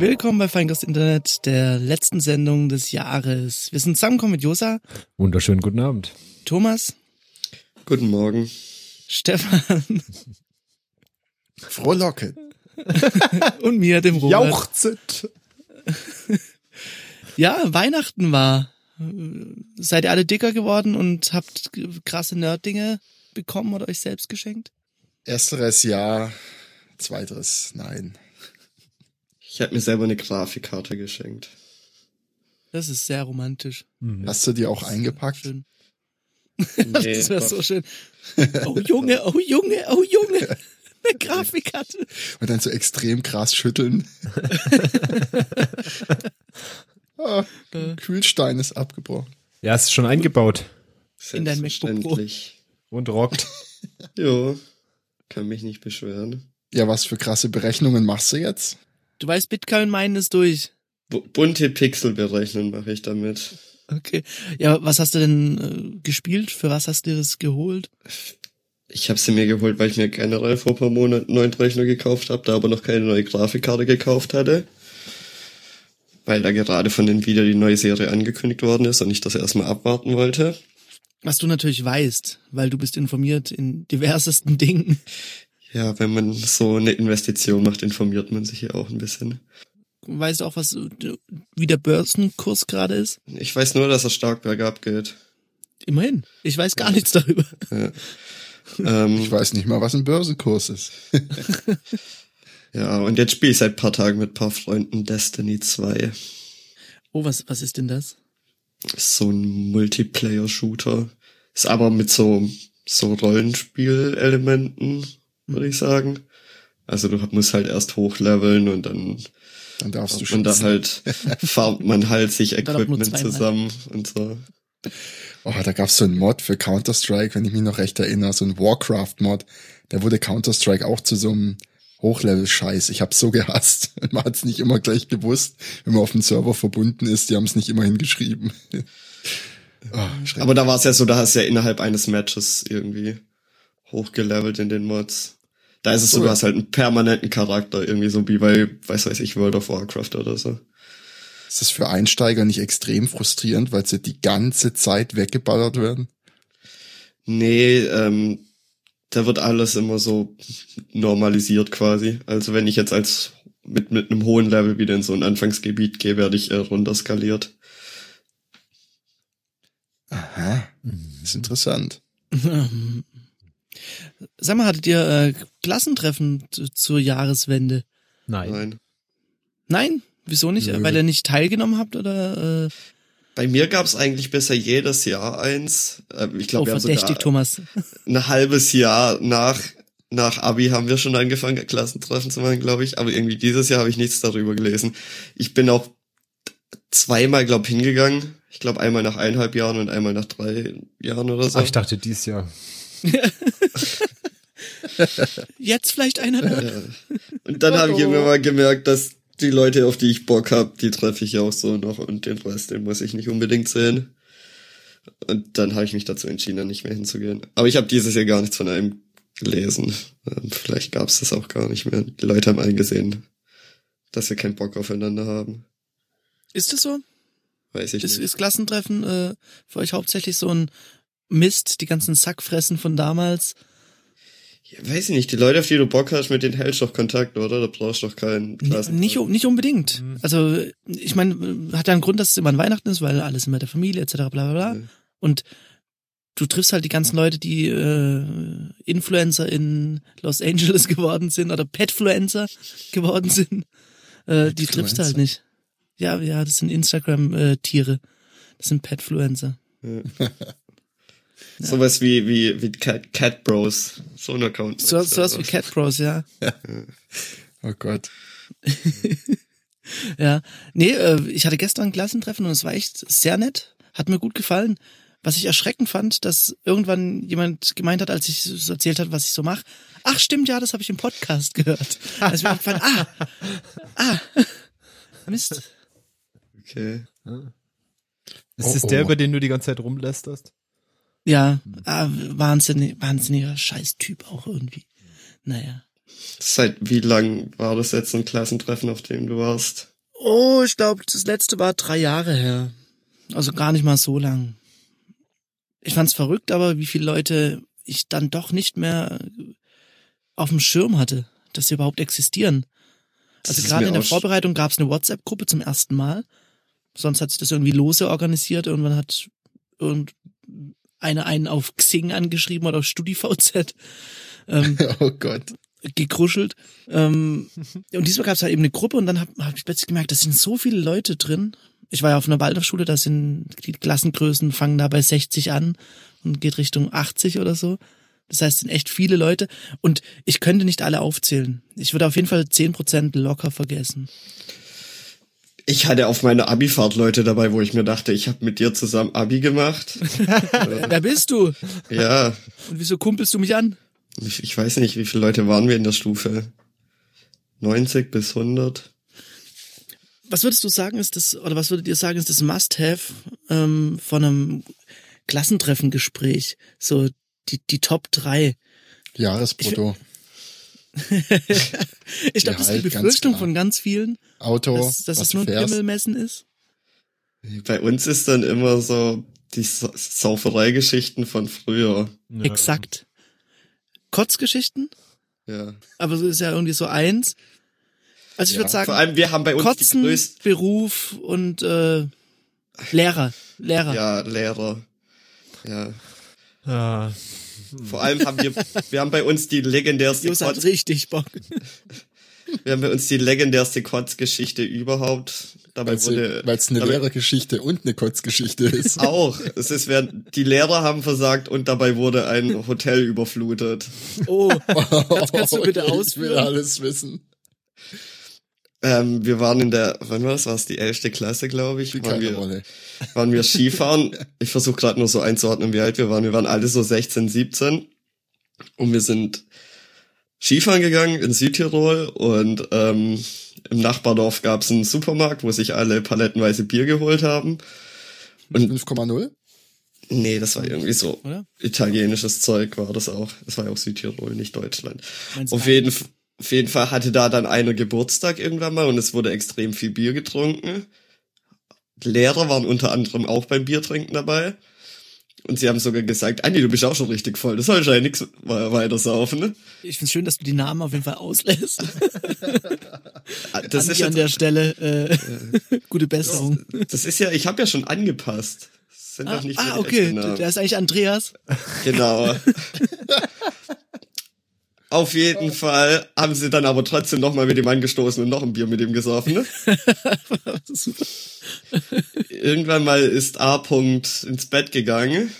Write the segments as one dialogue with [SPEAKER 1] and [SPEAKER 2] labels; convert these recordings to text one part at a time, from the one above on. [SPEAKER 1] Willkommen bei Feingast Internet, der letzten Sendung des Jahres. Wir sind zusammengekommen mit Josa,
[SPEAKER 2] Wunderschönen guten Abend.
[SPEAKER 1] Thomas,
[SPEAKER 3] Guten Morgen.
[SPEAKER 1] Stefan
[SPEAKER 3] Frohlocke.
[SPEAKER 1] und mir, dem Robert.
[SPEAKER 3] Jauchzet.
[SPEAKER 1] Ja, Weihnachten war. Seid ihr alle dicker geworden und habt g- krasse Nerddinge bekommen oder euch selbst geschenkt?
[SPEAKER 4] Ersteres ja, zweiteres nein.
[SPEAKER 3] Ich habe mir selber eine Grafikkarte geschenkt.
[SPEAKER 1] Das ist sehr romantisch.
[SPEAKER 4] Hast du die auch eingepackt?
[SPEAKER 1] Schön.
[SPEAKER 3] Nee,
[SPEAKER 1] Das wäre so schön. Oh Junge, oh Junge, oh Junge. Eine Grafikkarte.
[SPEAKER 4] Und dann so extrem krass schütteln. ah, Kühlstein ist abgebrochen.
[SPEAKER 2] Ja, es ist schon eingebaut
[SPEAKER 1] in dein MacBook Pro.
[SPEAKER 3] Selbstverständlich.
[SPEAKER 2] und rockt.
[SPEAKER 3] Jo, kann mich nicht beschweren.
[SPEAKER 4] Ja, was für krasse Berechnungen machst du jetzt?
[SPEAKER 1] Du weißt, Bitcoin meinen ist durch.
[SPEAKER 3] Bu bunte Pixel berechnen mache ich damit.
[SPEAKER 1] Okay. Ja, was hast du denn äh, gespielt? Für was hast du dir das geholt?
[SPEAKER 3] Ich habe sie mir geholt, weil ich mir generell vor ein paar Monaten einen neuen Rechner gekauft habe, da aber noch keine neue Grafikkarte gekauft hatte. Weil da gerade von Nvidia die neue Serie angekündigt worden ist und ich das erstmal abwarten wollte.
[SPEAKER 1] Was du natürlich weißt, weil du bist informiert in diversesten Dingen.
[SPEAKER 3] Ja, wenn man so eine Investition macht, informiert man sich ja auch ein bisschen.
[SPEAKER 1] Weißt du auch, was äh, wie der Börsenkurs gerade ist?
[SPEAKER 3] Ich weiß nur, dass es stark bergab geht.
[SPEAKER 1] Immerhin. Ich weiß gar nichts darüber.
[SPEAKER 3] Ähm,
[SPEAKER 4] Ich weiß nicht mal, was ein Börsenkurs ist.
[SPEAKER 3] Ja, und jetzt spiele ich seit paar Tagen mit paar Freunden Destiny 2.
[SPEAKER 1] Oh, was, was ist denn das?
[SPEAKER 3] Ist so ein Multiplayer-Shooter. Ist aber mit so, so Rollenspiel-Elementen, würde
[SPEAKER 1] Mhm.
[SPEAKER 3] ich sagen. Also du musst halt erst hochleveln und dann
[SPEAKER 4] Dann darfst du
[SPEAKER 3] und da
[SPEAKER 4] schützen.
[SPEAKER 3] halt farmt man halt sich
[SPEAKER 1] Dann auch nur
[SPEAKER 3] Equipment
[SPEAKER 1] zweimal.
[SPEAKER 3] zusammen und so.
[SPEAKER 4] Oh, da gab's so einen Mod für Counter-Strike, wenn ich mich noch recht erinnere, so ein Warcraft-Mod. Da wurde Counter-Strike auch zu so einem Hochlevel-Scheiß. Ich hab's so gehasst. Man hat's nicht immer gleich gewusst, wenn man auf dem Server verbunden ist. Die haben's nicht immer hingeschrieben. Oh, schrecklich.
[SPEAKER 3] Aber da war es ja so, da hast du ja innerhalb eines Matches irgendwie hochgelevelt in den Mods. Da ist es so,
[SPEAKER 4] Cool.
[SPEAKER 3] du hast halt einen permanenten Charakter, irgendwie so wie bei, weiß weiß ich, World of Warcraft oder so.
[SPEAKER 4] Ist das für Einsteiger nicht extrem frustrierend, weil sie die ganze Zeit weggeballert werden?
[SPEAKER 3] Nee, ähm, da wird alles immer so normalisiert quasi. Also wenn ich jetzt als mit, mit einem hohen Level wieder in so ein Anfangsgebiet gehe, werde ich äh, runterskaliert.
[SPEAKER 4] Aha, Mhm. ist interessant.
[SPEAKER 1] Sag mal, hattet ihr äh, Klassentreffen zu- zur Jahreswende?
[SPEAKER 2] Nein.
[SPEAKER 3] Nein.
[SPEAKER 1] Nein? Wieso nicht?
[SPEAKER 4] Nö.
[SPEAKER 1] Weil ihr nicht teilgenommen habt oder? Äh,
[SPEAKER 3] Bei mir gab's eigentlich bisher jedes Jahr eins. Ähm, Ich
[SPEAKER 1] oh,
[SPEAKER 3] glaube, wir haben
[SPEAKER 1] verdächtig,
[SPEAKER 3] sogar
[SPEAKER 1] Thomas.
[SPEAKER 3] ein halbes Jahr nach, nach Abi haben wir schon angefangen, Klassentreffen zu machen, glaube ich. Aber irgendwie dieses Jahr habe ich nichts darüber gelesen. Ich bin auch zweimal, glaube ich, hingegangen. Ich glaube, einmal nach eineinhalb Jahren und einmal nach drei Jahren oder so.
[SPEAKER 2] Ach, Ah, ich dachte dies Jahr.
[SPEAKER 1] Jetzt vielleicht einer?
[SPEAKER 3] Und dann habe ich irgendwann mal gemerkt, dass die Leute, auf die ich Bock habe, die treffe ich auch so noch und den Rest, den muss ich nicht unbedingt sehen. Und dann habe ich mich dazu entschieden, da nicht mehr hinzugehen. Aber ich habe dieses Jahr gar nichts von einem gelesen. Ähm, Vielleicht gab es das auch gar nicht mehr. Die Leute haben eingesehen, dass wir keinen Bock aufeinander haben.
[SPEAKER 1] Ist das so?
[SPEAKER 3] Weiß ich
[SPEAKER 1] Ist,
[SPEAKER 3] nicht.
[SPEAKER 1] ist Klassentreffen äh, für euch hauptsächlich so ein Mist, die ganzen Sackfressen von damals?
[SPEAKER 3] Ja, weiß ich nicht. Die Leute, auf die du Bock hast, mit denen hältst du doch Kontakt, oder? Da brauchst du doch
[SPEAKER 1] N-
[SPEAKER 3] keinen. Klassen-
[SPEAKER 1] Nicht, ne? u- nicht unbedingt. Also, ich meine, hat ja einen Grund, dass es immer an Weihnachten ist, weil alles immer mit der Familie etc. bla bla bla.
[SPEAKER 3] Ja.
[SPEAKER 1] Und du triffst halt die ganzen Leute, die äh, Influencer in Los Angeles geworden sind oder Petfluencer geworden sind. Äh, die triffst du halt
[SPEAKER 4] Petfluencer?
[SPEAKER 1] nicht. Ja, ja, das sind Instagram-Tiere. Das sind Petfluencer.
[SPEAKER 3] Sowas wie, wie, wie Cat, Cat Bros. So ein Account.
[SPEAKER 1] So, so was wie Cat Bros, ja.
[SPEAKER 4] Oh Gott.
[SPEAKER 1] Ja, nee, äh, ich hatte gestern ein Klassentreffen und es war echt sehr nett, hat mir gut gefallen. Was ich erschreckend fand, dass irgendwann jemand gemeint hat, als ich so erzählt hat, was ich so mache. Ach stimmt, ja, das habe ich im Podcast gehört. Also mir aufgefallen, ah, ah, Mist.
[SPEAKER 3] Okay.
[SPEAKER 2] Ist
[SPEAKER 4] Oh,
[SPEAKER 2] es der,
[SPEAKER 4] oh.
[SPEAKER 2] über den du die ganze Zeit rumlästerst?
[SPEAKER 1] Ja, ah, wahnsinnig, wahnsinniger Scheißtyp auch irgendwie. Naja.
[SPEAKER 3] Seit halt, wie lang war das jetzt ein Klassentreffen, auf dem du warst?
[SPEAKER 1] Oh, ich glaube, das letzte war drei Jahre her. Also gar nicht mal so lang. Ich fand's verrückt, aber wie viele Leute ich dann doch nicht mehr äh, auf dem Schirm hatte, dass sie überhaupt existieren.
[SPEAKER 3] Das
[SPEAKER 1] Also
[SPEAKER 3] ist
[SPEAKER 1] gerade
[SPEAKER 3] mir
[SPEAKER 1] in der
[SPEAKER 3] auch sch-
[SPEAKER 1] Vorbereitung gab's eine WhatsApp-Gruppe zum ersten Mal. Sonst hat sich das irgendwie lose organisiert. Irgendwann hat irgend eine einen auf Xing angeschrieben oder auf StudiVZ. Ähm,
[SPEAKER 4] Oh Gott.
[SPEAKER 1] gekruschelt. Ähm, und diesmal gab es halt eben eine Gruppe und dann habe hab ich plötzlich gemerkt, da sind so viele Leute drin. Ich war ja auf einer Waldorfschule, da sind die Klassengrößen fangen da bei 60 an und geht Richtung 80 oder so. Das heißt, es sind echt viele Leute und ich könnte nicht alle aufzählen. Ich würde auf jeden Fall 10% locker vergessen.
[SPEAKER 3] Ich hatte auf meiner Abifahrt Leute dabei, wo ich mir dachte, ich habe mit dir zusammen Abi gemacht.
[SPEAKER 1] Wer bist du?
[SPEAKER 3] ja,
[SPEAKER 1] Und wieso kumpelst du mich an?
[SPEAKER 3] ich, ich weiß nicht, wie viele Leute waren wir in der Stufe? 90 bis 100?
[SPEAKER 1] Was würdest du sagen, ist das, oder was würdet ihr sagen, ist das Must-Have ähm, von einem Klassentreffengespräch? So die, die Top drei
[SPEAKER 4] Jahresbrutto.
[SPEAKER 1] Ich glaube,
[SPEAKER 4] Ja,
[SPEAKER 1] das ist die
[SPEAKER 4] halt, ganz
[SPEAKER 1] Befürchtung
[SPEAKER 4] klar.
[SPEAKER 1] von ganz vielen,
[SPEAKER 4] Auto,
[SPEAKER 1] dass, dass
[SPEAKER 4] was
[SPEAKER 1] es
[SPEAKER 4] du
[SPEAKER 1] nur ein
[SPEAKER 4] fährst.
[SPEAKER 1] Pimmelmessen ist.
[SPEAKER 3] Bei uns ist dann immer so die Sa- Sauferei-Geschichten von früher.
[SPEAKER 2] Ja.
[SPEAKER 1] Exakt. Kotzgeschichten,
[SPEAKER 3] Ja.
[SPEAKER 1] aber so ist ja irgendwie so eins. Also ich
[SPEAKER 4] Ja,
[SPEAKER 1] würde sagen,
[SPEAKER 3] Vor allem, wir haben bei uns die
[SPEAKER 1] Kotzen,
[SPEAKER 3] größten
[SPEAKER 1] Beruf und äh, Lehrer. Lehrer.
[SPEAKER 3] ja, Lehrer. Ja.
[SPEAKER 2] Ah,
[SPEAKER 1] Hm.
[SPEAKER 3] Vor allem haben wir, wir haben bei uns die legendärste
[SPEAKER 1] Jus hat
[SPEAKER 3] Kotz,
[SPEAKER 1] halt richtig Bock.
[SPEAKER 3] wir haben bei uns die legendärste Kotzgeschichte überhaupt. Dabei wurde,
[SPEAKER 4] Weil es eine
[SPEAKER 3] dabei-
[SPEAKER 4] Lehrergeschichte und eine Kurzgeschichte ist.
[SPEAKER 3] auch. Es ist, wer, die Lehrer haben versagt und dabei wurde ein Hotel überflutet.
[SPEAKER 1] Oh, das kannst du bitte
[SPEAKER 4] Okay, Ich will
[SPEAKER 1] ausführen.
[SPEAKER 4] alles wissen.
[SPEAKER 3] Ähm, wir waren in der, wann war das? War es die 11. Klasse, glaube ich?
[SPEAKER 4] Spielt
[SPEAKER 3] Waren
[SPEAKER 4] keine
[SPEAKER 3] wir,
[SPEAKER 4] Rolle.
[SPEAKER 3] waren wir Skifahren? Ich versuche gerade nur so einzuordnen, wie alt wir waren. Wir waren alle so 16, 17 und wir sind Skifahren gegangen in Südtirol und ähm, im Nachbardorf gab es einen Supermarkt, wo sich alle palettenweise Bier geholt haben.
[SPEAKER 4] 5,0?
[SPEAKER 3] Nee, das war irgendwie so
[SPEAKER 1] Oder?
[SPEAKER 3] italienisches Zeug war das auch. Das war ja auch Südtirol, nicht Deutschland.
[SPEAKER 1] Meinst du
[SPEAKER 3] Auf
[SPEAKER 1] gar
[SPEAKER 3] jeden, F- auf jeden Fall hatte da dann einer Geburtstag irgendwann mal und es wurde extrem viel Bier getrunken. Lehrer waren unter anderem auch beim Biertrinken dabei. Und sie haben sogar gesagt, Andi, du bist auch schon richtig voll, das soll ja nichts weiter saufen. Ne?
[SPEAKER 1] Ich find's schön, dass du die Namen auf jeden Fall auslässt.
[SPEAKER 3] Ah, Das, ist
[SPEAKER 1] Andi an der
[SPEAKER 3] jetzt,
[SPEAKER 1] Stelle äh, gute Besserung.
[SPEAKER 3] das ist ja, ich habe ja schon angepasst. Das sind
[SPEAKER 1] Ah,
[SPEAKER 3] doch nicht genau. die
[SPEAKER 1] ah,
[SPEAKER 3] echten
[SPEAKER 1] okay.
[SPEAKER 3] Namen.
[SPEAKER 1] Der ist eigentlich Andreas.
[SPEAKER 3] Genau. Auf jeden Fall haben sie dann aber trotzdem nochmal mit ihm angestoßen und noch ein Bier mit ihm gesoffen. Ne?
[SPEAKER 1] Super.
[SPEAKER 3] Irgendwann mal ist A. -Punkt ins Bett gegangen,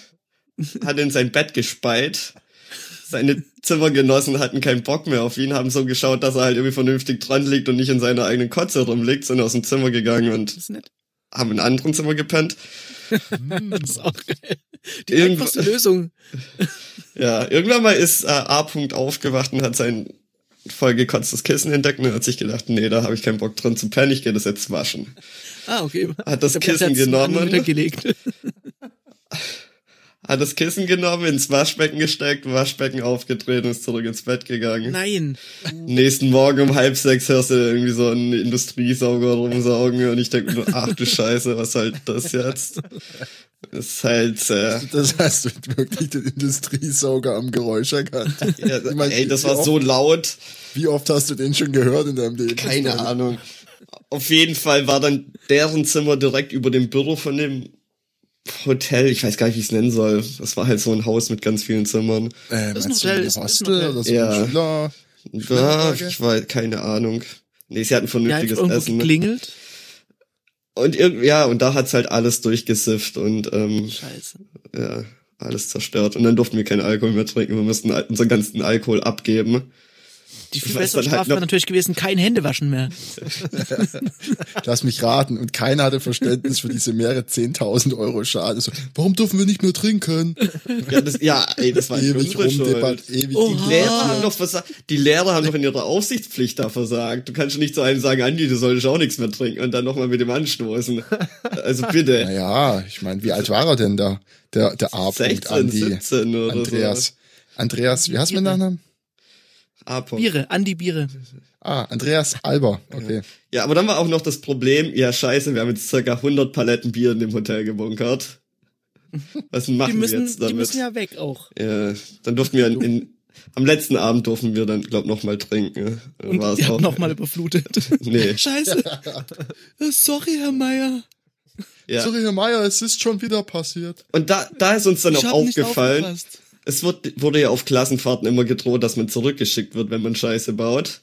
[SPEAKER 3] hat in sein Bett gespeit. Seine Zimmergenossen hatten keinen Bock mehr auf ihn, haben so geschaut, dass er halt irgendwie vernünftig dran liegt und nicht in seiner eigenen Kotze rumliegt, sind aus dem Zimmer gegangen und
[SPEAKER 1] Das ist nett.
[SPEAKER 3] haben in einem anderen Zimmer gepennt.
[SPEAKER 1] Das ist auch geil. Die
[SPEAKER 3] Hm. Irgendwo-
[SPEAKER 1] einfachste Lösung.
[SPEAKER 3] Ja, irgendwann mal ist äh, A. -Punkt aufgewacht und hat sein vollgekotztes Kissen entdeckt und hat sich gedacht, nee, da habe ich keinen Bock drin zu pennen, ich gehe das jetzt waschen.
[SPEAKER 1] Ah, okay.
[SPEAKER 3] Hat das
[SPEAKER 1] Ich hab grad
[SPEAKER 3] Kissen
[SPEAKER 1] selbst
[SPEAKER 3] genommen.
[SPEAKER 1] einen Anhänger gelegt.
[SPEAKER 3] Hat das Kissen genommen, ins Waschbecken gesteckt, Waschbecken aufgedreht und ist zurück ins Bett gegangen.
[SPEAKER 1] Nein.
[SPEAKER 3] Nächsten Morgen um halb sechs hörst du irgendwie so einen Industriesauger rumsaugen und ich denke nur, ach du Scheiße, was soll das jetzt? Ist halt, äh,
[SPEAKER 4] Das heißt, du hast wirklich den Industriesauger am Geräusch erkannt.
[SPEAKER 3] ja,
[SPEAKER 4] Ich mein,
[SPEAKER 3] ey, das
[SPEAKER 4] wie
[SPEAKER 3] war
[SPEAKER 4] oft-
[SPEAKER 3] so laut.
[SPEAKER 4] Wie oft hast du den schon gehört in deinem Leben?
[SPEAKER 3] Keine Ahnung. Auf jeden Fall war dann deren Zimmer direkt über dem Büro von dem Hotel. Ich weiß gar nicht, wie ich es nennen soll. Das war halt so ein Haus mit ganz vielen Zimmern.
[SPEAKER 4] Äh,
[SPEAKER 1] Das ist ein
[SPEAKER 4] meinst du
[SPEAKER 1] Hotel,
[SPEAKER 4] ein
[SPEAKER 1] ist- ist ein
[SPEAKER 4] Hostel
[SPEAKER 1] Hotel.
[SPEAKER 4] oder so
[SPEAKER 3] Ja.
[SPEAKER 4] ein Schüler?
[SPEAKER 3] Ja,
[SPEAKER 4] Frage.
[SPEAKER 3] Ah, ich war keine Ahnung. Nee, sie
[SPEAKER 1] Der
[SPEAKER 3] hatten
[SPEAKER 1] hat
[SPEAKER 3] vernünftiges
[SPEAKER 1] irgendwo
[SPEAKER 3] Essen. ne?
[SPEAKER 1] geklingelt.
[SPEAKER 3] Und irgendwie, ja, und da hat's halt alles durchgesifft und ähm,
[SPEAKER 1] Scheiße.
[SPEAKER 3] ja, alles zerstört. Und dann durften wir keinen Alkohol mehr trinken. Wir mussten all- unseren ganzen Alkohol abgeben.
[SPEAKER 1] Die viel
[SPEAKER 3] Ich weiß
[SPEAKER 1] bessere
[SPEAKER 3] dann halt
[SPEAKER 1] Strafe wäre
[SPEAKER 3] noch-
[SPEAKER 1] natürlich gewesen, kein Händewaschen mehr.
[SPEAKER 4] Lass mich raten. Und keiner hatte Verständnis für diese mehrere 10.000 Euro Schaden. So, warum dürfen wir nicht mehr trinken?
[SPEAKER 3] Ja, das, ja ey, das war
[SPEAKER 4] ewig
[SPEAKER 3] unsere Schuld.
[SPEAKER 4] rumdebatt, ewig
[SPEAKER 1] Oha.
[SPEAKER 3] Die
[SPEAKER 4] gegen-
[SPEAKER 3] Lehrer, haben doch versagt, die Lehrer haben doch in ihrer Aufsichtspflicht da versagt. Du kannst doch nicht zu einem sagen, Andi, du solltest auch nichts mehr trinken und dann nochmal mit dem anstoßen. Also bitte.
[SPEAKER 4] Naja, ich meine, wie alt war er denn da? Der, der A-Punkt,
[SPEAKER 3] 16,
[SPEAKER 4] Andi,
[SPEAKER 3] 17 oder
[SPEAKER 4] Andreas. Andreas, wie heißt mein Nachname?
[SPEAKER 3] A. -Punkt.
[SPEAKER 1] Biere, Andi Biere.
[SPEAKER 4] Ah, Andreas Alber. Okay.
[SPEAKER 3] Ja, aber dann war auch noch das Problem, ja scheiße, wir haben jetzt circa 100 Paletten Bier in dem Hotel gebunkert. Was machen
[SPEAKER 1] Die
[SPEAKER 3] wir
[SPEAKER 1] müssen,
[SPEAKER 3] jetzt
[SPEAKER 1] die
[SPEAKER 3] damit?
[SPEAKER 1] müssen ja weg auch.
[SPEAKER 3] Ja, dann durften wir in, in, am letzten Abend durften wir dann, glaub, noch mal trinken. Dann
[SPEAKER 1] Und
[SPEAKER 3] war es
[SPEAKER 1] ihr
[SPEAKER 3] auch,
[SPEAKER 1] habt nochmal überflutet.
[SPEAKER 3] Nee.
[SPEAKER 1] Scheiße. Sorry, Herr Meier.
[SPEAKER 3] Ja.
[SPEAKER 4] Sorry, Herr Meier, es ist schon wieder passiert.
[SPEAKER 3] Und da, da ist uns dann
[SPEAKER 1] Ich
[SPEAKER 3] auch
[SPEAKER 1] hab nicht
[SPEAKER 3] aufgefallen,
[SPEAKER 1] aufgepasst.
[SPEAKER 3] es wird, wurde ja auf Klassenfahrten immer gedroht, dass man zurückgeschickt wird, wenn man Scheiße baut.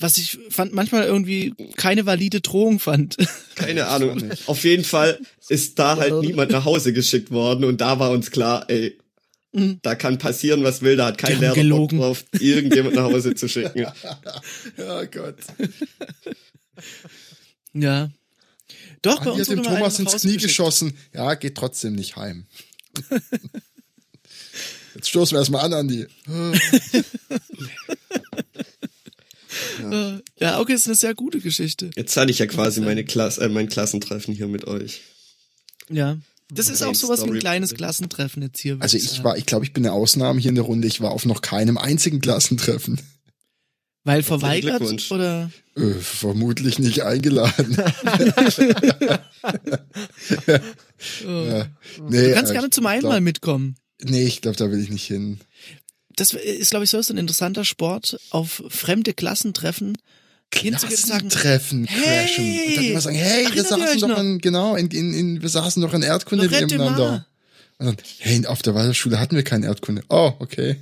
[SPEAKER 1] Was ich fand, manchmal irgendwie keine valide Drohung fand.
[SPEAKER 3] Keine Ahnung. Auf jeden Fall ist da halt
[SPEAKER 1] Lol.
[SPEAKER 3] niemand nach Hause geschickt worden und da war uns klar, ey,
[SPEAKER 1] Mhm.
[SPEAKER 3] da kann passieren, was will, da hat
[SPEAKER 1] Die
[SPEAKER 3] kein
[SPEAKER 1] haben
[SPEAKER 3] Lehrer
[SPEAKER 1] gelogen.
[SPEAKER 3] Bock drauf, irgendjemand nach Hause zu schicken.
[SPEAKER 4] Ja, Gott.
[SPEAKER 1] Ja. Doch, bei
[SPEAKER 4] Andi
[SPEAKER 1] uns
[SPEAKER 4] hat
[SPEAKER 1] wurde
[SPEAKER 4] dem
[SPEAKER 1] mal einer
[SPEAKER 4] Thomas
[SPEAKER 1] nach
[SPEAKER 4] ins
[SPEAKER 1] Hause
[SPEAKER 4] Knie
[SPEAKER 1] geschickt.
[SPEAKER 4] geschossen. Ja, geht trotzdem nicht heim. Jetzt stoßen wir erstmal an, Andi.
[SPEAKER 1] Ah, Äh, Ja, okay, ist eine sehr gute Geschichte.
[SPEAKER 3] Jetzt hatte ich ja quasi meine Klasse, äh, mein Klassentreffen hier mit euch.
[SPEAKER 1] Ja. Das ist auch
[SPEAKER 3] Hey,
[SPEAKER 1] sowas wie ein
[SPEAKER 3] Story.
[SPEAKER 1] kleines Klassentreffen jetzt hier. würd
[SPEAKER 4] Also ich
[SPEAKER 1] sagen.
[SPEAKER 4] war, ich glaube, ich bin eine Ausnahme hier in der Runde. Ich war auf noch keinem einzigen Klassentreffen.
[SPEAKER 1] Weil
[SPEAKER 3] Glückwunsch.
[SPEAKER 1] verweigert oder?
[SPEAKER 4] Äh, vermutlich nicht eingeladen.
[SPEAKER 1] Äh,
[SPEAKER 4] Ja. Nee,
[SPEAKER 1] du kannst
[SPEAKER 4] äh,
[SPEAKER 1] gerne zum einen
[SPEAKER 4] glaub-
[SPEAKER 1] mal mitkommen.
[SPEAKER 4] Nee, ich glaube, da will ich nicht hin.
[SPEAKER 1] Das ist, glaube ich, so ist ein interessanter Sport, auf fremde Klassentreffen hinzugehen und sagen,
[SPEAKER 4] Klassentreffen
[SPEAKER 1] Hey!
[SPEAKER 4] crashen. Und dann immer sagen, hey, wir
[SPEAKER 1] Erinnert ihr
[SPEAKER 4] saßen
[SPEAKER 1] euch
[SPEAKER 4] doch
[SPEAKER 1] noch?
[SPEAKER 4] an, genau, in, in, in, wir saßen doch in Erdkunde
[SPEAKER 1] Lorette
[SPEAKER 4] nebeneinander.
[SPEAKER 1] Mar.
[SPEAKER 4] Und dann, hey, auf der Waldorfschule hatten wir keine Erdkunde. Oh, okay.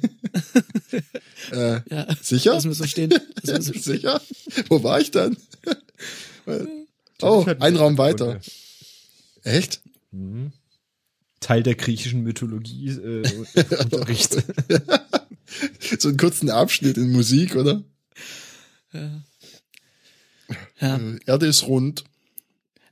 [SPEAKER 4] äh,
[SPEAKER 1] ja,
[SPEAKER 4] Sicher?
[SPEAKER 1] lassen wir so stehen. Lassen wir so stehen.
[SPEAKER 4] Sicher? Wo war ich dann? Äh, oh, ein Raum weiter.
[SPEAKER 2] äh,
[SPEAKER 4] Echt?
[SPEAKER 2] Teil der griechischen Mythologie äh, Unterricht.
[SPEAKER 4] So einen kurzen Abschnitt in Musik, oder?
[SPEAKER 1] Ja.
[SPEAKER 4] Äh, Erde ist rund.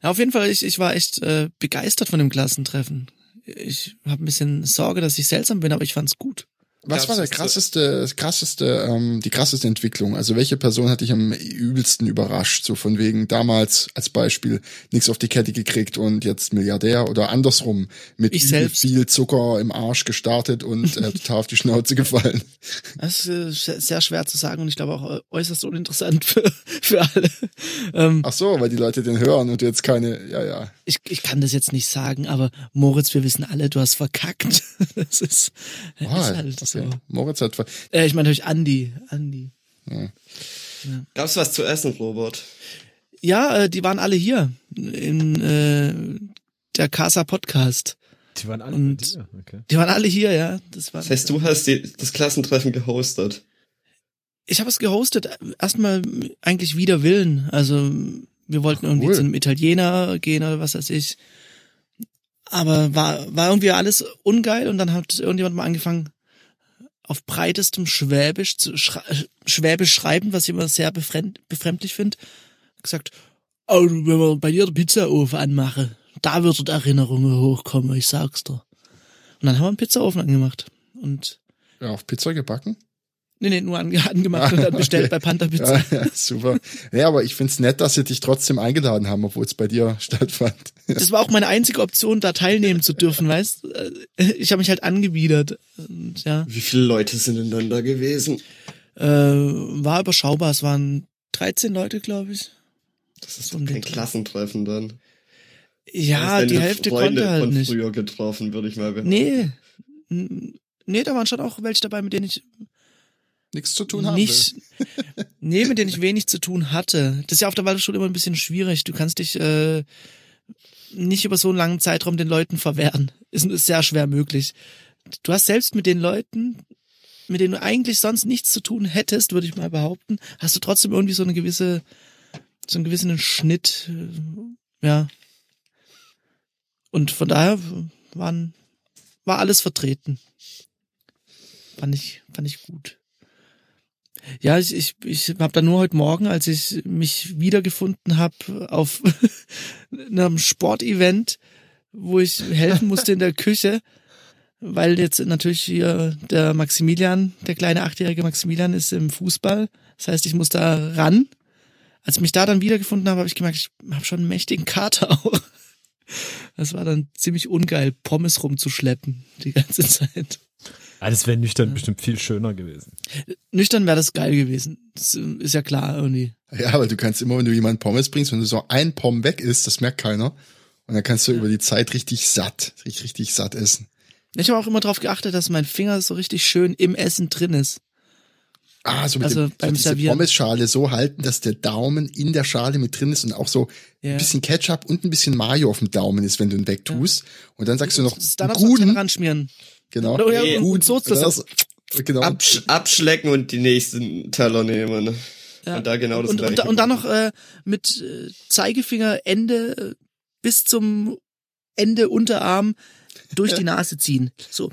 [SPEAKER 1] Ja, auf jeden Fall, ich, ich war echt äh, begeistert von dem Klassentreffen. Ich habe ein bisschen Sorge, dass ich seltsam bin, aber ich fand's gut.
[SPEAKER 4] Was war der
[SPEAKER 3] Krasseste.
[SPEAKER 4] krasseste, das krasseste, ähm, die krasseste Entwicklung? Also welche Person hat dich am übelsten überrascht? So von wegen damals als Beispiel nichts auf die Kette gekriegt und jetzt Milliardär oder andersrum mit
[SPEAKER 1] Ich
[SPEAKER 4] übel
[SPEAKER 1] selbst.
[SPEAKER 4] viel Zucker im Arsch gestartet und äh, total auf die Schnauze gefallen.
[SPEAKER 1] Das ist äh, sehr schwer zu sagen und ich glaube auch äh, äußerst uninteressant für, für alle. Ähm,
[SPEAKER 4] Ach so, weil die Leute den hören und jetzt keine, ja, ja.
[SPEAKER 1] ich, ich kann das jetzt nicht sagen, aber Moritz, wir wissen alle, du hast verkackt. Das ist, das ist halt so.
[SPEAKER 4] Moritz hat ver
[SPEAKER 1] Äh, ich meine natürlich Andi. Andi.
[SPEAKER 3] Gab's was zu essen, Robert?
[SPEAKER 1] Ja, äh, die waren alle hier in äh, der Casa Podcast.
[SPEAKER 2] Die waren alle
[SPEAKER 1] Und-
[SPEAKER 2] bei dir, okay.
[SPEAKER 1] Die waren alle hier, ja. Das, war,
[SPEAKER 3] Das heißt, du hast die, das Klassentreffen gehostet.
[SPEAKER 1] Ich habe es gehostet, erstmal eigentlich wider Willen. Also wir wollten irgendwie
[SPEAKER 4] cool.
[SPEAKER 1] zu einem Italiener gehen oder was weiß ich. Aber war, war irgendwie alles ungeil und dann hat irgendjemand mal angefangen, auf breitestem Schwäbisch zu schra- Schwäbisch schreiben, was ich immer sehr befremd, befremdlich finde. Gesagt, oh, wenn man bei dir den Pizzaofen anmache, da würden Erinnerungen hochkommen, ich sag's dir. Und dann haben wir einen Pizzaofen angemacht. Und
[SPEAKER 4] ja, auf Pizza gebacken.
[SPEAKER 1] Nee, nee, nur ange angemacht und dann bestellt bei Panther Pizza.
[SPEAKER 4] Ja, ja, super. Ja, aber ich find's nett, dass sie dich trotzdem eingeladen haben, obwohl es bei dir stattfand.
[SPEAKER 1] Das war auch meine einzige Option, da teilnehmen zu dürfen, weißt Äh, Ich habe mich halt angebiedert. Und ja,
[SPEAKER 3] Wie viele Leute sind denn dann da gewesen?
[SPEAKER 1] äh, war überschaubar. Es waren 13 Leute, glaube ich.
[SPEAKER 3] Das ist
[SPEAKER 1] So
[SPEAKER 3] doch
[SPEAKER 1] ein
[SPEAKER 3] kein
[SPEAKER 1] Ding.
[SPEAKER 3] Klassentreffen dann.
[SPEAKER 1] Ja,
[SPEAKER 3] Das ist
[SPEAKER 1] die
[SPEAKER 3] deine
[SPEAKER 1] Hälfte
[SPEAKER 3] Freunde
[SPEAKER 1] konnte halt
[SPEAKER 3] von
[SPEAKER 1] nicht.
[SPEAKER 3] früher getroffen, würde ich mal behaupten.
[SPEAKER 1] Nee. N- Nee, da waren schon auch welche dabei, mit denen ich
[SPEAKER 4] Nichts zu tun haben
[SPEAKER 1] nicht, nee, mit denen ich wenig zu tun hatte. Das ist ja auf der Waldorfschule immer ein bisschen schwierig. Du kannst dich äh, nicht über so einen langen Zeitraum den Leuten verwehren. Ist, ist sehr schwer möglich. Du hast selbst mit den Leuten, mit denen du eigentlich sonst nichts zu tun hättest, würde ich mal behaupten, hast du trotzdem irgendwie so eine gewisse, so einen gewissen Schnitt, äh, ja. Und von daher waren, war alles vertreten. Fand ich, fand ich gut. Ja, ich, ich, ich habe da nur heute Morgen, als ich mich wiedergefunden habe auf einem Sportevent, wo ich helfen musste in der Küche, weil jetzt natürlich hier der Maximilian, der kleine achtjährige Maximilian ist im Fußball. Das heißt, ich muss da ran. Als ich mich da dann wiedergefunden habe, habe ich gemerkt, ich habe schon einen mächtigen Kater auch. Das war dann ziemlich ungeil, Pommes rumzuschleppen die ganze Zeit.
[SPEAKER 2] Ah, das wäre nüchtern bestimmt viel schöner gewesen.
[SPEAKER 1] Nüchtern wäre das geil gewesen. Das äh, ist ja klar irgendwie.
[SPEAKER 4] Ja, weil du kannst immer, wenn du jemanden Pommes bringst, wenn du so ein Pommes weg isst, das merkt keiner. Und dann kannst du über die Zeit richtig satt, richtig, richtig satt essen.
[SPEAKER 1] Ich habe auch immer darauf geachtet, dass mein Finger so richtig schön im Essen drin ist.
[SPEAKER 4] Ah, so mit
[SPEAKER 1] Also
[SPEAKER 4] dem,
[SPEAKER 1] beim
[SPEAKER 4] so diese
[SPEAKER 1] Servieren.
[SPEAKER 4] Pommesschale so halten, dass der Daumen in der Schale mit drin ist und auch so
[SPEAKER 1] Ja.
[SPEAKER 4] ein bisschen Ketchup und ein bisschen Mayo auf dem Daumen ist, wenn du ihn wegtust. Und dann sagst du noch,
[SPEAKER 1] Dann auf den
[SPEAKER 4] guten,
[SPEAKER 1] Rand schmieren.
[SPEAKER 4] genau,
[SPEAKER 1] Oder- oder- und Soße
[SPEAKER 4] oder
[SPEAKER 1] dazu.
[SPEAKER 4] das- genau,
[SPEAKER 3] Absch abschlecken und die nächsten Teller nehmen.
[SPEAKER 1] Ja.
[SPEAKER 3] Und da genau das
[SPEAKER 1] und,
[SPEAKER 3] gleiche.
[SPEAKER 1] und, und dann noch äh, mit äh, Zeigefingerende äh, bis zum Ende Unterarm durch die Nase ziehen. So.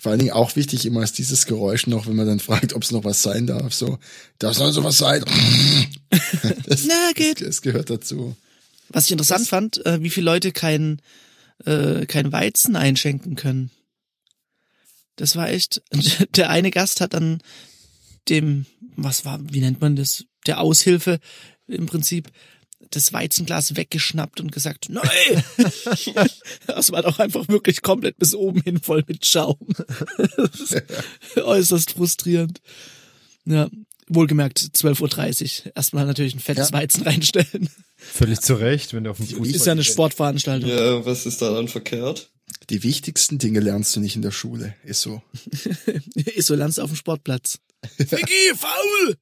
[SPEAKER 4] Vor allen Dingen auch wichtig immer ist dieses Geräusch noch, wenn man dann fragt, ob es noch was sein darf. So, darf noch sowas sein? das,
[SPEAKER 1] Na, geht.
[SPEAKER 4] Das, das gehört dazu.
[SPEAKER 1] Was ich interessant fand, äh, wie viele Leute kein, äh, kein Weizen einschenken können. Das war echt. Der eine Gast hat dann dem, was war, wie nennt man das? Der Aushilfe im Prinzip das Weizenglas weggeschnappt und gesagt, nein! das war doch einfach wirklich komplett bis oben hin voll mit Schaum. Das ist äußerst frustrierend. Ja, wohlgemerkt 12.30 Uhr. Erstmal natürlich ein fettes
[SPEAKER 4] Ja.
[SPEAKER 1] Weizen reinstellen.
[SPEAKER 2] Völlig zu Recht, wenn du auf dem Fußball
[SPEAKER 1] Ist ja eine Sportveranstaltung.
[SPEAKER 3] ja, was ist daran verkehrt?
[SPEAKER 4] Die wichtigsten Dinge lernst du nicht in der Schule. Ist so.
[SPEAKER 1] Ist so lernst du auf dem Sportplatz. Vicky, faul!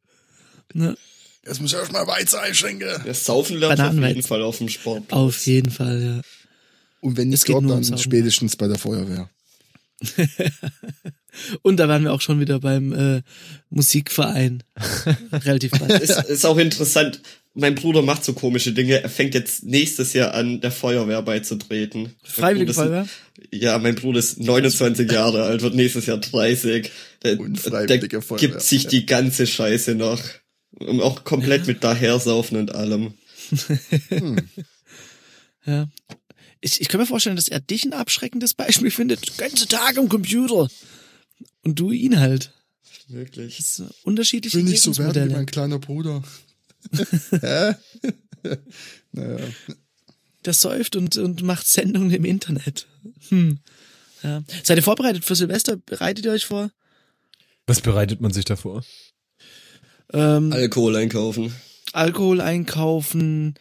[SPEAKER 1] Ne?
[SPEAKER 4] Jetzt muss ich erstmal Weizen einschenken.
[SPEAKER 3] Ja, saufen lernt man auf
[SPEAKER 1] Bananenweizen.
[SPEAKER 3] jeden Fall auf dem Sport.
[SPEAKER 1] Auf jeden Fall, ja.
[SPEAKER 4] Und wenn
[SPEAKER 1] Es
[SPEAKER 4] nicht
[SPEAKER 1] geht
[SPEAKER 4] dort,
[SPEAKER 1] nur
[SPEAKER 4] dann
[SPEAKER 1] ums Saugen.
[SPEAKER 4] spätestens bei der Feuerwehr.
[SPEAKER 1] Und da waren wir auch schon wieder beim äh, Musikverein. Relativ bald.
[SPEAKER 3] Ist, ist auch interessant. Mein Bruder macht so komische Dinge. Er fängt jetzt nächstes Jahr an, der Feuerwehr beizutreten.
[SPEAKER 1] Freiwillige
[SPEAKER 3] Mein Bruder
[SPEAKER 1] Feuerwehr?
[SPEAKER 3] ist- Ja, mein Bruder ist 29 Jahre alt, wird nächstes Jahr 30. Der,
[SPEAKER 4] Unfreiwillige
[SPEAKER 3] der
[SPEAKER 4] Feuerwehr,
[SPEAKER 3] gibt sich
[SPEAKER 4] ja.
[SPEAKER 3] die ganze Scheiße noch. Und auch komplett mit dahersaufen und allem.
[SPEAKER 1] Ja. Ich, ich kann mir vorstellen, dass er dich ein abschreckendes Beispiel findet. Ganze Tage am Computer. Und du ihn halt.
[SPEAKER 3] Wirklich.
[SPEAKER 1] Das sind unterschiedliche
[SPEAKER 4] Will nicht so werden wie
[SPEAKER 1] Lebensmodelle.
[SPEAKER 4] mein kleiner Bruder.
[SPEAKER 1] Der säuft und, und macht Sendungen im Internet. Hm. Ja. Seid ihr vorbereitet für Silvester? Bereitet ihr euch vor?
[SPEAKER 2] Was bereitet man sich davor?
[SPEAKER 1] Ähm,
[SPEAKER 3] Alkohol einkaufen.
[SPEAKER 1] Alkohol einkaufen,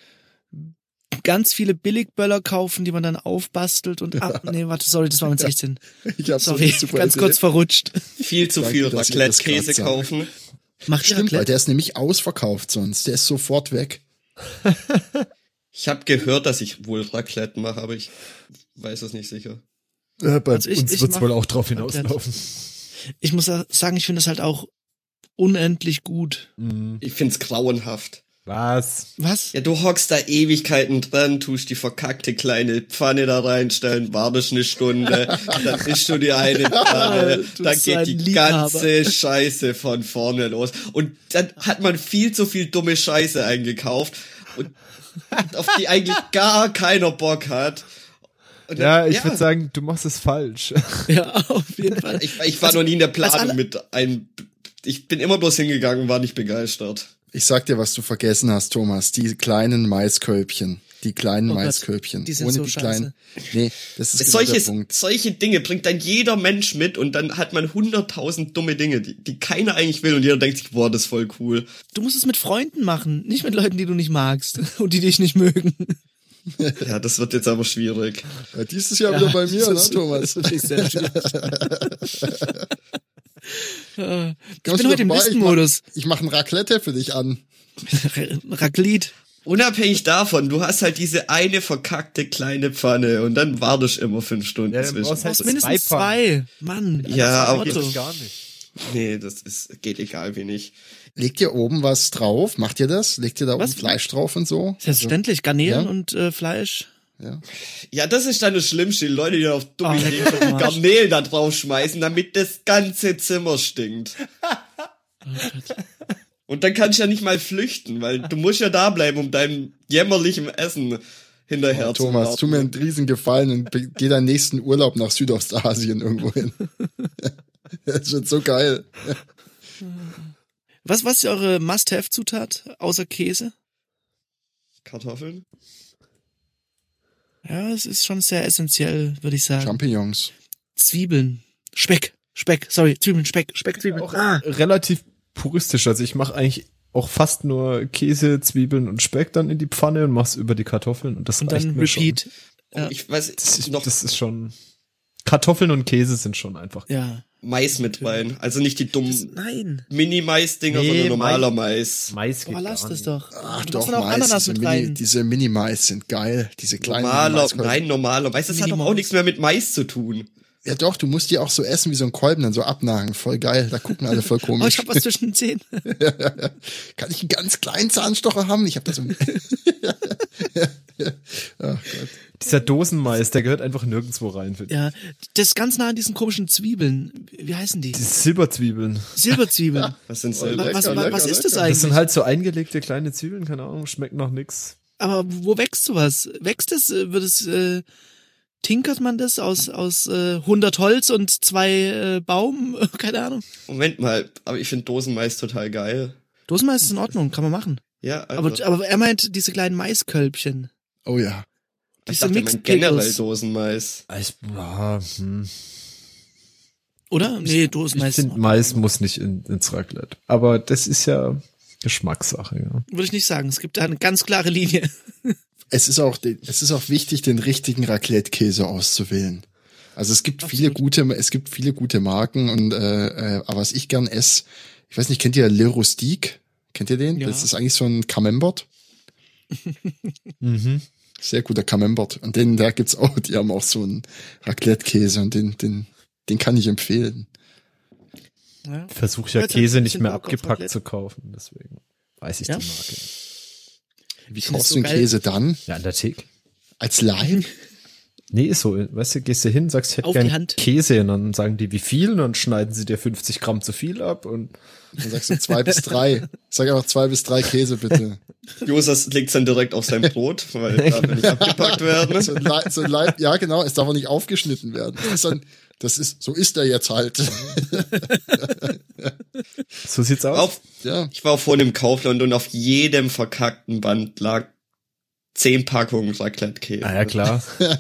[SPEAKER 1] ganz viele Billigböller kaufen, die man dann aufbastelt und ab. Nee, warte, sorry, das war mit 16.
[SPEAKER 4] Ich hab's so
[SPEAKER 1] Sorry,
[SPEAKER 4] eine super
[SPEAKER 1] ganz
[SPEAKER 4] Idee.
[SPEAKER 1] kurz verrutscht.
[SPEAKER 3] Viel zu
[SPEAKER 4] Danke,
[SPEAKER 3] viel
[SPEAKER 4] dass ihr das grad
[SPEAKER 3] Raclette-Käse
[SPEAKER 4] sagt.
[SPEAKER 3] kaufen.
[SPEAKER 1] Macht ihr
[SPEAKER 4] Stimmt, weil
[SPEAKER 1] Raclette?
[SPEAKER 4] der ist nämlich ausverkauft sonst. Der ist sofort weg.
[SPEAKER 3] Ich habe gehört, dass ich wohl Raclette mache, aber ich weiß es nicht sicher.
[SPEAKER 2] Äh, bei
[SPEAKER 1] Also ich-
[SPEAKER 2] uns
[SPEAKER 1] ich
[SPEAKER 2] wird's
[SPEAKER 1] mach-
[SPEAKER 2] wohl auch drauf hinauslaufen.
[SPEAKER 1] Ich muss sa- sagen, ich finde das halt auch unendlich gut.
[SPEAKER 3] Ich find's grauenhaft.
[SPEAKER 2] Was?
[SPEAKER 1] Was?
[SPEAKER 3] Ja, du hockst da Ewigkeiten dran, tust die verkackte kleine Pfanne da reinstellen, wartest eine Stunde, dann isst du die eine Pfanne,
[SPEAKER 1] Du
[SPEAKER 3] dann
[SPEAKER 1] bist
[SPEAKER 3] geht
[SPEAKER 1] ein
[SPEAKER 3] die
[SPEAKER 1] Liebhaber.
[SPEAKER 3] ganze Scheiße von vorne los. Und dann hat man viel zu viel dumme Scheiße eingekauft, und auf die eigentlich gar keiner Bock hat. Und
[SPEAKER 2] Ja,
[SPEAKER 3] dann-
[SPEAKER 2] ich würde sagen, du machst es falsch.
[SPEAKER 1] Ja, auf jeden Fall.
[SPEAKER 3] Ich, ich war noch nie in der
[SPEAKER 1] alle-
[SPEAKER 3] Planung mit einem. Ich bin immer bloß hingegangen, war nicht begeistert.
[SPEAKER 4] Ich sag dir, was du vergessen hast, Thomas. Die kleinen Maiskölbchen. Die kleinen
[SPEAKER 1] Oh Gott,
[SPEAKER 4] Maiskölbchen.
[SPEAKER 1] die sind so scheiße.
[SPEAKER 4] Nee, das ist genau der
[SPEAKER 3] Solches,
[SPEAKER 4] Punkt.
[SPEAKER 3] solche Dinge bringt dann jeder Mensch mit und dann hat man hunderttausend dumme Dinge, die, die keiner eigentlich will und jeder denkt sich, boah, das ist voll cool.
[SPEAKER 1] Du musst es mit Freunden machen, nicht mit Leuten, die du nicht magst und die dich nicht mögen.
[SPEAKER 3] Ja, das wird jetzt aber schwierig.
[SPEAKER 4] Ja, Äh, Dieses Jahr wieder bei mir, ne,
[SPEAKER 1] Das ist-
[SPEAKER 4] Thomas?
[SPEAKER 1] das ist sehr schwierig. Ja. ich
[SPEAKER 4] Kommst
[SPEAKER 1] bin
[SPEAKER 4] du
[SPEAKER 1] heute im
[SPEAKER 4] vorbei? Ich
[SPEAKER 1] Listenmodus.
[SPEAKER 4] mach- Ich mache ein Raclette für dich an.
[SPEAKER 1] Raclette.
[SPEAKER 3] Unabhängig davon, du hast halt diese eine verkackte kleine Pfanne und dann wartest immer fünf Stunden
[SPEAKER 2] Ja, dann
[SPEAKER 3] zwischen.
[SPEAKER 2] brauchst
[SPEAKER 1] Du halt brauchst
[SPEAKER 2] Also
[SPEAKER 1] mindestens zwei.
[SPEAKER 2] zwei
[SPEAKER 1] Mann.
[SPEAKER 3] Ja, aber-
[SPEAKER 1] Otto.
[SPEAKER 2] Gar nicht.
[SPEAKER 3] Nee, das ist, geht egal wenig.
[SPEAKER 4] Legt ihr oben was drauf? Macht ihr das? Legt ihr da oben
[SPEAKER 1] Was?
[SPEAKER 4] Fleisch drauf und so?
[SPEAKER 1] Selbstverständlich, Garnelen
[SPEAKER 4] Ja.
[SPEAKER 1] und äh, Fleisch.
[SPEAKER 4] Ja.
[SPEAKER 3] Ja, das ist dann das Schlimmste, die Leute, die auf dumme
[SPEAKER 1] Oh,
[SPEAKER 3] Ideen
[SPEAKER 1] lecker,
[SPEAKER 3] kommen,
[SPEAKER 1] Mann.
[SPEAKER 3] Garnelen da drauf schmeißen, damit das ganze Zimmer stinkt.
[SPEAKER 1] Oh
[SPEAKER 3] Und dann kannst du ja nicht mal flüchten, weil du musst ja da bleiben, um deinem jämmerlichen Essen hinterher zu
[SPEAKER 4] Oh, Thomas,
[SPEAKER 3] warten.
[SPEAKER 4] tu mir einen riesen Gefallen und be- geh deinen nächsten Urlaub nach Südostasien irgendwo hin. Das wird so geil.
[SPEAKER 1] Was, was ist eure Must-Have-Zutat außer Käse?
[SPEAKER 3] Kartoffeln?
[SPEAKER 1] Ja, es ist schon sehr essentiell, würde ich sagen.
[SPEAKER 4] Champignons.
[SPEAKER 1] Zwiebeln. Speck. Speck, sorry, Zwiebeln, Speck, Speck, Zwiebeln.
[SPEAKER 2] Auch
[SPEAKER 1] ah.
[SPEAKER 2] relativ puristisch. Also ich mache eigentlich auch fast nur Käse, Zwiebeln und Speck dann in die Pfanne und mach's über die Kartoffeln und das
[SPEAKER 1] Und
[SPEAKER 2] reicht
[SPEAKER 1] dann
[SPEAKER 2] mir schon.
[SPEAKER 1] Repeat. Ja.
[SPEAKER 3] Ich weiß
[SPEAKER 2] Das ist,
[SPEAKER 3] noch
[SPEAKER 2] das ist schon. Kartoffeln und Käse sind schon einfach.
[SPEAKER 1] Ja.
[SPEAKER 3] Mais mit rein. Also nicht die dummen
[SPEAKER 1] Nein.
[SPEAKER 3] Mini-Mais-Dinger,
[SPEAKER 2] Nee,
[SPEAKER 3] sondern normaler Mais.
[SPEAKER 2] Mais geht
[SPEAKER 1] Boah, lass
[SPEAKER 2] gar
[SPEAKER 1] das
[SPEAKER 2] nicht.
[SPEAKER 1] doch.
[SPEAKER 4] Ach
[SPEAKER 1] du
[SPEAKER 4] doch,
[SPEAKER 1] machst dann auch
[SPEAKER 4] Mais,
[SPEAKER 1] Ananas
[SPEAKER 4] diese
[SPEAKER 1] mit
[SPEAKER 4] Mini-
[SPEAKER 1] rein.
[SPEAKER 4] Diese Minimais sind geil. diese kleinen
[SPEAKER 3] Normaler,
[SPEAKER 4] Minimais.
[SPEAKER 3] nein, normaler Mais. Das hat doch auch
[SPEAKER 1] Minimal.
[SPEAKER 3] nichts mehr mit Mais zu tun.
[SPEAKER 4] Ja doch, du musst die auch so essen wie so ein Kolben, dann so abnagen. Voll geil, da gucken alle voll
[SPEAKER 1] Oh, ich
[SPEAKER 4] komisch.
[SPEAKER 1] hab was zwischen den Zähnen.
[SPEAKER 4] Kann ich einen ganz kleinen Zahnstocher haben? Ich habe da so einen
[SPEAKER 2] Dieser Dosenmais, der gehört einfach nirgendwo rein. Für
[SPEAKER 1] Ja, das ist ganz nah an diesen komischen Zwiebeln. Wie heißen die?
[SPEAKER 2] Die Silberzwiebeln.
[SPEAKER 1] Silberzwiebeln.
[SPEAKER 3] Was sind
[SPEAKER 1] was,
[SPEAKER 3] Silber?
[SPEAKER 1] was,
[SPEAKER 4] Oh, lecker,
[SPEAKER 1] was ist das
[SPEAKER 4] lecker.
[SPEAKER 1] eigentlich?
[SPEAKER 2] Das sind halt so eingelegte kleine Zwiebeln, keine Ahnung, schmeckt nach nix.
[SPEAKER 1] Aber wo wächst sowas? Wächst es, äh, wird es, äh, tinkert man das aus, aus äh, 100 Holz und zwei äh, Baum? Keine Ahnung.
[SPEAKER 3] Moment mal, aber ich finde Dosenmais total geil.
[SPEAKER 1] Dosenmais ist in Ordnung, kann man machen.
[SPEAKER 3] Ja,
[SPEAKER 1] Aber, aber er meint diese kleinen Maiskölbchen.
[SPEAKER 4] Oh ja.
[SPEAKER 3] ich
[SPEAKER 1] Diese
[SPEAKER 3] dachte, man
[SPEAKER 1] Mixed
[SPEAKER 3] generell
[SPEAKER 1] Pickles.
[SPEAKER 3] Dosenmais.
[SPEAKER 2] Ah, Ich, ja, hm.
[SPEAKER 1] Oder? Nee,
[SPEAKER 2] ich
[SPEAKER 1] Dosenmais.
[SPEAKER 2] finde, Mais muss nicht in, ins Raclette. Aber das ist ja Geschmackssache, ja.
[SPEAKER 1] Würde ich nicht sagen. Es gibt da eine ganz klare Linie.
[SPEAKER 4] Es ist auch, de- es ist auch wichtig, den richtigen Raclette-Käse auszuwählen. Also es gibt viele gute, es gibt viele gute Marken und äh, äh, aber was ich gern esse, ich weiß nicht, kennt ihr Le Rustique? Kennt ihr den?
[SPEAKER 1] Ja.
[SPEAKER 4] Das ist eigentlich so ein Camembert.
[SPEAKER 2] Mhm.
[SPEAKER 4] Sehr guter Camembert. Und den, da gibt's auch, die haben auch so einen Raclette-Käse und den, den, den kann ich empfehlen.
[SPEAKER 1] Ja.
[SPEAKER 2] Versuche ja
[SPEAKER 1] Jetzt
[SPEAKER 2] Käse
[SPEAKER 1] ein
[SPEAKER 2] nicht
[SPEAKER 1] bisschen
[SPEAKER 2] mehr
[SPEAKER 1] Bock auf
[SPEAKER 2] abgepackt
[SPEAKER 1] Raclette.
[SPEAKER 2] zu kaufen, deswegen weiß ich
[SPEAKER 1] Ja?
[SPEAKER 2] die Marke.
[SPEAKER 4] Wie
[SPEAKER 1] Ich find das
[SPEAKER 4] kaufst
[SPEAKER 1] so
[SPEAKER 4] du den
[SPEAKER 1] geil.
[SPEAKER 4] Käse dann?
[SPEAKER 2] Ja, an der Theke.
[SPEAKER 4] Als Laien?
[SPEAKER 2] Nee, ist so. Weißt du, gehst du hin, sagst, ich hätte
[SPEAKER 1] Auf die
[SPEAKER 2] gerne
[SPEAKER 1] Hand.
[SPEAKER 2] Käse und dann sagen die, wie viel und dann schneiden sie dir 50 Gramm zu viel ab und
[SPEAKER 4] Dann sagst du zwei bis drei. Sag einfach zwei bis drei Käse bitte.
[SPEAKER 3] Josas legt's dann direkt auf sein Brot, weil da will nicht abgepackt werden.
[SPEAKER 4] Ne, So ein, Leib, so ein Leib, ja genau, es darf auch nicht aufgeschnitten werden. Das ist, dann, das ist so ist er jetzt halt.
[SPEAKER 2] so sieht's aus.
[SPEAKER 3] Auf,
[SPEAKER 4] Ja,
[SPEAKER 3] ich war vorhin im Kaufland und auf jedem verkackten Band lag zehn Packungen Raclette-Käse.
[SPEAKER 2] ah ja, klar.
[SPEAKER 4] äh,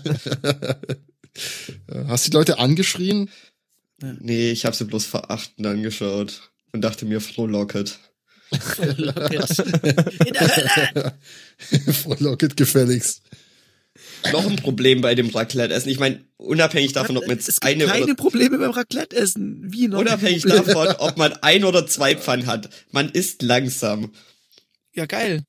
[SPEAKER 4] hast die Leute angeschrien?
[SPEAKER 3] Nee, ich habe sie bloß verachtend angeschaut und dachte mir, frohlocket.
[SPEAKER 1] In der Hölle.
[SPEAKER 4] Frau Locket gefälligst.
[SPEAKER 3] Noch ein Problem bei dem Raclette-Essen. Ich meine, unabhängig davon, ob man
[SPEAKER 1] es
[SPEAKER 3] jetzt
[SPEAKER 1] gibt
[SPEAKER 3] eine
[SPEAKER 1] keine
[SPEAKER 3] oder
[SPEAKER 1] Probleme beim Raclette essen. Wie ne? noch?
[SPEAKER 3] unabhängig davon, ob man ein oder zwei Pfannen hat, man isst langsam.
[SPEAKER 1] Ja, geil.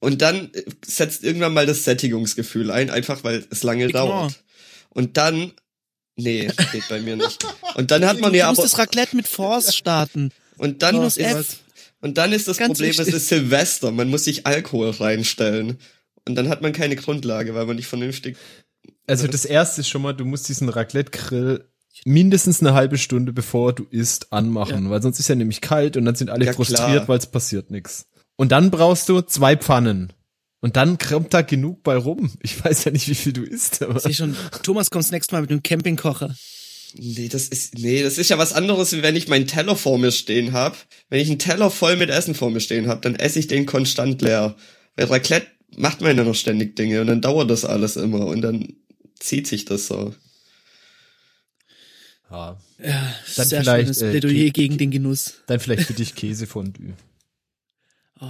[SPEAKER 3] Und dann äh, setzt irgendwann mal das Sättigungsgefühl ein, einfach weil es lange
[SPEAKER 1] Ignore.
[SPEAKER 3] dauert. Und dann, nee, geht bei mir nicht. Und dann hat man
[SPEAKER 1] Du
[SPEAKER 3] ja
[SPEAKER 1] musst
[SPEAKER 3] aber,
[SPEAKER 1] das Raclette mit Force starten.
[SPEAKER 3] und dann
[SPEAKER 1] Minus
[SPEAKER 3] ist,
[SPEAKER 1] F.
[SPEAKER 3] und dann ist das
[SPEAKER 1] Ganz
[SPEAKER 3] Problem,
[SPEAKER 1] wichtig.
[SPEAKER 3] es ist Silvester, man muss sich Alkohol reinstellen. Und dann hat man keine Grundlage, weil man nicht vernünftig
[SPEAKER 2] Also das erste ist schon mal, du musst diesen Raclette-Grill mindestens eine halbe Stunde bevor du isst anmachen, weil sonst ist er nämlich kalt und dann sind alle
[SPEAKER 3] Ja,
[SPEAKER 2] frustriert,
[SPEAKER 3] klar.
[SPEAKER 2] weil es passiert nichts. Und dann brauchst du zwei Pfannen. Und dann kommt da genug bei rum. Ich weiß ja nicht, wie viel du isst, aber
[SPEAKER 1] Sehe schon, Thomas kommst nächstes Mal mit einem Campingkocher.
[SPEAKER 3] Nee, das ist nee, das ist ja was anderes, wie wenn ich meinen Teller vor mir stehen habe. Wenn ich einen Teller voll mit Essen vor mir stehen habe, dann esse ich den konstant leer. Weil Raclette macht man ja noch ständig Dinge und dann dauert das alles immer und dann zieht sich das so.
[SPEAKER 2] ja.
[SPEAKER 1] Ja,
[SPEAKER 2] Dann
[SPEAKER 1] sehr
[SPEAKER 2] vielleicht,
[SPEAKER 1] schönes
[SPEAKER 2] äh,
[SPEAKER 1] Plädoyer
[SPEAKER 2] Kä-
[SPEAKER 1] gegen den Genuss.
[SPEAKER 2] dann vielleicht für dich Käsefondue.
[SPEAKER 1] Oh,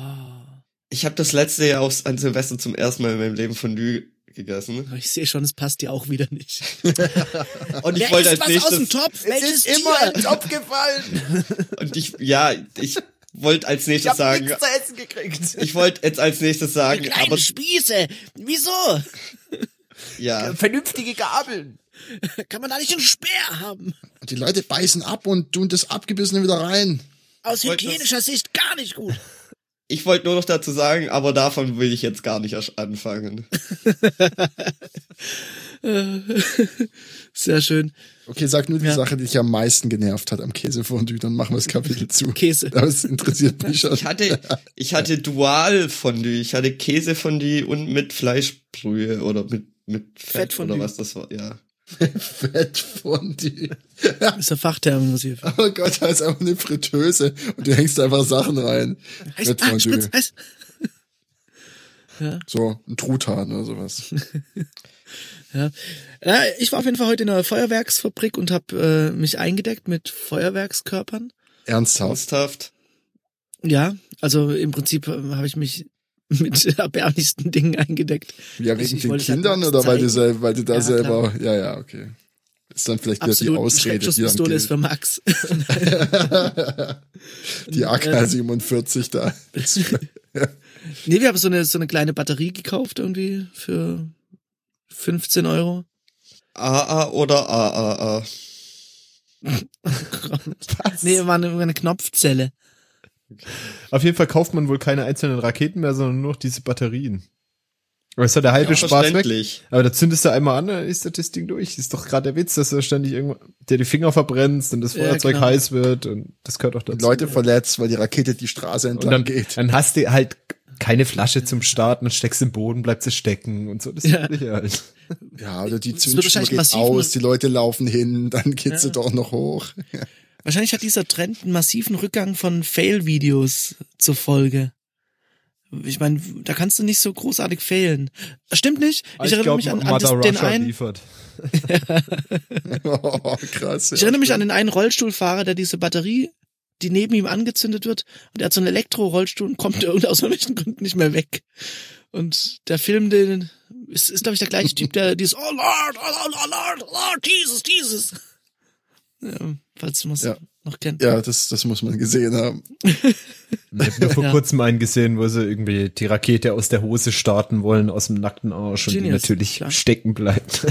[SPEAKER 3] Ich habe das letzte Jahr aufs, an Silvester zum ersten Mal in meinem Leben Fondue gegessen.
[SPEAKER 1] ich sehe schon, es passt dir auch wieder nicht.
[SPEAKER 3] Und ich wollte als nächstes
[SPEAKER 1] Topf?
[SPEAKER 5] Es ist immer ein Topf gefallen.
[SPEAKER 3] und ich ja, ich wollte als
[SPEAKER 5] Ich
[SPEAKER 3] nächstes
[SPEAKER 5] habe
[SPEAKER 3] sagen,
[SPEAKER 5] nichts zu essen gekriegt.
[SPEAKER 3] ich wollte jetzt als nächstes sagen,
[SPEAKER 1] Kleine
[SPEAKER 3] aber
[SPEAKER 1] Spieße. Wieso?
[SPEAKER 3] ja,
[SPEAKER 5] Vernünftige Gabeln.
[SPEAKER 1] Kann man da nicht einen Speer haben?
[SPEAKER 4] Und die Leute beißen ab und tun das Abgebissene wieder rein.
[SPEAKER 1] Aus
[SPEAKER 3] wollte das- hygienischer
[SPEAKER 1] Sicht gar nicht gut.
[SPEAKER 3] ich wollte nur noch dazu sagen, aber davon will ich jetzt gar nicht erst anfangen.
[SPEAKER 1] Sehr schön.
[SPEAKER 4] Okay, sag nur die
[SPEAKER 1] Ja.
[SPEAKER 4] Sache, die dich am meisten genervt hat am Käsefondue, dann machen wir das Kapitel zu.
[SPEAKER 1] Käse.
[SPEAKER 4] Das interessiert mich schon.
[SPEAKER 3] Ich hatte, ich hatte Dual-Fondue. Ich hatte Käsefondue und mit Fleischbrühe oder mit, mit Fett
[SPEAKER 1] Fettfondue.
[SPEAKER 3] oder was das war. Ja.
[SPEAKER 4] Fettfondue.
[SPEAKER 1] Ist der Fachterm, muss ich.
[SPEAKER 4] Oh Gott, da ist einfach eine Fritteuse und du hängst da einfach Sachen rein.
[SPEAKER 1] Heiß, ah, Spritz, heiß. Ja.
[SPEAKER 4] So ein Truthahn oder sowas.
[SPEAKER 1] Ja, ich war auf jeden Fall heute in einer Feuerwerksfabrik und habe äh, mich eingedeckt mit Feuerwerkskörpern.
[SPEAKER 4] Ernsthaft.
[SPEAKER 3] Ernsthaft?
[SPEAKER 1] Ja, also im Prinzip äh, habe ich mich mit erbärmlichsten Dingen eingedeckt.
[SPEAKER 4] Ja,
[SPEAKER 1] Ich-
[SPEAKER 4] wegen
[SPEAKER 1] ich
[SPEAKER 4] den
[SPEAKER 1] wollte es halt
[SPEAKER 4] Kindern
[SPEAKER 1] mal
[SPEAKER 4] oder weil du,
[SPEAKER 1] zeigen.
[SPEAKER 4] sel- weil du da
[SPEAKER 1] Ja, klar.
[SPEAKER 4] selber. Ja, ja, okay. Ist dann vielleicht wieder die
[SPEAKER 1] Absolut,
[SPEAKER 4] Ausrede, die dann
[SPEAKER 1] Schreckschusspistole ist für
[SPEAKER 4] gilt.
[SPEAKER 1] Max. äh,
[SPEAKER 4] Die AK-47 da.
[SPEAKER 1] nee, wir haben so eine, so eine kleine Batterie gekauft irgendwie für 15 Euro.
[SPEAKER 3] AA oder AAA?
[SPEAKER 1] Nee, war eine, war eine Knopfzelle.
[SPEAKER 2] Auf jeden Fall kauft man wohl keine einzelnen Raketen mehr, sondern nur noch diese Batterien. Aber ist ja der halbe
[SPEAKER 3] Ja,
[SPEAKER 2] Spaß weg.
[SPEAKER 3] verständlich.
[SPEAKER 2] Aber da zündest du einmal an, dann ist das Ding durch. Ist doch gerade der Witz, dass du ständig irgendwo dir die Finger verbrennst und das
[SPEAKER 1] Ja,
[SPEAKER 2] Feuerzeug
[SPEAKER 1] genau.
[SPEAKER 2] heiß wird und das gehört auch dazu.
[SPEAKER 4] Und Leute verletzt, weil die Rakete die Straße
[SPEAKER 2] und dann,
[SPEAKER 4] entlang geht.
[SPEAKER 2] dann hast du halt keine Flasche zum Starten und steckst im Boden, bleibst du stecken und so. Das
[SPEAKER 1] Ja.
[SPEAKER 2] ja. ich halt.
[SPEAKER 4] Ja, oder die
[SPEAKER 1] Äh, Es wird
[SPEAKER 4] Zündschnur
[SPEAKER 1] wahrscheinlich
[SPEAKER 4] geht
[SPEAKER 1] massiv
[SPEAKER 4] aus,
[SPEAKER 1] nur-
[SPEAKER 4] die Leute laufen hin, dann geht sie doch noch hoch.
[SPEAKER 1] Wahrscheinlich hat dieser Trend einen massiven Rückgang von Fail-Videos zur Folge. Ich meine, da kannst du nicht so großartig failen. Stimmt nicht? Ich, erinnere
[SPEAKER 2] glaub,
[SPEAKER 1] mich an, an
[SPEAKER 2] Mother
[SPEAKER 1] das, den
[SPEAKER 2] Russia
[SPEAKER 1] einen.
[SPEAKER 2] liefert.
[SPEAKER 4] Oh, krass.
[SPEAKER 1] Ich erinnere mich an den einen Rollstuhlfahrer, der diese Batterie, die neben ihm angezündet wird, und er hat so einen Elektrorollstuhl und kommt irgend aus irgendwelchen Gründen nicht mehr weg. Und der Film, den ist, ist glaube ich der gleiche Typ, der dieses Oh Lord, oh Lord, oh Lord, oh Lord, Jesus, Jesus. Ja, falls du es
[SPEAKER 4] Ja.
[SPEAKER 1] noch kennst.
[SPEAKER 4] Ja, das, das muss man gesehen haben.
[SPEAKER 2] Ich habe nur vor
[SPEAKER 1] Ja.
[SPEAKER 2] kurzem einen gesehen, wo sie irgendwie die Rakete aus der Hose starten wollen, aus dem nackten Arsch und die
[SPEAKER 1] Genius,
[SPEAKER 2] natürlich
[SPEAKER 1] klar.
[SPEAKER 2] stecken bleibt.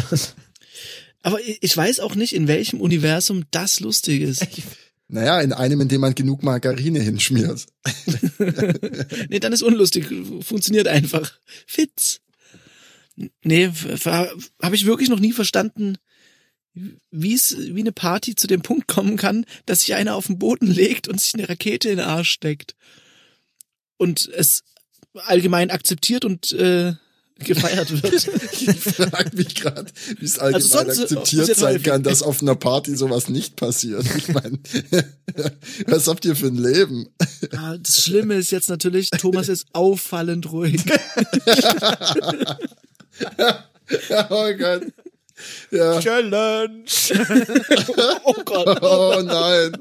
[SPEAKER 1] Aber ich ich weiß auch nicht, in welchem Universum das lustig ist.
[SPEAKER 4] Naja, in einem, in dem man genug Margarine hinschmiert.
[SPEAKER 1] Nee, dann ist unlustig. Funktioniert einfach. Fitz. Nee, habe ich wirklich noch nie verstanden, wie es wie eine Party zu dem Punkt kommen kann, dass sich einer auf den Boden legt und sich eine Rakete in den Arsch steckt. Und es allgemein akzeptiert und äh, gefeiert wird.
[SPEAKER 4] Ich frage mich gerade, wie es allgemein
[SPEAKER 1] Also sonst-
[SPEAKER 4] akzeptiert
[SPEAKER 1] jetzt
[SPEAKER 4] sein
[SPEAKER 1] häufig.
[SPEAKER 4] kann, dass auf einer Party sowas nicht passiert. Ich meine, was habt ihr für ein Leben?
[SPEAKER 1] Ah, Das Schlimme ist jetzt natürlich, Thomas ist auffallend ruhig.
[SPEAKER 4] Oh Gott. Ja.
[SPEAKER 2] Challenge!
[SPEAKER 1] Oh Gott.
[SPEAKER 4] Oh nein.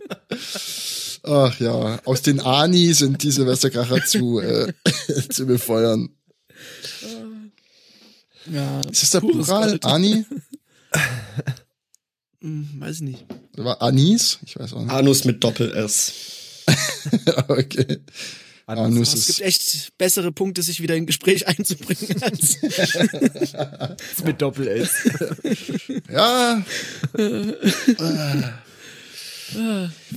[SPEAKER 4] Ach ja, aus den Ani sind die Silvesterkracher zu, äh, zu befeuern.
[SPEAKER 1] Ja,
[SPEAKER 4] Ist das der
[SPEAKER 1] pures
[SPEAKER 4] Plural?
[SPEAKER 1] Gold.
[SPEAKER 4] Ani?
[SPEAKER 1] Hm, weiß ich nicht.
[SPEAKER 4] War Anis? Ich weiß auch nicht.
[SPEAKER 3] Anus mit Doppel-S.
[SPEAKER 1] Ah.
[SPEAKER 4] Okay. Anus
[SPEAKER 1] Es gibt
[SPEAKER 4] ist.
[SPEAKER 1] echt bessere Punkte, sich wieder in ein Gespräch einzubringen als
[SPEAKER 2] mit Doppel-S.
[SPEAKER 4] Ja,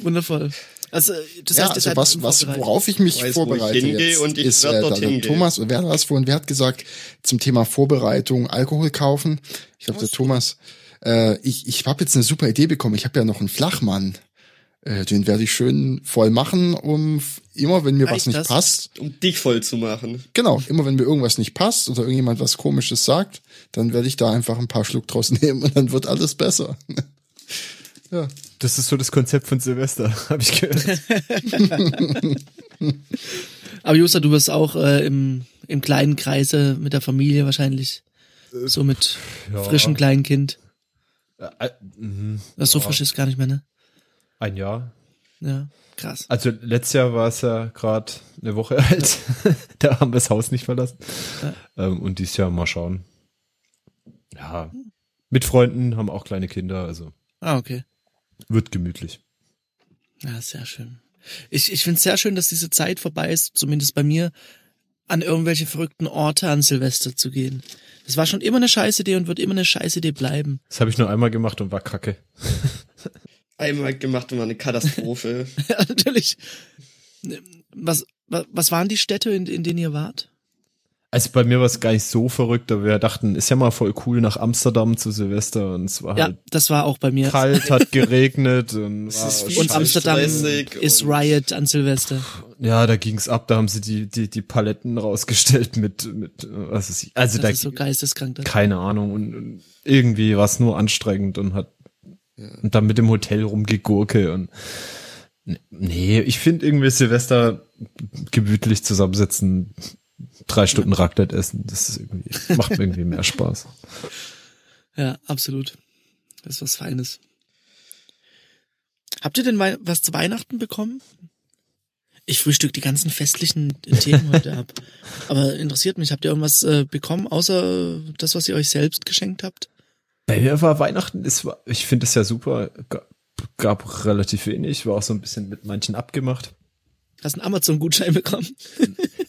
[SPEAKER 1] wundervoll. Also das
[SPEAKER 4] ja
[SPEAKER 1] heißt, ihr
[SPEAKER 4] also
[SPEAKER 1] seid
[SPEAKER 4] was, was,
[SPEAKER 1] vorbereitet.
[SPEAKER 4] worauf ich mich
[SPEAKER 3] Ich weiß, wo
[SPEAKER 4] vorbereite
[SPEAKER 3] ich hingehe
[SPEAKER 4] jetzt
[SPEAKER 3] und ich
[SPEAKER 4] ist,
[SPEAKER 3] werd
[SPEAKER 4] äh,
[SPEAKER 3] dorthin
[SPEAKER 4] der
[SPEAKER 3] gehen.
[SPEAKER 4] Thomas, wer war das vorhin, wer hat gesagt, zum Thema Vorbereitung Alkohol kaufen? Ich glaube, der Thomas, äh, ich, ich habe jetzt eine super Idee bekommen. Ich habe ja noch einen Flachmann. Äh, den werde ich schön voll machen, um f- immer, wenn mir was
[SPEAKER 1] Reicht
[SPEAKER 4] nicht
[SPEAKER 1] das?
[SPEAKER 4] passt,
[SPEAKER 3] Um dich voll zu machen.
[SPEAKER 4] genau, immer wenn mir irgendwas nicht passt oder irgendjemand was Komisches sagt, dann werde ich da einfach ein paar Schluck draus nehmen und dann wird alles besser. ja.
[SPEAKER 2] Das ist so das Konzept von Silvester, habe ich gehört.
[SPEAKER 1] Aber Justa, du wirst auch äh, im, im kleinen Kreise mit der Familie wahrscheinlich. So mit
[SPEAKER 2] ja.
[SPEAKER 1] frischem kleinen Kind.
[SPEAKER 2] Äh, mhm.
[SPEAKER 1] Das so frisch ist gar nicht mehr, ne?
[SPEAKER 2] Ein Jahr.
[SPEAKER 1] Ja, krass.
[SPEAKER 2] Also letztes Jahr war es ja gerade eine Woche alt. da haben wir das Haus nicht verlassen. Ähm, und dieses Jahr mal schauen. Ja. Mit Freunden haben auch kleine Kinder, also
[SPEAKER 1] Ah, okay.
[SPEAKER 2] wird gemütlich.
[SPEAKER 1] Ja, sehr schön. Ich, ich finde es sehr schön, dass diese Zeit vorbei ist, zumindest bei mir, an irgendwelche verrückten Orte an Silvester zu gehen. Das war schon immer eine scheiß Idee und wird immer eine scheiß Idee bleiben.
[SPEAKER 2] Das habe ich nur einmal gemacht und war kacke.
[SPEAKER 3] Einmal gemacht und war eine Katastrophe.
[SPEAKER 1] Ja, natürlich. Ähm, Was, wa- was waren die Städte, in, in denen ihr wart?
[SPEAKER 2] Also bei mir war es gar nicht so verrückt, aber wir dachten, ist ja mal voll cool nach Amsterdam zu Silvester und es war
[SPEAKER 1] Ja,
[SPEAKER 2] halt
[SPEAKER 1] das war auch bei mir.
[SPEAKER 2] kalt, hat geregnet und war
[SPEAKER 3] ist wie-
[SPEAKER 1] Und
[SPEAKER 3] Scheiß
[SPEAKER 1] Amsterdam
[SPEAKER 3] stressig
[SPEAKER 1] ist
[SPEAKER 3] und-
[SPEAKER 1] Riot an Silvester.
[SPEAKER 2] Ja, da ging's ab, da haben sie die, die, die Paletten rausgestellt mit, mit äh, was weiß ich. Also
[SPEAKER 1] Das
[SPEAKER 2] da
[SPEAKER 1] ist so geisteskrank. Das.
[SPEAKER 2] keine Ahnung. Und, und irgendwie war es nur anstrengend und hat und dann mit dem Hotel rumgegurke und nee, ich finde irgendwie Silvester gemütlich zusammensitzen drei Stunden Raclette essen. Das ist irgendwie, macht irgendwie mehr Spaß.
[SPEAKER 1] Ja, absolut. Das ist was Feines. Habt ihr denn wei- was zu Weihnachten bekommen? Ich frühstück die ganzen festlichen Themen heute ab. Aber interessiert mich, habt ihr irgendwas äh, bekommen, außer das, was ihr euch selbst geschenkt habt?
[SPEAKER 2] Bei mir war Weihnachten, ist, ich finde es ja super, gab, gab relativ wenig, war auch so ein bisschen mit manchen abgemacht.
[SPEAKER 1] Hast einen Amazon-Gutschein bekommen?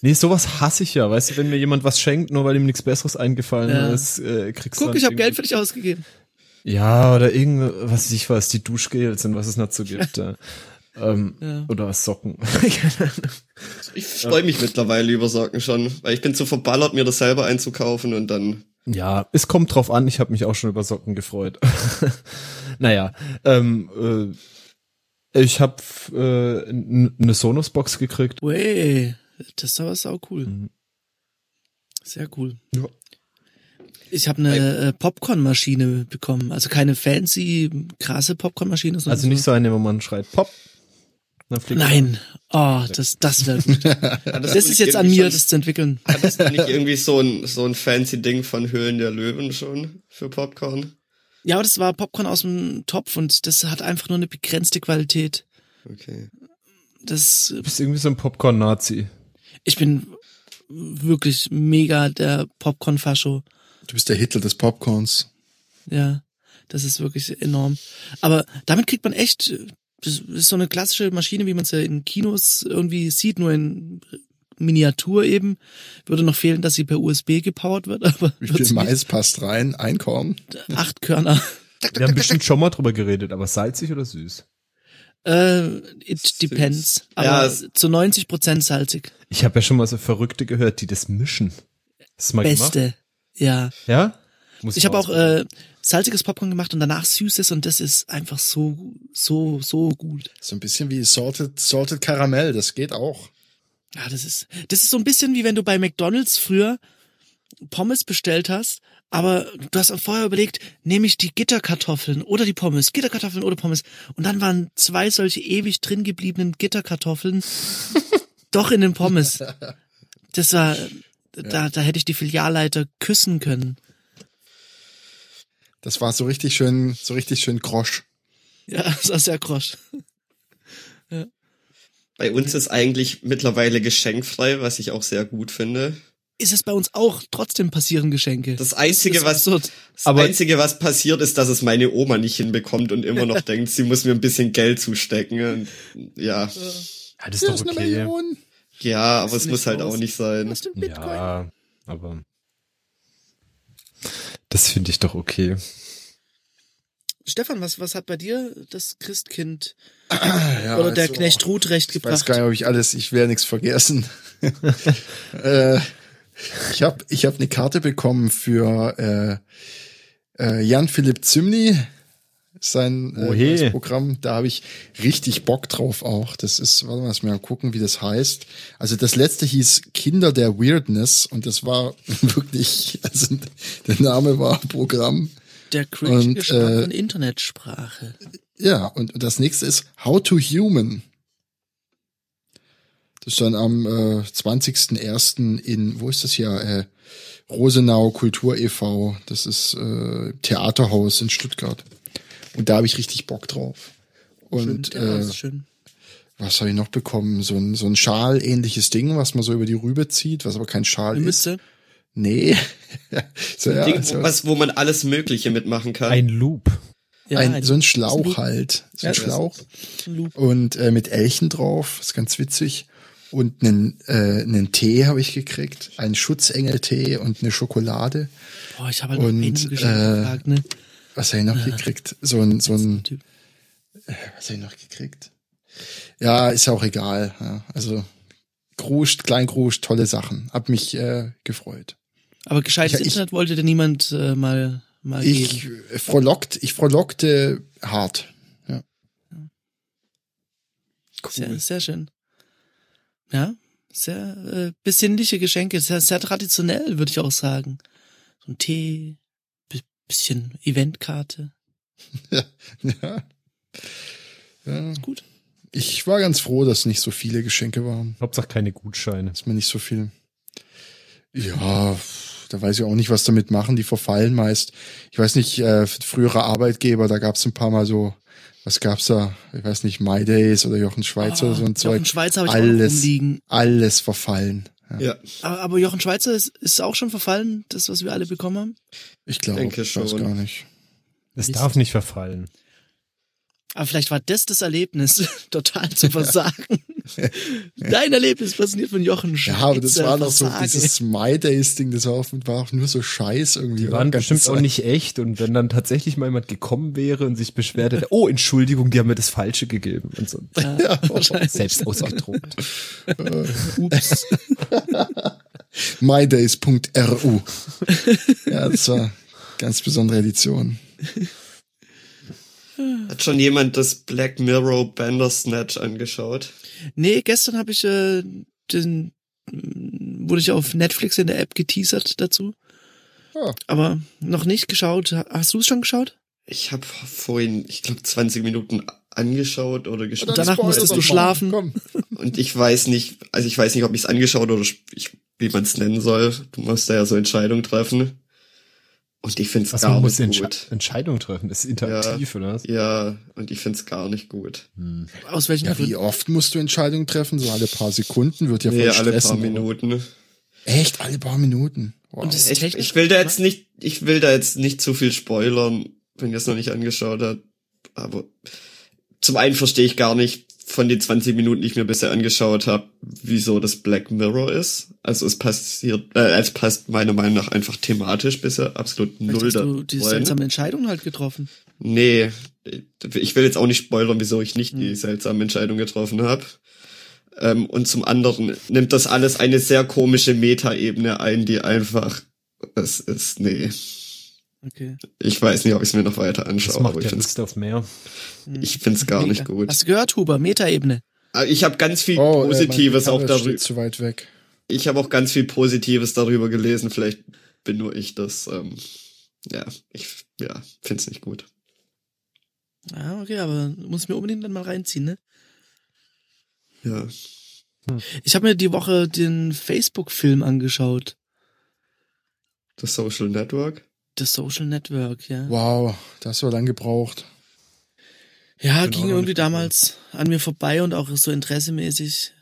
[SPEAKER 2] Nee, sowas hasse ich ja. Weißt du, wenn mir jemand was schenkt, nur weil ihm nichts Besseres eingefallen
[SPEAKER 1] Ja.
[SPEAKER 2] ist, äh, kriegst du
[SPEAKER 1] Guck,
[SPEAKER 2] dann
[SPEAKER 1] ich habe
[SPEAKER 2] irgendwie-
[SPEAKER 1] Geld für dich ausgegeben.
[SPEAKER 2] Ja, oder irgend, was weiß ich was, die Duschgels und was es noch so gibt. ja. ähm,
[SPEAKER 1] Ja.
[SPEAKER 2] Oder Socken.
[SPEAKER 3] Ich freue mich mittlerweile über Socken schon, weil ich bin zu verballert, mir das selber einzukaufen und dann.
[SPEAKER 2] ja, es kommt drauf an. Ich habe mich auch schon über Socken gefreut. naja, ähm, äh, ich habe äh, n- eine Sonos-Box gekriegt.
[SPEAKER 1] Wey, das ist aber sau cool.
[SPEAKER 2] Mhm.
[SPEAKER 1] Sehr cool.
[SPEAKER 2] Ja.
[SPEAKER 1] Ich habe eine äh, Popcornmaschine bekommen. Also keine fancy, krasse Popcornmaschine. sondern
[SPEAKER 2] Also nicht so eine, wo man schreit, Pop. Dann fliegt
[SPEAKER 1] Nein. Oh, das, das wäre gut.
[SPEAKER 3] Das,
[SPEAKER 1] Das ist jetzt an mir, das zu entwickeln.
[SPEAKER 3] Das ist nicht irgendwie so ein, so ein fancy Ding von Höhlen der Löwen schon für Popcorn.
[SPEAKER 1] Ja, aber das war Popcorn aus dem Topf und das hat einfach nur eine begrenzte Qualität.
[SPEAKER 3] Okay.
[SPEAKER 1] Das,
[SPEAKER 2] Du bist irgendwie so ein Popcorn-Nazi.
[SPEAKER 1] ich bin wirklich mega der Popcorn-Fascho.
[SPEAKER 4] Du bist der Hitler des Popcorns.
[SPEAKER 1] Ja, das ist wirklich enorm. Aber damit kriegt man echt, äh, das ist so eine klassische Maschine, wie man es ja in Kinos irgendwie sieht, nur in Miniatur eben. Würde noch fehlen, dass sie per USB gepowert wird, aber
[SPEAKER 4] Wie
[SPEAKER 1] wird's nicht.
[SPEAKER 4] viel Mais passt rein? Ein Korn?
[SPEAKER 1] acht Körner.
[SPEAKER 2] Wir haben bestimmt schon mal drüber geredet, aber salzig oder süß?
[SPEAKER 1] Äh, it depends. Aber
[SPEAKER 3] Ja, es-
[SPEAKER 1] zu 90 Prozent salzig.
[SPEAKER 2] Ich habe ja schon mal so Verrückte gehört, die das mischen. Hast du mal
[SPEAKER 1] Beste.
[SPEAKER 2] Gemacht?
[SPEAKER 1] Ja.
[SPEAKER 2] Ja? Muss
[SPEAKER 1] Ich habe auch
[SPEAKER 2] ausprobieren.
[SPEAKER 1] äh, salziges Popcorn gemacht und danach süßes und das ist einfach so, so, so gut.
[SPEAKER 4] So ein bisschen wie Salted, Salted Karamell, das geht auch.
[SPEAKER 1] Ja, das ist, das ist so ein bisschen wie wenn du bei McDonalds früher Pommes bestellt hast, aber du hast auch vorher überlegt, nehme ich die Gitterkartoffeln oder die Pommes, Gitterkartoffeln oder Pommes. Und dann waren zwei solche ewig drin gebliebenen Gitterkartoffeln doch in den Pommes. Das war, da, da hätte ich die Filialleiter küssen können.
[SPEAKER 4] Das war so richtig schön, so richtig schön Grosch.
[SPEAKER 1] Ja, das war sehr grosch.
[SPEAKER 3] Bei uns ist eigentlich mittlerweile geschenkfrei, was ich auch sehr gut finde.
[SPEAKER 1] Ist es bei uns auch trotzdem passieren Geschenke?
[SPEAKER 3] Das Einzige,
[SPEAKER 1] ist
[SPEAKER 3] was,
[SPEAKER 1] absurd.
[SPEAKER 3] das
[SPEAKER 2] Aber-
[SPEAKER 3] Einzige, was passiert, ist, dass es meine Oma nicht hinbekommt und immer noch denkt, sie muss mir ein bisschen Geld zustecken. Und, ja.
[SPEAKER 2] ja, das ist doch okay.
[SPEAKER 3] Ja, aber
[SPEAKER 1] Ist
[SPEAKER 3] es muss
[SPEAKER 1] nicht
[SPEAKER 3] halt
[SPEAKER 1] raus.
[SPEAKER 3] auch nicht sein.
[SPEAKER 1] Aus dem Bitcoin.
[SPEAKER 2] Ja, aber das finde ich doch okay.
[SPEAKER 1] Stefan, was, was hat bei dir das Christkind
[SPEAKER 4] Ja,
[SPEAKER 1] oder der
[SPEAKER 4] also-
[SPEAKER 1] Knecht Ruth recht
[SPEAKER 4] Ich weiß
[SPEAKER 1] gebracht?
[SPEAKER 4] gar nicht, ob ich alles, ich werde nichts vergessen. äh, ich habe ich hab eine Karte bekommen für äh, äh, Jan-Philipp Zimny, sein äh,
[SPEAKER 2] Ohe.
[SPEAKER 4] neues Programm. Da habe ich richtig Bock drauf auch. Das ist, warte mal, lass mal gucken, wie das heißt. Also das letzte hieß Kinder der Weirdness und das war wirklich, also der Name war Programm.
[SPEAKER 1] Der Cringe
[SPEAKER 4] Und,
[SPEAKER 1] gesprochen
[SPEAKER 4] äh,
[SPEAKER 1] von Internetsprache.
[SPEAKER 4] Ja, und das nächste ist How to Human. Das ist dann am äh, 20.01. in, wo ist das hier? Äh, Rosenau Kultur e.V. Das ist äh, Theaterhaus in Stuttgart. Und da habe ich richtig Bock drauf. Und
[SPEAKER 1] Schön, der
[SPEAKER 4] äh,
[SPEAKER 1] ist schön.
[SPEAKER 4] was habe ich noch bekommen? So ein, so ein Schal-ähnliches Ding, was man so über die Rübe zieht, was aber kein Schal
[SPEAKER 1] Eine
[SPEAKER 4] ist.
[SPEAKER 1] Mütze.
[SPEAKER 4] Nee. so, ja,
[SPEAKER 3] Ding,
[SPEAKER 4] so,
[SPEAKER 3] was, wo man alles Mögliche mitmachen kann.
[SPEAKER 2] Ein Loop.
[SPEAKER 1] Ja,
[SPEAKER 4] ein, so ein
[SPEAKER 1] ist
[SPEAKER 4] Schlauch
[SPEAKER 1] Loop.
[SPEAKER 4] halt. So ein
[SPEAKER 1] Ja, das
[SPEAKER 4] Schlauch.
[SPEAKER 1] Ist ein Loop.
[SPEAKER 4] und äh, mit Elchen drauf, ist ganz witzig. Und einen, äh, einen Tee habe ich gekriegt, einen Schutzengel-Tee und eine Schokolade.
[SPEAKER 1] Boah, ich habe halt noch
[SPEAKER 4] Und,
[SPEAKER 1] einen Geschenk
[SPEAKER 4] äh,
[SPEAKER 1] gefragt, ne?
[SPEAKER 4] Was habe ich noch gekriegt? So ein, so ein,
[SPEAKER 1] Typ.
[SPEAKER 4] was habe ich noch gekriegt? Ja, ist ja auch egal. Ja. Also Gruscht, Kleingrusch, tolle Sachen. Hab mich äh, gefreut.
[SPEAKER 1] Aber gescheites
[SPEAKER 4] ich-
[SPEAKER 1] Internet wollte dir niemand äh, mal, mal
[SPEAKER 4] Ich
[SPEAKER 1] geben.
[SPEAKER 4] äh, frohlockt, ich frohlockte hart. Ja.
[SPEAKER 1] Sehr, sehr schön. Ja, sehr äh, besinnliche Geschenke, sehr, sehr traditionell, würde ich auch sagen. So ein Tee, bi- bisschen Eventkarte.
[SPEAKER 4] Ja. ja.
[SPEAKER 1] Gut.
[SPEAKER 4] Ich war ganz froh, dass nicht so viele Geschenke waren.
[SPEAKER 2] Hauptsache keine Gutscheine.
[SPEAKER 4] Ist mir nicht so viel. Ja, da weiß ich auch nicht, was damit machen. Die verfallen meist. Ich weiß nicht, äh, frühere Arbeitgeber, da gab es ein paar Mal so, was gab's da? Ich weiß nicht, My Days oder Jochen Schweizer oder so
[SPEAKER 1] Ah,
[SPEAKER 4] ein
[SPEAKER 1] Jochen
[SPEAKER 4] Zeug.
[SPEAKER 1] Schweizer habe ich auch noch
[SPEAKER 4] alles,
[SPEAKER 1] rumliegen.
[SPEAKER 4] alles verfallen. Ja,
[SPEAKER 3] Ja,
[SPEAKER 1] Aber, aber Jochen Schweizer ist, ist auch schon verfallen, das, was wir alle bekommen haben.
[SPEAKER 4] ich glaube,
[SPEAKER 3] Denke
[SPEAKER 4] ich weiß
[SPEAKER 3] schon.
[SPEAKER 4] gar nicht.
[SPEAKER 2] Es
[SPEAKER 1] Mist.
[SPEAKER 2] darf nicht verfallen.
[SPEAKER 1] Aber vielleicht war das das Erlebnis, total zu versagen. Dein Erlebnis passiert von Jochen
[SPEAKER 4] Ja,
[SPEAKER 1] Schweizer.
[SPEAKER 4] aber das war noch so
[SPEAKER 1] Versage.
[SPEAKER 4] dieses My Days Ding, das war auch, war auch nur so Scheiß irgendwie.
[SPEAKER 2] Die waren
[SPEAKER 4] Ganz
[SPEAKER 2] bestimmt auch nicht echt und wenn dann tatsächlich mal jemand gekommen wäre und sich beschwert hätte, oh, Entschuldigung, die haben mir das Falsche gegeben und so.
[SPEAKER 4] Ja,
[SPEAKER 2] Selbst ausgedruckt.
[SPEAKER 1] Ups.
[SPEAKER 4] mydays.ru. ja, das war ganz besondere Edition.
[SPEAKER 3] hat schon jemand das Black Mirror Bandersnatch angeschaut?
[SPEAKER 1] Nee, gestern habe ich äh, den mh, wurde ich auf Netflix in der App geteasert dazu.
[SPEAKER 4] Ah.
[SPEAKER 1] Aber noch nicht geschaut. Hast du es schon geschaut?
[SPEAKER 3] Ich habe vorhin, ich glaube, 20 Minuten angeschaut oder geschaut.
[SPEAKER 1] Danach musstest du schlafen.
[SPEAKER 4] Komm.
[SPEAKER 3] Und ich weiß nicht, also ich weiß nicht, ob ich es angeschaut oder sp- ich, wie man es nennen soll. Du musst da ja so Entscheidungen treffen. Und ich finde es
[SPEAKER 2] Was
[SPEAKER 3] gar
[SPEAKER 2] man
[SPEAKER 3] nicht
[SPEAKER 2] muss
[SPEAKER 3] gut.
[SPEAKER 2] Entsche Entscheidungen treffen. Das ist interaktiv, oder was?
[SPEAKER 3] Ja, und ich finde es gar nicht gut.
[SPEAKER 2] Hm.
[SPEAKER 1] Aus welchen
[SPEAKER 4] Ja, wie
[SPEAKER 1] Gründen?
[SPEAKER 4] oft musst du Entscheidungen treffen? So alle paar Sekunden wird ja voll
[SPEAKER 3] nee, alle
[SPEAKER 4] stressen,
[SPEAKER 3] paar
[SPEAKER 4] aber-
[SPEAKER 3] Minuten.
[SPEAKER 4] Echt, alle paar Minuten. Wow.
[SPEAKER 1] Und das- Ist
[SPEAKER 3] Ich,
[SPEAKER 1] technisch
[SPEAKER 3] ich will da
[SPEAKER 1] gut
[SPEAKER 3] jetzt nicht, ich will da jetzt nicht zu viel spoilern, wenn ihr es noch nicht angeschaut habt. Aber zum einen verstehe ich gar nicht von den 20 Minuten, die ich mir bisher angeschaut habe, wieso das Black Mirror ist. Also es passiert, äh, es passt meiner Meinung nach einfach thematisch bisher absolut
[SPEAKER 1] Vielleicht
[SPEAKER 3] null
[SPEAKER 1] hast du die
[SPEAKER 3] da. rein.
[SPEAKER 1] seltsame Entscheidung halt getroffen.
[SPEAKER 3] Nee, ich will jetzt auch nicht spoilern, wieso ich nicht
[SPEAKER 1] Mhm.
[SPEAKER 3] die seltsame Entscheidung getroffen habe. Ähm, und zum anderen nimmt das alles eine sehr komische Metaebene ein, die einfach, es ist, nee.
[SPEAKER 1] Okay.
[SPEAKER 3] Ich weiß nicht, ob ich es mir noch weiter
[SPEAKER 2] Das
[SPEAKER 3] anschaue, aber
[SPEAKER 2] macht
[SPEAKER 3] ich
[SPEAKER 2] ja
[SPEAKER 3] find's,
[SPEAKER 2] Lust auf mehr.
[SPEAKER 1] Hm.
[SPEAKER 3] ich find's gar nicht
[SPEAKER 1] Mega.
[SPEAKER 3] gut.
[SPEAKER 1] Hast du gehört, Huber? Metaebene.
[SPEAKER 3] Aber Ich habe ganz viel
[SPEAKER 4] Oh, äh, mein
[SPEAKER 3] Positives auch
[SPEAKER 4] Kabel
[SPEAKER 3] darüber.
[SPEAKER 4] steht zu weit weg.
[SPEAKER 3] Ich habe auch ganz viel Positives darüber gelesen. Vielleicht bin nur ich das. Ähm, ja, ich ja, find's nicht gut.
[SPEAKER 1] Ah, okay, aber muss ich mir unbedingt dann mal reinziehen, ne?
[SPEAKER 3] Ja.
[SPEAKER 1] Ich habe mir die Woche den Facebook-Film angeschaut.
[SPEAKER 3] Das Social Network.
[SPEAKER 1] Das Social Network, ja.
[SPEAKER 4] Wow, das war lang gebraucht.
[SPEAKER 1] Ja,
[SPEAKER 2] Bin auch
[SPEAKER 1] ging
[SPEAKER 2] noch
[SPEAKER 1] irgendwie
[SPEAKER 2] nicht gekommen.
[SPEAKER 1] damals an mir vorbei und auch so interessemäßig.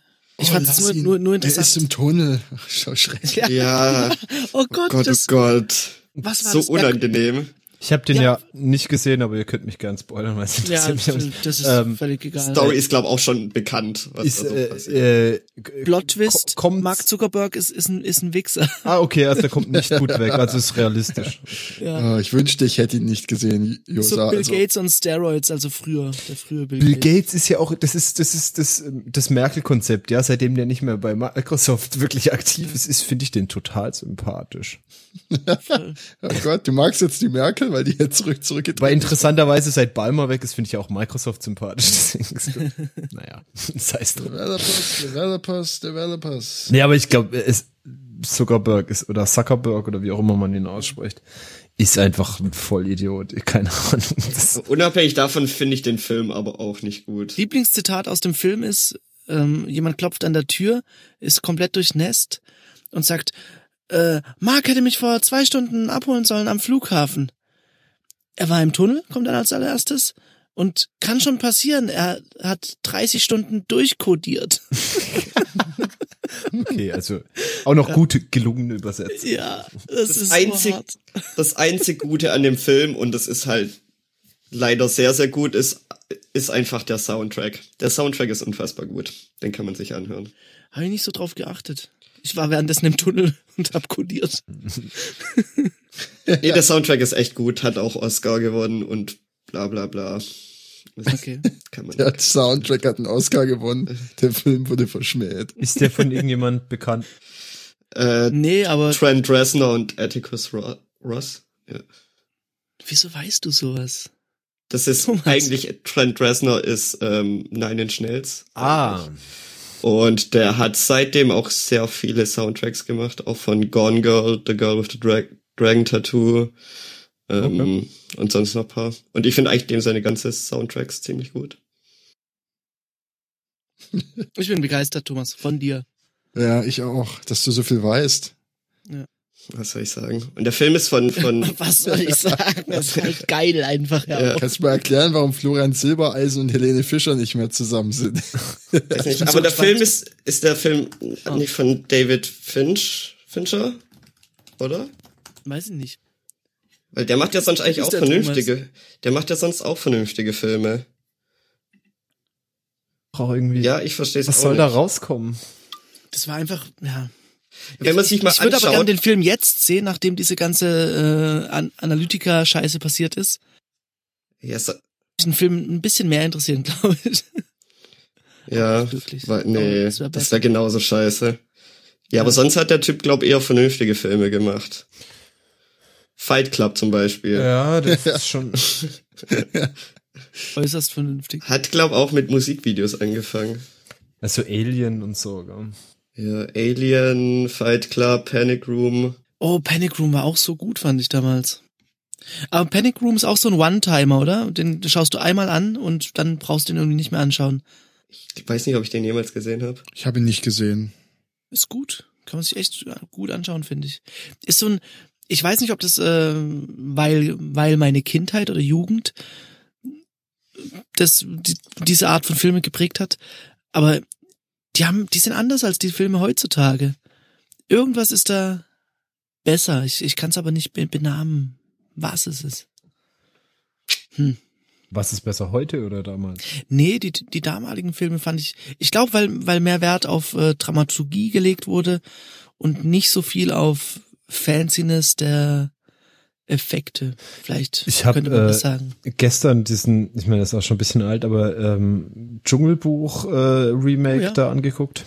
[SPEAKER 1] Ich
[SPEAKER 4] oh,
[SPEAKER 1] fand es
[SPEAKER 4] lass
[SPEAKER 1] nur,
[SPEAKER 4] ihn.
[SPEAKER 1] nur, nur
[SPEAKER 4] Er ist
[SPEAKER 1] interessant.
[SPEAKER 4] im Tunnel. Ach, Schau schrecklich.
[SPEAKER 1] Ja.
[SPEAKER 3] Ja,
[SPEAKER 1] Oh
[SPEAKER 3] oh
[SPEAKER 1] Gott,
[SPEAKER 3] Gott, oh
[SPEAKER 1] das,
[SPEAKER 3] Gott.
[SPEAKER 1] was war
[SPEAKER 3] So
[SPEAKER 1] das?
[SPEAKER 3] unangenehm.
[SPEAKER 2] Ich habe den
[SPEAKER 1] Ja.
[SPEAKER 2] ja. nicht gesehen, aber ihr könnt mich gern spoilern, weil es
[SPEAKER 1] Ja,
[SPEAKER 2] interessiert mich. auch
[SPEAKER 1] das ist
[SPEAKER 2] nicht. Ähm,
[SPEAKER 1] völlig egal.
[SPEAKER 3] Story ist, glaube auch schon bekannt, was
[SPEAKER 2] ist,
[SPEAKER 3] da so passiert.
[SPEAKER 2] äh, äh, g-
[SPEAKER 1] Plot Twist.
[SPEAKER 2] ko- kommt's-
[SPEAKER 1] Mark Zuckerberg ist, ist, ein, ist ein Wichser.
[SPEAKER 2] Ah, okay, also der kommt nicht gut weg, also ist realistisch.
[SPEAKER 1] Ja.
[SPEAKER 4] Oh, ich wünschte, ich hätte ihn nicht gesehen, Josa.
[SPEAKER 1] so Bill
[SPEAKER 4] also,
[SPEAKER 1] Gates und Steroids, also früher, der frühe Bill,
[SPEAKER 2] Bill
[SPEAKER 1] Gates.
[SPEAKER 2] Gates ist ja auch, das ist das ist das ähm, das Merkel-Konzept, ja. Seitdem der nicht mehr bei Microsoft wirklich aktiv ist, ist finde ich den total sympathisch.
[SPEAKER 4] oh Gott, du magst jetzt die Merkel, weil die jetzt zurück
[SPEAKER 2] Weil
[SPEAKER 4] zurückgetreten
[SPEAKER 2] interessanterweise seit Balmer weg ist, finde ich auch Microsoft sympathisch. Deswegen ist gut. naja, sei es drum.
[SPEAKER 4] Developers, Developers, Developers.
[SPEAKER 2] Nee, aber ich glaube, es Zuckerberg ist oder Zuckerberg oder wie auch immer man ihn ausspricht, ist einfach ein Vollidiot. Keine Ahnung. Das,
[SPEAKER 3] Also Unabhängig davon finde ich den Film aber auch nicht gut.
[SPEAKER 1] Lieblingszitat aus dem Film ist, ähm, jemand klopft an der Tür, ist komplett durchnässt und sagt, äh, Mark hätte mich vor zwei Stunden abholen sollen am Flughafen. Er war im Tunnel, kommt dann als allererstes und kann schon passieren, er hat 30 Stunden durchkodiert.
[SPEAKER 2] okay, also auch noch gute gelungene Übersetzung.
[SPEAKER 1] Ja, das, ist
[SPEAKER 3] einzig-
[SPEAKER 1] so hart.
[SPEAKER 3] das einzig Gute an dem Film, und das ist halt leider sehr, sehr gut, ist, ist einfach der Soundtrack. Der Soundtrack ist unfassbar gut. Den kann man sich anhören.
[SPEAKER 1] Habe ich nicht so drauf geachtet. Ich war währenddessen im Tunnel und hab kodiert.
[SPEAKER 3] Nee, der Soundtrack ist echt gut, hat auch Oscar gewonnen und bla bla bla. Das
[SPEAKER 1] Okay.
[SPEAKER 3] kann man.
[SPEAKER 4] Der Soundtrack hat einen Oscar gewonnen. Der Film wurde verschmäht.
[SPEAKER 2] Ist der von irgendjemand bekannt?
[SPEAKER 3] Äh,
[SPEAKER 1] Nee, aber
[SPEAKER 3] Trent Reznor und Atticus Ro- Ross. Ja.
[SPEAKER 1] wieso weißt du sowas?
[SPEAKER 3] Das ist
[SPEAKER 1] Thomas.
[SPEAKER 3] eigentlich, Trent Reznor ist ähm, Nine Inch Nails.
[SPEAKER 2] Ah,
[SPEAKER 3] Und der hat seitdem auch sehr viele Soundtracks gemacht, auch von Gone Girl, The Girl with the Dra Dragon Tattoo ähm, und sonst noch ein paar. Und ich finde eigentlich dem seine ganze Soundtracks ziemlich gut.
[SPEAKER 1] Ich bin begeistert, Thomas, von dir.
[SPEAKER 4] Ja, ich auch, dass du so viel weißt.
[SPEAKER 3] Was soll ich sagen? Und der Film ist von, von,
[SPEAKER 1] Was soll ich sagen? Das ist halt geil einfach. Ja.
[SPEAKER 4] Kannst du mal erklären, warum Florian Silbereisen und Helene Fischer nicht mehr zusammen sind?
[SPEAKER 3] weiß nicht, aber der Film ist, ist der Film
[SPEAKER 1] Ah.
[SPEAKER 3] nicht von David Finch, Fincher? Oder?
[SPEAKER 1] Weiß ich nicht.
[SPEAKER 3] Weil der macht ja sonst eigentlich
[SPEAKER 1] Ist
[SPEAKER 3] auch
[SPEAKER 1] der Thomas?
[SPEAKER 3] vernünftige, der macht ja sonst auch vernünftige Filme.
[SPEAKER 2] Braucht irgendwie.
[SPEAKER 3] Ja, ich verstehe es auch
[SPEAKER 2] was soll
[SPEAKER 3] nicht.
[SPEAKER 2] da rauskommen?
[SPEAKER 1] Das war einfach, ja.
[SPEAKER 3] Wenn man sich mal
[SPEAKER 1] Ich würde aber gerne
[SPEAKER 3] anschaut,
[SPEAKER 1] den Film jetzt sehen, nachdem diese ganze äh, An Analytiker-Scheiße passiert ist.
[SPEAKER 3] ja, so,
[SPEAKER 1] Mich den Film ein bisschen mehr interessieren, glaube ich.
[SPEAKER 3] ja,
[SPEAKER 1] Nicht wirklich.
[SPEAKER 3] weil,
[SPEAKER 1] Oh,
[SPEAKER 3] nee,
[SPEAKER 1] das wär
[SPEAKER 3] das
[SPEAKER 1] besser.
[SPEAKER 3] wäre genauso scheiße. Ja, aber sonst hat der Typ, glaub eher vernünftige Filme gemacht. Fight Club zum Beispiel.
[SPEAKER 2] Ja, das ist schon.
[SPEAKER 1] Äußerst vernünftig.
[SPEAKER 3] Hat, glaub auch mit Musikvideos angefangen.
[SPEAKER 2] Also Alien und so. Gell?
[SPEAKER 3] Ja, Alien, Fight Club, Panic Room.
[SPEAKER 1] Oh, Panic Room war auch so gut, fand ich damals. Aber Panic Room ist auch so ein One-Timer, oder? Den schaust du einmal an und dann brauchst du den irgendwie nicht mehr anschauen.
[SPEAKER 3] Ich weiß nicht, ob ich den jemals gesehen habe.
[SPEAKER 4] Ich habe ihn nicht gesehen.
[SPEAKER 1] Ist gut. Kann man sich echt gut anschauen, finde ich. Ist so ein, ich weiß nicht, ob das, äh, weil, weil meine Kindheit oder Jugend das, die, diese Art von Filme geprägt hat, aber die haben, die sind anders als die Filme heutzutage. Irgendwas ist da besser. Ich, ich kann es aber nicht be- benamen, was es ist.
[SPEAKER 2] Was ist besser heute oder damals?
[SPEAKER 1] Nee, die, die damaligen Filme fand ich, ich glaube, weil, weil mehr Wert auf äh, Dramaturgie gelegt wurde und nicht so viel auf Fanciness der Effekte. Vielleicht
[SPEAKER 2] Ich hab,
[SPEAKER 1] könnte man
[SPEAKER 2] äh,
[SPEAKER 1] das sagen.
[SPEAKER 2] Gestern diesen, ich meine, das ist auch schon ein bisschen alt, aber ähm, Dschungelbuch äh, Remake
[SPEAKER 1] Oh ja.
[SPEAKER 2] da angeguckt.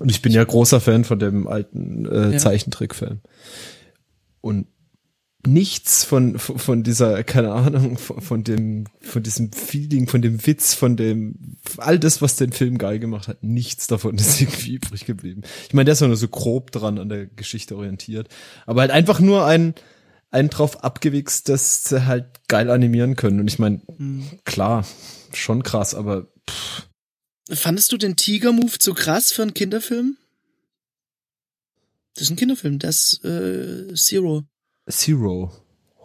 [SPEAKER 2] Und ich bin ja großer Fan von dem alten äh,
[SPEAKER 1] Ja.
[SPEAKER 2] Zeichentrickfilm. Und nichts von, von von dieser, keine Ahnung, von, von dem, von diesem Feeling, von dem Witz, von dem, all das, was den Film geil gemacht hat, nichts davon ist irgendwie übrig geblieben. Ich meine, der ist auch nur so grob dran an der Geschichte orientiert. Aber halt einfach nur ein, einen drauf abgewichst, dass sie halt geil animieren können. Und ich meine,
[SPEAKER 1] Hm.
[SPEAKER 2] klar, schon krass, aber
[SPEAKER 1] Fandest du den Tiger-Move zu krass für einen Kinderfilm? Das ist ein Kinderfilm, das äh, Zero.
[SPEAKER 2] Zero.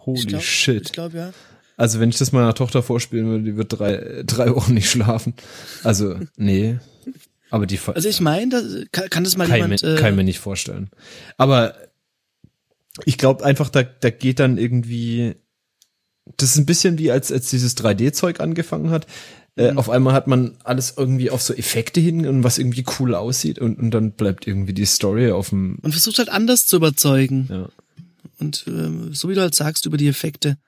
[SPEAKER 2] Holy
[SPEAKER 1] ich glaub, Ich
[SPEAKER 2] shit.
[SPEAKER 1] glaube, ja.
[SPEAKER 2] Also wenn ich das meiner Tochter vorspielen würde, die wird drei, äh, drei Wochen nicht schlafen. Also, nee. Aber die ver-
[SPEAKER 1] Also ich meine, kann, kann das mal
[SPEAKER 2] kann,
[SPEAKER 1] jemand... äh,
[SPEAKER 2] ich mir, kann ich mir nicht vorstellen. Aber ich glaube einfach, da, da geht dann irgendwie, das ist ein bisschen wie als, als dieses 3D-Zeug angefangen hat. Äh,
[SPEAKER 1] Mhm.
[SPEAKER 2] Auf einmal hat man alles irgendwie auf so Effekte hin und was irgendwie cool aussieht und, und dann bleibt irgendwie die Story auf dem,
[SPEAKER 1] man versucht halt anders zu überzeugen.
[SPEAKER 2] ja.
[SPEAKER 1] Und ähm, so wie du halt sagst, über die Effekte.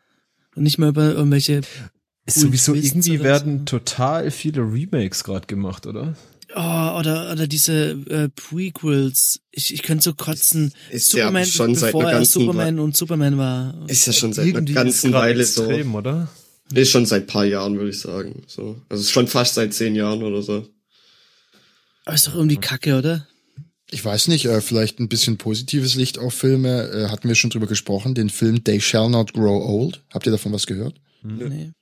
[SPEAKER 1] Und nicht mehr über irgendwelche
[SPEAKER 2] Ist
[SPEAKER 1] Cool
[SPEAKER 2] sowieso
[SPEAKER 1] Twists
[SPEAKER 2] irgendwie
[SPEAKER 1] oder
[SPEAKER 2] werden
[SPEAKER 1] so.
[SPEAKER 2] total viele Remakes gerade gemacht, oder?
[SPEAKER 1] Oh, oder, oder diese äh, Prequels. Ich, ich könnte so kotzen.
[SPEAKER 3] Ist ja
[SPEAKER 1] Superman,
[SPEAKER 3] schon seit
[SPEAKER 1] bevor
[SPEAKER 3] einer
[SPEAKER 1] er
[SPEAKER 3] ganzen
[SPEAKER 1] Superman und Superman war.
[SPEAKER 3] Ist ja schon seit
[SPEAKER 2] Irgendwie
[SPEAKER 3] einer
[SPEAKER 2] ist
[SPEAKER 3] ganzen
[SPEAKER 2] grad
[SPEAKER 3] Weile
[SPEAKER 2] extrem, oder?
[SPEAKER 3] so. Ist schon seit paar Jahren, würde ich sagen. So. Also ist schon fast seit zehn Jahren oder so.
[SPEAKER 1] Aber ist doch irgendwie kacke, oder?
[SPEAKER 4] Ich weiß nicht, äh, vielleicht ein bisschen positives Licht auf Filme. Äh, hatten wir schon drüber gesprochen, den Film They Shall Not Grow Old. Habt ihr davon was gehört?
[SPEAKER 1] Nee.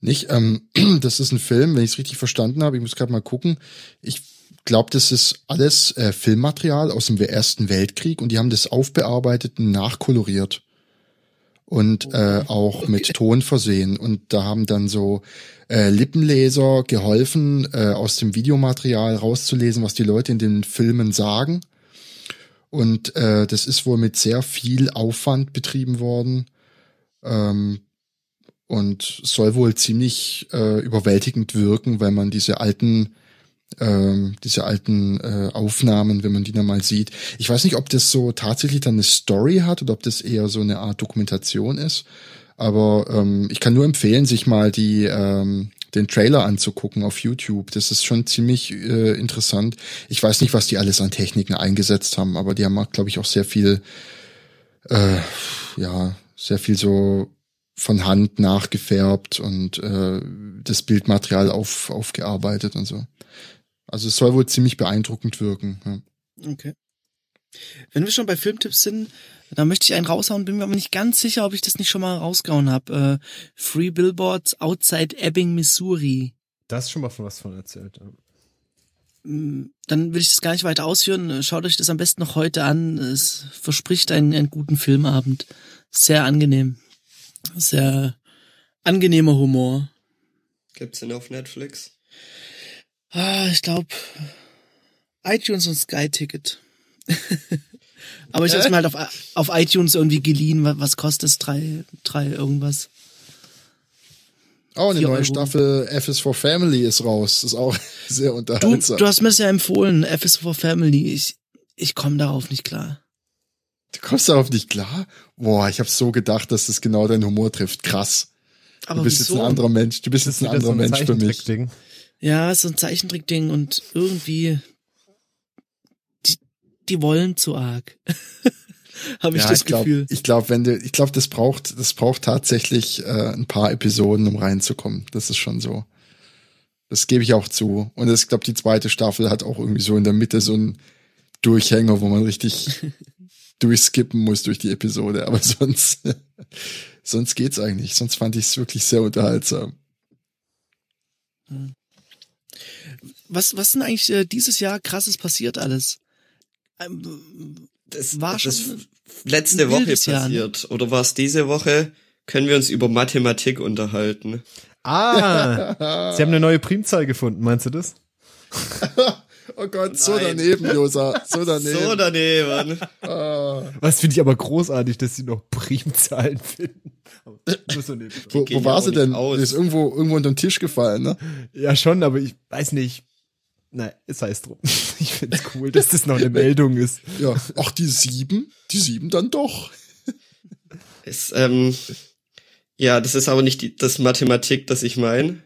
[SPEAKER 4] Nicht? Ähm, das ist ein Film, wenn ich es richtig verstanden habe. Ich muss gerade mal gucken. Ich glaube, das ist alles äh, Filmmaterial aus dem Ersten Weltkrieg und die haben das aufbearbeitet und nachkoloriert. Und äh, auch mit Ton versehen. Und da haben dann so äh, Lippenleser geholfen, äh, aus dem Videomaterial rauszulesen, was die Leute in den Filmen sagen. Und äh, das ist wohl mit sehr viel Aufwand betrieben worden. Ähm, und soll wohl ziemlich äh, überwältigend wirken, weil man diese alten ähm, diese alten äh, Aufnahmen, wenn man die dann mal sieht. Ich weiß nicht, ob das so tatsächlich dann eine Story hat oder ob das eher so eine Art Dokumentation ist. Aber ähm, ich kann nur empfehlen, sich mal die ähm, den Trailer anzugucken auf YouTube. Das ist schon ziemlich äh, interessant. Ich weiß nicht, was die alles an Techniken eingesetzt haben, aber die haben, glaube ich, auch sehr viel, äh, ja, sehr viel so von Hand nachgefärbt und äh, das Bildmaterial auf, aufgearbeitet und so. Also es soll wohl ziemlich beeindruckend wirken. Ja.
[SPEAKER 1] Okay. Wenn wir schon bei Filmtipps sind, dann möchte ich einen raushauen, bin mir aber nicht ganz sicher, ob ich das nicht schon mal rausgehauen habe. Äh, Free Billboards Outside Ebbing, Missouri.
[SPEAKER 2] Da hast du schon mal von was von erzählt. Ja.
[SPEAKER 1] mh, dann will ich das gar nicht weiter ausführen. Schaut euch das am besten noch heute an. Es verspricht einen, einen guten Filmabend. Sehr angenehm. Sehr angenehmer Humor.
[SPEAKER 3] Gibt's den auf Netflix?
[SPEAKER 1] Ah, ich glaube, iTunes und Sky Ticket. Aber ich hab's mir halt auf, auf iTunes irgendwie geliehen. Wa- Was kostet es? Drei, drei irgendwas.
[SPEAKER 4] Oh, eine
[SPEAKER 1] Vier
[SPEAKER 4] neue
[SPEAKER 1] Euro.
[SPEAKER 4] Staffel F is for Family ist raus. Ist auch sehr
[SPEAKER 1] Du,
[SPEAKER 4] unterhaltsam.
[SPEAKER 1] du hast mir das ja empfohlen, F is for Family. Ich, ich komme darauf nicht klar.
[SPEAKER 4] Du kommst darauf nicht klar? Boah, ich habe so gedacht, dass das genau deinen Humor trifft. Krass.
[SPEAKER 1] Aber
[SPEAKER 4] du bist
[SPEAKER 1] wieso?
[SPEAKER 4] jetzt ein anderer Mensch. Du bist jetzt ein
[SPEAKER 2] wieder so
[SPEAKER 4] anderer Mensch für mich.
[SPEAKER 2] Zeichentrickding.
[SPEAKER 1] Ja, ist so ein Zeichentrickding und irgendwie die, die wollen zu arg. Habe ich
[SPEAKER 4] Ja,
[SPEAKER 1] das
[SPEAKER 4] ich glaube,
[SPEAKER 1] Gefühl.
[SPEAKER 4] ich glaub, wenn du, ich glaube, das braucht, das braucht tatsächlich äh, ein paar Episoden, um reinzukommen. Das ist schon so. Das gebe ich auch zu. Und ich glaube, die zweite Staffel hat auch irgendwie so in der Mitte so einen Durchhänger, wo man richtig durchskippen muss durch die Episode. Aber sonst, sonst geht's eigentlich. Sonst fand ich es wirklich sehr unterhaltsam.
[SPEAKER 1] Was, was denn eigentlich äh, dieses Jahr krasses passiert alles? Ähm,
[SPEAKER 3] Das
[SPEAKER 1] War
[SPEAKER 3] war schon
[SPEAKER 1] schon
[SPEAKER 3] das
[SPEAKER 1] ein
[SPEAKER 3] letzte Woche
[SPEAKER 1] wildes Jahr, ne?
[SPEAKER 3] passiert. Oder war es diese Woche? Können wir uns über Mathematik unterhalten?
[SPEAKER 2] Ah, sie haben eine neue Primzahl gefunden, meinst du das?
[SPEAKER 4] Oh Gott, so
[SPEAKER 3] Nein.
[SPEAKER 4] daneben, Josa. So daneben.
[SPEAKER 3] So daneben.
[SPEAKER 2] Was finde ich aber großartig, dass sie noch Primzahlen finden. Aber nur so nebenbei.
[SPEAKER 4] wo
[SPEAKER 3] gehen
[SPEAKER 4] wo
[SPEAKER 3] ja
[SPEAKER 4] war
[SPEAKER 3] auch
[SPEAKER 4] sie
[SPEAKER 3] nicht
[SPEAKER 4] denn?
[SPEAKER 3] aus.
[SPEAKER 4] Die ist irgendwo, irgendwo unter den Tisch gefallen, ne?
[SPEAKER 2] ja, schon, aber ich weiß nicht. Nein, es heißt drum. Ich finde es cool, dass das noch eine Meldung ist.
[SPEAKER 4] Ja. Ach, die sieben? Die sieben dann doch.
[SPEAKER 3] Ist, ähm, ja, das ist aber nicht die, das Mathematik, das ich meine,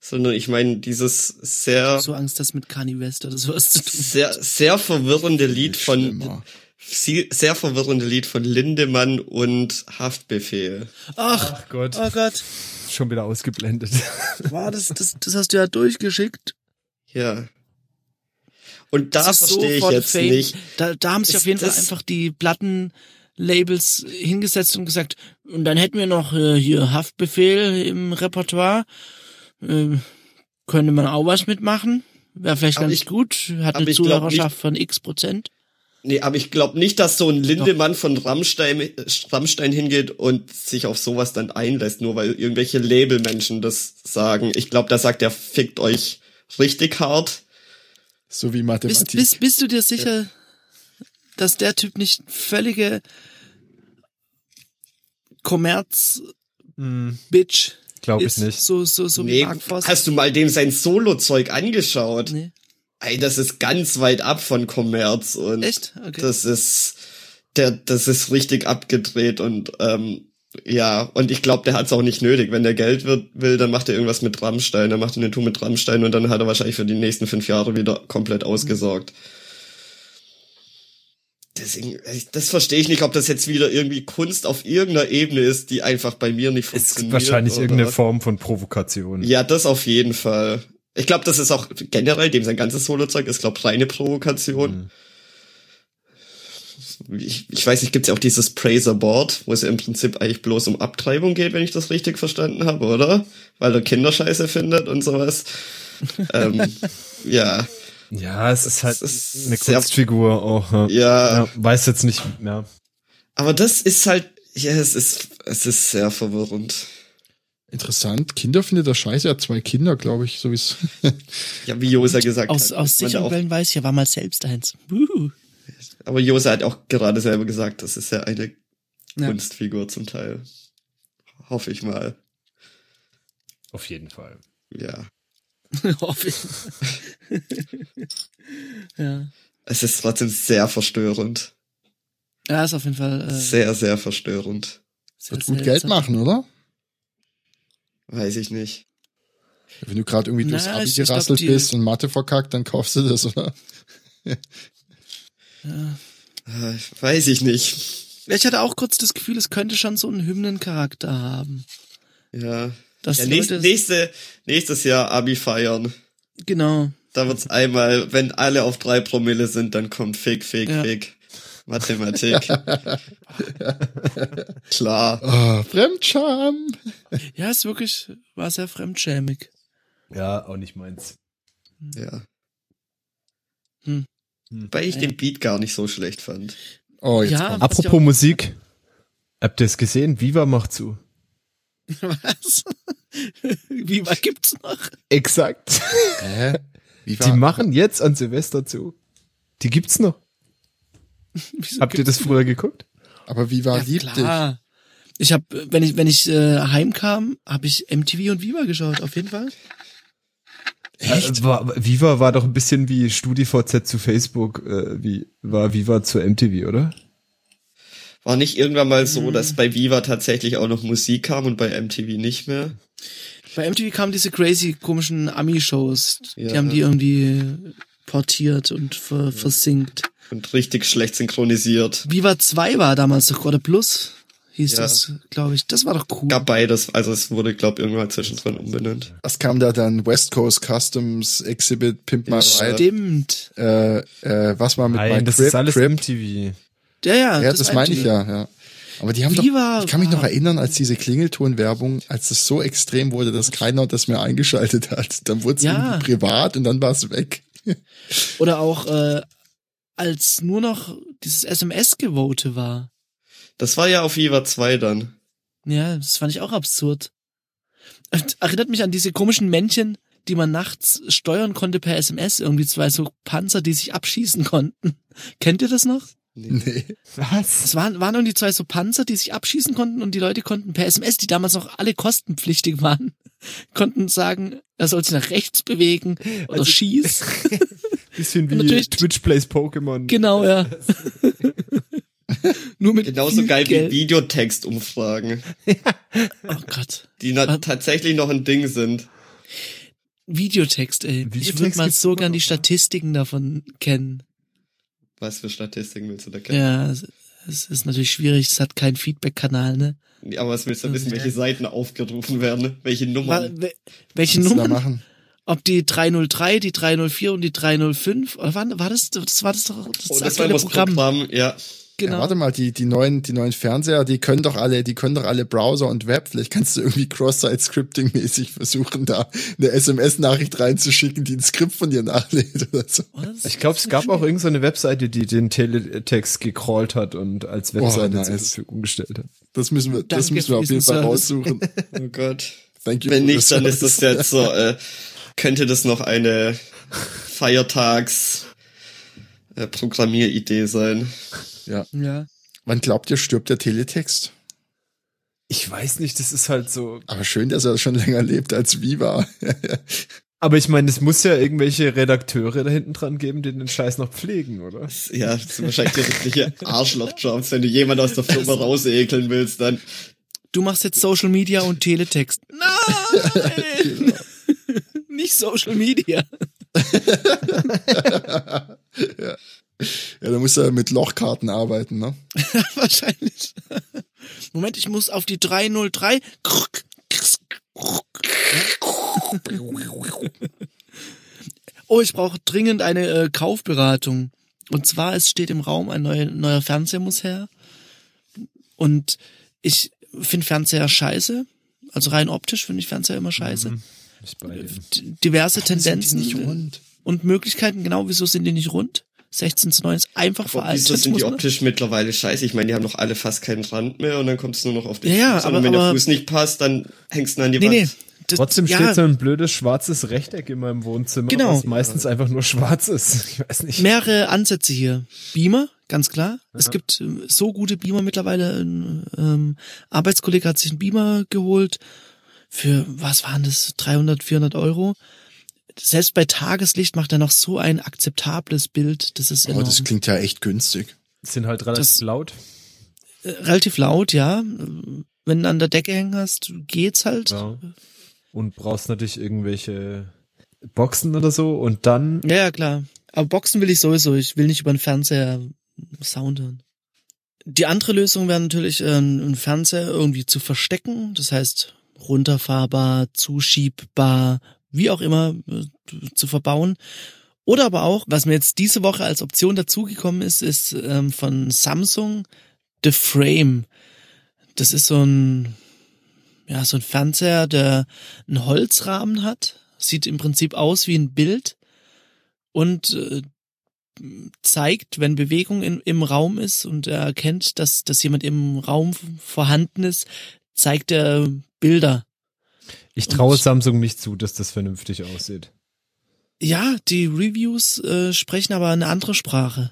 [SPEAKER 3] sondern ich meine dieses sehr,
[SPEAKER 1] äh, so Angst, dass mit Kanye West oder sowas zu tun.
[SPEAKER 3] sehr, sehr verwirrende Lied von,
[SPEAKER 4] Schlimmer.
[SPEAKER 3] sie- sehr verwirrende Lied von Lindemann und Haftbefehl.
[SPEAKER 1] Ach,
[SPEAKER 2] Ach Gott,
[SPEAKER 1] oh Gott.
[SPEAKER 2] schon wieder ausgeblendet.
[SPEAKER 1] War das, das, das hast du ja durchgeschickt.
[SPEAKER 3] Ja. Und da
[SPEAKER 1] Das ist so
[SPEAKER 3] verstehe
[SPEAKER 1] for the
[SPEAKER 3] ich jetzt
[SPEAKER 1] fame.
[SPEAKER 3] nicht.
[SPEAKER 1] Da, da haben sich
[SPEAKER 3] Ist
[SPEAKER 1] auf jeden Fall
[SPEAKER 3] das-
[SPEAKER 1] einfach die Plattenlabels hingesetzt und gesagt, und dann hätten wir noch äh, hier Haftbefehl im Repertoire. Äh, könnte man auch was mitmachen. Wäre vielleicht
[SPEAKER 3] Aber
[SPEAKER 1] ganz
[SPEAKER 3] ich-
[SPEAKER 1] gut. Hat
[SPEAKER 3] aber
[SPEAKER 1] eine
[SPEAKER 3] ich glaub
[SPEAKER 1] Zuhörerschaft von x Prozent.
[SPEAKER 3] Nee, aber ich glaube nicht, dass so ein Lindemann von Rammstein, Rammstein hingeht und sich auf sowas dann einlässt, nur weil irgendwelche Labelmenschen das sagen. Ich glaube, da sagt er, fickt euch richtig hart.
[SPEAKER 4] So wie
[SPEAKER 1] Bist,
[SPEAKER 4] Mathematik.
[SPEAKER 1] bist, bist du dir sicher, dass der Typ nicht völlige Kommerz-Bitch
[SPEAKER 2] hm, Glaube ich
[SPEAKER 1] ist?
[SPEAKER 2] nicht.
[SPEAKER 1] So, so, so wie
[SPEAKER 3] nee,
[SPEAKER 1] Mark Forster?
[SPEAKER 3] hast du mal dem sein Solo-Zeug angeschaut?
[SPEAKER 1] Nee.
[SPEAKER 3] Ey, das ist ganz weit ab von Kommerz und
[SPEAKER 1] Echt? Okay.
[SPEAKER 3] das ist der, das ist richtig abgedreht und ähm, ja, und ich glaube, der hat's auch nicht nötig. Wenn der Geld wird, will, dann macht er irgendwas mit Rammstein, dann macht er eine Tour mit Rammstein und dann hat er wahrscheinlich für die nächsten fünf Jahre wieder komplett
[SPEAKER 2] Mhm.
[SPEAKER 3] ausgesorgt. Deswegen, ey, das verstehe ich nicht, ob das jetzt wieder irgendwie Kunst auf irgendeiner Ebene ist, die einfach bei mir nicht
[SPEAKER 2] Es
[SPEAKER 3] funktioniert.
[SPEAKER 2] gibt wahrscheinlich
[SPEAKER 3] oder
[SPEAKER 2] irgendeine
[SPEAKER 3] was.
[SPEAKER 2] Form von Provokation.
[SPEAKER 3] Ja, das auf jeden Fall. Ich glaube, das ist auch generell dem sein ganzes Solo-Zeug ist, glaube reine Provokation.
[SPEAKER 1] Mhm.
[SPEAKER 3] Ich, ich weiß nicht, gibt's ja auch dieses Praiser Board, wo es ja im Prinzip eigentlich bloß um Abtreibung geht, wenn ich das richtig verstanden habe, oder? Weil er Kinderscheiße findet und sowas. ähm, ja,
[SPEAKER 2] Ja, es ist halt
[SPEAKER 3] Es ist
[SPEAKER 2] eine
[SPEAKER 3] sehr-
[SPEAKER 2] Kunstfigur auch. Ja.
[SPEAKER 3] ja.
[SPEAKER 2] Ja, weiß jetzt nicht, ja.
[SPEAKER 3] Aber das ist halt, ja, es ist, es ist sehr verwirrend.
[SPEAKER 4] Interessant. Kinder findet er scheiße. Er hat zwei Kinder, glaube ich, so wie es.
[SPEAKER 3] Ja, wie Josa gesagt
[SPEAKER 1] Aus,
[SPEAKER 3] hat.
[SPEAKER 1] aus
[SPEAKER 3] dass man da
[SPEAKER 1] sicheren
[SPEAKER 3] auch,
[SPEAKER 1] Quellen weiß ich, er war mal selbst eins. Wuhu.
[SPEAKER 3] aber Josa hat auch gerade selber gesagt, das ist ja eine
[SPEAKER 1] Ja.
[SPEAKER 3] Kunstfigur zum Teil. Hoffe ich mal.
[SPEAKER 2] Auf jeden Fall.
[SPEAKER 3] Ja.
[SPEAKER 1] Hoffe ich. ja.
[SPEAKER 3] Es ist trotzdem sehr verstörend.
[SPEAKER 1] ja, ist auf jeden Fall äh, sehr,
[SPEAKER 3] Sehr, sehr verstörend.
[SPEAKER 1] sehr
[SPEAKER 4] Wird gut Geld
[SPEAKER 1] seltsam.
[SPEAKER 4] machen, oder?
[SPEAKER 3] Weiß ich nicht.
[SPEAKER 4] Wenn du gerade irgendwie durchs
[SPEAKER 1] Na,
[SPEAKER 4] Abi
[SPEAKER 1] ich- ich glaub,
[SPEAKER 4] gerasselt
[SPEAKER 1] die-
[SPEAKER 4] bist und Mathe verkackt, dann kaufst du das, oder?
[SPEAKER 3] Äh, Weiß ich nicht.
[SPEAKER 1] Ich hatte auch kurz das Gefühl, es könnte schon so einen Hymnencharakter haben.
[SPEAKER 3] Ja.
[SPEAKER 1] Das
[SPEAKER 3] ja nächst,
[SPEAKER 1] Leute-
[SPEAKER 3] nächste, nächstes Jahr Abi feiern.
[SPEAKER 1] Genau.
[SPEAKER 3] Da wird's einmal, wenn alle auf drei Promille sind, dann kommt Fick, Fick,
[SPEAKER 1] Ja.
[SPEAKER 3] Fick. Mathematik. Klar.
[SPEAKER 4] Ah, Fremdscham.
[SPEAKER 1] Ja, ist wirklich, war sehr fremdschämig.
[SPEAKER 2] Ja, auch nicht meins.
[SPEAKER 3] Ja.
[SPEAKER 1] Hm.
[SPEAKER 3] Weil ich den Beat gar nicht so schlecht fand.
[SPEAKER 4] Oh, jetzt
[SPEAKER 1] Ja,
[SPEAKER 4] kommt.
[SPEAKER 1] was ich
[SPEAKER 2] Apropos
[SPEAKER 1] auch-
[SPEAKER 2] Musik. Habt ihr es gesehen? Viva macht zu.
[SPEAKER 1] Was? Wie weit gibt's noch?
[SPEAKER 2] Exakt.
[SPEAKER 4] Hä? Wie
[SPEAKER 2] Die
[SPEAKER 4] war,
[SPEAKER 2] machen jetzt an Silvester zu. Die gibt's noch.
[SPEAKER 1] Wieso
[SPEAKER 2] Habt ihr das früher geguckt?
[SPEAKER 4] aber wie war lieb dich?
[SPEAKER 1] Klar. Ich habe, wenn ich wenn ich äh, heimkam, habe ich MTV und Viva geschaut, auf jeden Fall.
[SPEAKER 2] Äh, war, Viva war doch ein bisschen wie StudiVZ zu Facebook, äh, wie war Viva zu MTV, oder?
[SPEAKER 3] War nicht irgendwann mal
[SPEAKER 1] Hm.
[SPEAKER 3] so, dass bei Viva tatsächlich auch noch Musik kam und bei MTV nicht mehr?
[SPEAKER 1] Bei MTV kamen diese crazy komischen Ami-Shows, die
[SPEAKER 3] Ja.
[SPEAKER 1] haben die irgendwie portiert und ver versinkt.
[SPEAKER 3] Und richtig schlecht synchronisiert.
[SPEAKER 1] Viva 2 war damals doch oder Plus hieß
[SPEAKER 3] Ja.
[SPEAKER 1] das, glaube ich. Das war doch cool.
[SPEAKER 3] Gab beides, also es wurde, glaube irgendwann zwischendrin umbenannt.
[SPEAKER 4] Was kam da dann? West Coast Customs Exhibit Pimp My Ride.
[SPEAKER 1] Stimmt.
[SPEAKER 4] Äh, äh, was war mit My Crip? Crip?
[SPEAKER 2] MTV.
[SPEAKER 1] Ja, ja.
[SPEAKER 4] Ja, das, meine ich
[SPEAKER 1] MTV.
[SPEAKER 4] ja, ja. Aber die haben
[SPEAKER 1] Viva
[SPEAKER 4] doch, ich kann mich
[SPEAKER 1] war-
[SPEAKER 4] noch erinnern, als diese Klingeltonwerbung, als das so extrem wurde, dass keiner das mehr eingeschaltet hat. Dann wurde es
[SPEAKER 1] Ja.
[SPEAKER 4] irgendwie privat und dann war es weg.
[SPEAKER 1] Oder auch äh, als nur noch dieses SMS-Gewote war.
[SPEAKER 3] Das war ja auf Viva 2 dann.
[SPEAKER 1] Ja, das fand ich auch absurd. Und erinnert mich an diese komischen Männchen, die man nachts steuern konnte per SMS. Irgendwie zwei so Panzer, die sich abschießen konnten. Kennt ihr das noch?
[SPEAKER 4] Nee.
[SPEAKER 2] Was?
[SPEAKER 1] Es waren, waren irgendwie zwei so Panzer, die sich abschießen konnten und die Leute konnten per SMS, die damals noch alle kostenpflichtig waren, konnten sagen, er soll sich nach rechts bewegen oder schieß.
[SPEAKER 2] Bisschen wie
[SPEAKER 1] Natürlich-
[SPEAKER 2] Twitch Plays Pokémon.
[SPEAKER 1] Genau, ja. Nur mit
[SPEAKER 3] Genauso
[SPEAKER 1] viel
[SPEAKER 3] geil
[SPEAKER 1] Geld.
[SPEAKER 3] wie Videotextumfragen,
[SPEAKER 1] Oh Gott.
[SPEAKER 3] die na
[SPEAKER 1] Was?
[SPEAKER 3] tatsächlich noch ein Ding sind.
[SPEAKER 1] Videotext, ey. ich
[SPEAKER 2] Videotext
[SPEAKER 1] würde mal
[SPEAKER 2] gibt's
[SPEAKER 1] so
[SPEAKER 2] immer
[SPEAKER 1] gern
[SPEAKER 2] noch,
[SPEAKER 1] die
[SPEAKER 2] ja.
[SPEAKER 1] Statistiken davon kennen.
[SPEAKER 3] Was für Statistiken willst du da kennen?
[SPEAKER 1] Ja, es- es ist natürlich schwierig, es hat keinen Feedback-Kanal, ne?
[SPEAKER 3] Ja. Aber was willst du wissen, welche Seiten aufgerufen werden? Welche
[SPEAKER 1] Wa-
[SPEAKER 3] Nummern?
[SPEAKER 1] we- Welche
[SPEAKER 4] Was da
[SPEAKER 1] Nummern?
[SPEAKER 4] machen?
[SPEAKER 1] Ob die 303, die 304 und die 305? Oder wann war das? Das war das doch das,
[SPEAKER 3] Oh, das war
[SPEAKER 1] aktuelle
[SPEAKER 3] immer das
[SPEAKER 1] Programm.
[SPEAKER 3] Programm. ja.
[SPEAKER 1] Genau.
[SPEAKER 4] Ja, warte mal, die, die neuen, die neuen Fernseher, die können doch alle, die können doch alle Browser und Web. Vielleicht kannst du irgendwie Cross-Site-Scripting-mäßig versuchen, da eine SMS-Nachricht reinzuschicken, die ein Skript von dir nachlädt oder so.
[SPEAKER 1] Oder? Das
[SPEAKER 2] Ich glaube, es
[SPEAKER 1] ist
[SPEAKER 2] gab auch
[SPEAKER 1] schwierig.
[SPEAKER 2] irgendeine so eine Webseite, die den Teletext gecrawlt hat und als Webseite zur
[SPEAKER 4] Oh, nice.
[SPEAKER 2] Verfügung gestellt hat.
[SPEAKER 4] Das müssen wir, das
[SPEAKER 1] Danke
[SPEAKER 4] müssen wir
[SPEAKER 1] für
[SPEAKER 4] auf jeden
[SPEAKER 1] diesen
[SPEAKER 4] Fall
[SPEAKER 1] Service.
[SPEAKER 4] raussuchen.
[SPEAKER 3] Oh Gott.
[SPEAKER 4] Thank you
[SPEAKER 3] Wenn
[SPEAKER 4] for
[SPEAKER 3] nicht,
[SPEAKER 4] the
[SPEAKER 3] dann ist
[SPEAKER 4] service.
[SPEAKER 3] das jetzt so, äh, könnte das noch eine Feiertags äh, Programmieridee sein.
[SPEAKER 4] Ja.
[SPEAKER 1] Ja.
[SPEAKER 4] Wann glaubt ihr, stirbt der Teletext?
[SPEAKER 2] Ich weiß nicht, das ist halt so.
[SPEAKER 4] Aber schön, dass er schon länger lebt als Viva.
[SPEAKER 2] Aber ich meine, es muss ja irgendwelche Redakteure da hinten dran geben, die den Scheiß noch pflegen, oder?
[SPEAKER 3] Ja, das sind wahrscheinlich die richtige Arschlochjobs. Wenn du jemand aus der Firma rausekeln willst, dann
[SPEAKER 1] Du machst jetzt Social Media und Teletext. Nein! Nicht Social Media.
[SPEAKER 4] ja, da muss er mit Lochkarten arbeiten, ne?
[SPEAKER 1] Wahrscheinlich. Moment, ich muss auf die 303. Oh, ich brauche dringend eine äh, Kaufberatung. Und zwar, es steht im Raum, ein neuer, neuer Fernseher muss her. Und ich finde Fernseher scheiße. Also rein optisch finde ich Fernseher immer scheiße.
[SPEAKER 2] Ich bei dir.
[SPEAKER 1] D- Diverse Tendenzen
[SPEAKER 4] nicht rund?
[SPEAKER 1] und Möglichkeiten, genau, wieso sind die nicht rund? 16 zu 9 ist einfach
[SPEAKER 3] Boah,
[SPEAKER 1] veraltet.
[SPEAKER 3] wieso sind
[SPEAKER 1] muss
[SPEAKER 3] die
[SPEAKER 1] man-
[SPEAKER 3] optisch mittlerweile scheiße? Ich meine, die haben doch alle fast keinen Rand mehr und dann kommst du nur noch auf den
[SPEAKER 1] Ja, ja,
[SPEAKER 3] Fuß.
[SPEAKER 1] aber-
[SPEAKER 3] und wenn der
[SPEAKER 1] aber-
[SPEAKER 3] Fuß nicht passt, dann hängst du ihn an die
[SPEAKER 1] Nee,
[SPEAKER 3] Wand.
[SPEAKER 1] nee. Das,
[SPEAKER 2] Trotzdem
[SPEAKER 1] ja,
[SPEAKER 2] steht so ein blödes schwarzes Rechteck in meinem Wohnzimmer,
[SPEAKER 1] Genau.
[SPEAKER 2] was meistens einfach nur schwarz ist. Ich weiß nicht.
[SPEAKER 1] mehrere Ansätze hier. Beamer, ganz klar. Es gibt ähm, so gute Beamer mittlerweile. Ein ähm, Arbeitskollege hat sich einen Beamer geholt für, was waren das, 300, 400 Euro. Selbst bei Tageslicht macht er noch so ein akzeptables Bild. Das ist
[SPEAKER 4] Oh,
[SPEAKER 1] enorm.
[SPEAKER 4] das klingt ja echt günstig.
[SPEAKER 2] Sind halt relativ
[SPEAKER 1] Das-
[SPEAKER 2] laut.
[SPEAKER 1] Äh, relativ laut, ja. Wenn du an der Decke hängen hast, geht's halt.
[SPEAKER 2] Ja. Und brauchst natürlich irgendwelche Boxen oder so und dann
[SPEAKER 1] Ja, ja, klar. Aber Boxen will ich sowieso. Ich will nicht über den Fernseher Sound hören. Die andere Lösung wäre natürlich, ähm, einen Fernseher irgendwie zu verstecken. Das heißt, runterfahrbar, zuschiebbar, wie auch immer äh, zu verbauen. Oder aber auch, was mir jetzt diese Woche als Option dazugekommen ist, ist ähm, von Samsung The Frame. Das ist so ein, ja, so ein Fernseher, der einen Holzrahmen hat. Sieht im Prinzip aus wie ein Bild und äh, zeigt, wenn Bewegung in, im Raum ist und er erkennt, dass, dass jemand im Raum vorhanden ist, zeigt er Bilder.
[SPEAKER 2] Ich traue
[SPEAKER 1] Und-
[SPEAKER 2] Samsung nicht zu, dass das vernünftig aussieht.
[SPEAKER 1] Ja, die Reviews äh, sprechen aber eine andere Sprache.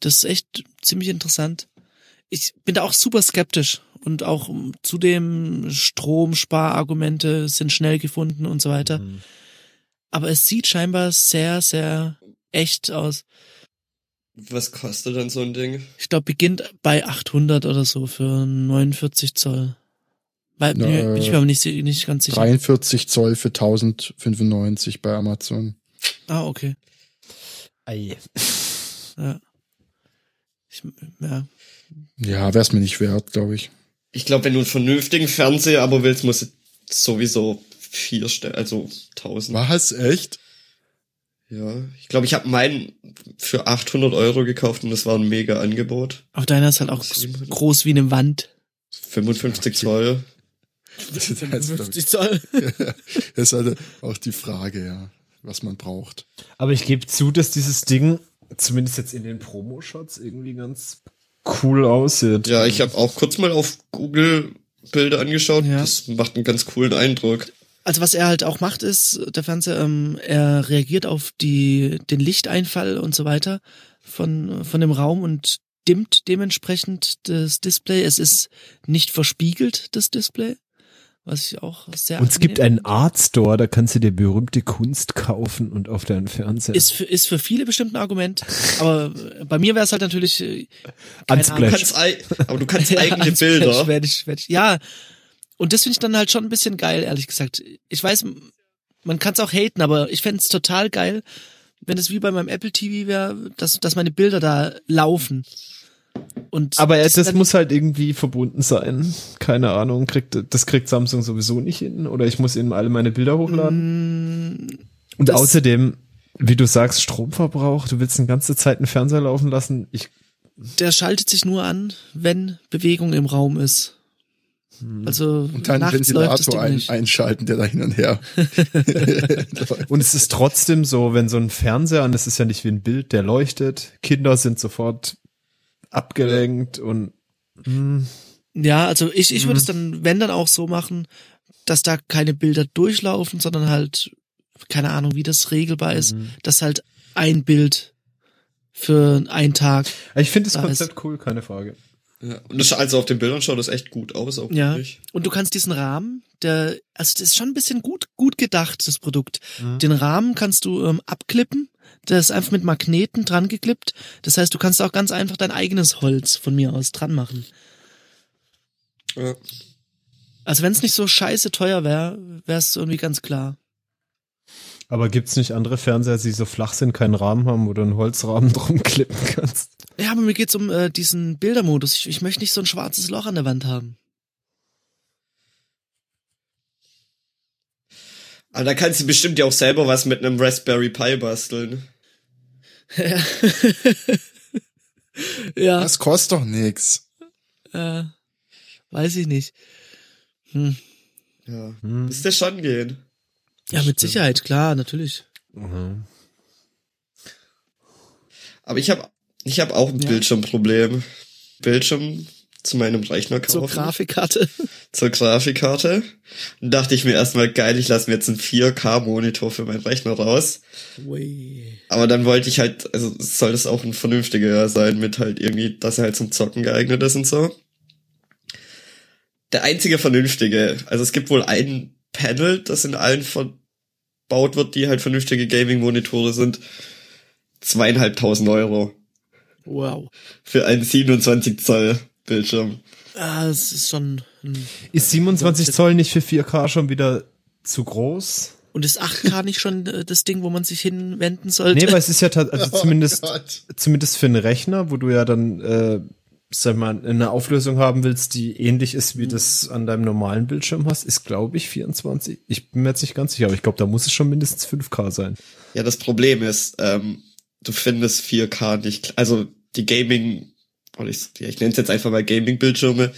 [SPEAKER 1] Das ist echt ziemlich interessant. Ich bin da auch super skeptisch und auch ähm, zudem Stromsparargumente sind schnell gefunden und so weiter.
[SPEAKER 2] Mhm.
[SPEAKER 1] Aber es sieht scheinbar sehr, sehr echt aus.
[SPEAKER 3] Was kostet dann so ein Ding?
[SPEAKER 1] Ich glaube, beginnt bei 800 oder so für 49 Zoll. Weil, bin,
[SPEAKER 4] Ja,
[SPEAKER 1] mir- bin ich mir aber nicht, si- nicht ganz sicher.
[SPEAKER 4] 43 Zoll für 1095 bei Amazon.
[SPEAKER 1] Ah, okay.
[SPEAKER 2] Ei.
[SPEAKER 1] Ja. Ich, ja.
[SPEAKER 4] Ja, wär's mir nicht wert, glaube ich.
[SPEAKER 3] Ich glaube, wenn du einen vernünftigen Fernseher aber willst, musst du sowieso vier Stellen, also 1000.
[SPEAKER 4] Was? Echt?
[SPEAKER 3] Ja, ich glaube, ich habe meinen für 800 Euro gekauft und das war ein mega Angebot.
[SPEAKER 1] Auf deiner ist halt auch
[SPEAKER 3] Siebenhundert.
[SPEAKER 1] groß wie eine Wand.
[SPEAKER 3] 55 Zoll.
[SPEAKER 4] Das ist, halt,
[SPEAKER 1] Zoll.
[SPEAKER 4] das ist halt auch die Frage, ja, was man braucht.
[SPEAKER 2] Aber ich gebe zu, dass dieses Ding zumindest jetzt in den Promo-Shots irgendwie ganz cool aussieht.
[SPEAKER 3] Ja, ich habe auch kurz mal auf Google Bilder angeschaut.
[SPEAKER 1] Ja.
[SPEAKER 3] Das macht einen ganz coolen Eindruck.
[SPEAKER 1] Also was er halt auch macht ist, der Fernseher, ähm, er reagiert auf die, den Lichteinfall und so weiter von, von dem Raum und dimmt dementsprechend das Display. Es ist nicht verspiegelt, das Display, was ich auch sehr
[SPEAKER 2] Und es gibt
[SPEAKER 1] angenehm
[SPEAKER 2] einen Art Store, da kannst du dir berühmte Kunst kaufen und auf deinen Fernseher.
[SPEAKER 1] Ist für, ist für viele bestimmt ein Argument, aber bei mir wäre es halt natürlich äh, keine
[SPEAKER 3] Du
[SPEAKER 2] Unsplash.
[SPEAKER 3] kannst, ei- aber du kannst eigene
[SPEAKER 1] als Mensch
[SPEAKER 3] Bilder.
[SPEAKER 1] werd ich, werd ich, ja, und das finde ich dann halt schon ein bisschen geil, ehrlich gesagt. Ich weiß, m- man kann es auch haten, aber ich fänd's total geil, wenn es wie bei meinem Apple TV wäre, dass, dass meine Bilder da laufen. Und
[SPEAKER 2] Aber das,
[SPEAKER 1] dann-
[SPEAKER 2] muss halt irgendwie verbunden sein. Keine Ahnung, kriegt, das kriegt Samsung sowieso nicht hin. Oder ich muss ihnen alle meine Bilder hochladen. Und
[SPEAKER 1] Mm, das-
[SPEAKER 2] außerdem, wie du sagst, Stromverbrauch. Du willst eine ganze Zeit einen Fernseher laufen lassen. Ich,
[SPEAKER 1] der schaltet sich nur an, wenn Bewegung im Raum ist.
[SPEAKER 2] Hm.
[SPEAKER 1] Also
[SPEAKER 4] Und dann
[SPEAKER 1] nachts läuft das
[SPEAKER 4] Ventilator
[SPEAKER 1] Ding
[SPEAKER 4] ein,
[SPEAKER 1] nicht.
[SPEAKER 4] einschalten, der da hin und her.
[SPEAKER 2] und es ist trotzdem so, wenn so ein Fernseher, und es ist ja nicht wie ein Bild, der leuchtet. Kinder sind sofort abgelenkt und
[SPEAKER 1] Ja, also ich, ich würde es dann, wenn dann auch so machen, dass da keine Bilder durchlaufen, sondern halt, keine Ahnung, wie das regelbar ist, dass halt ein Bild für einen Tag.
[SPEAKER 2] ich finde das
[SPEAKER 1] Da ist-
[SPEAKER 2] Konzept cool, keine Frage.
[SPEAKER 3] Ja, Und das, also auf den Bildern schaut das echt gut aus, auch
[SPEAKER 1] Ja.
[SPEAKER 3] nicht.
[SPEAKER 1] Und du kannst diesen Rahmen, der, also das ist schon ein bisschen gut, gut gedacht, das Produkt. Den Rahmen kannst du ähm, abklippen. Der ist einfach mit Magneten dran geklippt. Das heißt, du kannst auch ganz einfach dein eigenes Holz von mir aus dran machen.
[SPEAKER 3] Ja.
[SPEAKER 1] Also wenn es nicht so scheiße teuer wäre, wäre es irgendwie ganz klar.
[SPEAKER 2] Aber gibt's nicht andere Fernseher, die so flach sind, keinen Rahmen haben, wo du einen Holzrahmen drum klippen kannst?
[SPEAKER 1] Ja, aber mir geht's um äh, diesen Bildermodus. Ich, ich möchte nicht so ein schwarzes Loch an der Wand haben.
[SPEAKER 3] Aber da kannst du bestimmt ja auch selber was mit einem Raspberry Pi basteln.
[SPEAKER 1] Ja,
[SPEAKER 4] Das kostet doch nix.
[SPEAKER 1] äh, weiß ich nicht. Hm.
[SPEAKER 3] Ja. Müsste schon gehen.
[SPEAKER 1] Ja, mit Sicherheit, klar, natürlich.
[SPEAKER 3] Aber ich habe ich hab auch ein
[SPEAKER 1] Ja.
[SPEAKER 3] Bildschirmproblem. Bildschirm zu meinem Rechner kaufen.
[SPEAKER 1] Zur Grafikkarte.
[SPEAKER 3] zur Grafikkarte. Dann dachte ich mir erstmal, geil, ich lasse mir jetzt einen 4K-Monitor für meinen Rechner raus.
[SPEAKER 1] Ui.
[SPEAKER 3] Aber dann wollte ich halt, also soll das auch ein vernünftiger sein mit halt irgendwie, dass er halt zum Zocken geeignet ist und so. Der einzige vernünftige, also es gibt wohl ein Panel, das in allen verbaut wird, die halt vernünftige Gaming-Monitore sind. Zweieinhalbtausend Euro
[SPEAKER 1] Wow.
[SPEAKER 3] für einen 27 Zoll Bildschirm.
[SPEAKER 1] Ah, es ist schon. hm.
[SPEAKER 2] Ist 27 Zoll nicht für 4K schon wieder zu groß?
[SPEAKER 1] Und ist 8K nicht schon äh, das Ding, wo man sich hinwenden sollte?
[SPEAKER 2] Nee, weil es ist ja tat-
[SPEAKER 3] Oh
[SPEAKER 2] also zumindest,
[SPEAKER 4] Gott.
[SPEAKER 2] zumindest für einen Rechner, wo du ja dann, äh, sag mal, eine Auflösung haben willst, die ähnlich ist, wie das an deinem normalen Bildschirm hast, ist, glaube ich, 24. Ich bin mir jetzt nicht ganz sicher, aber ich glaube, da muss es schon mindestens 5K sein.
[SPEAKER 3] Ja, das Problem ist, ähm, du findest 4K nicht, also die Gaming, oder ich, ja, ich nenne es jetzt einfach mal Gaming-Bildschirme,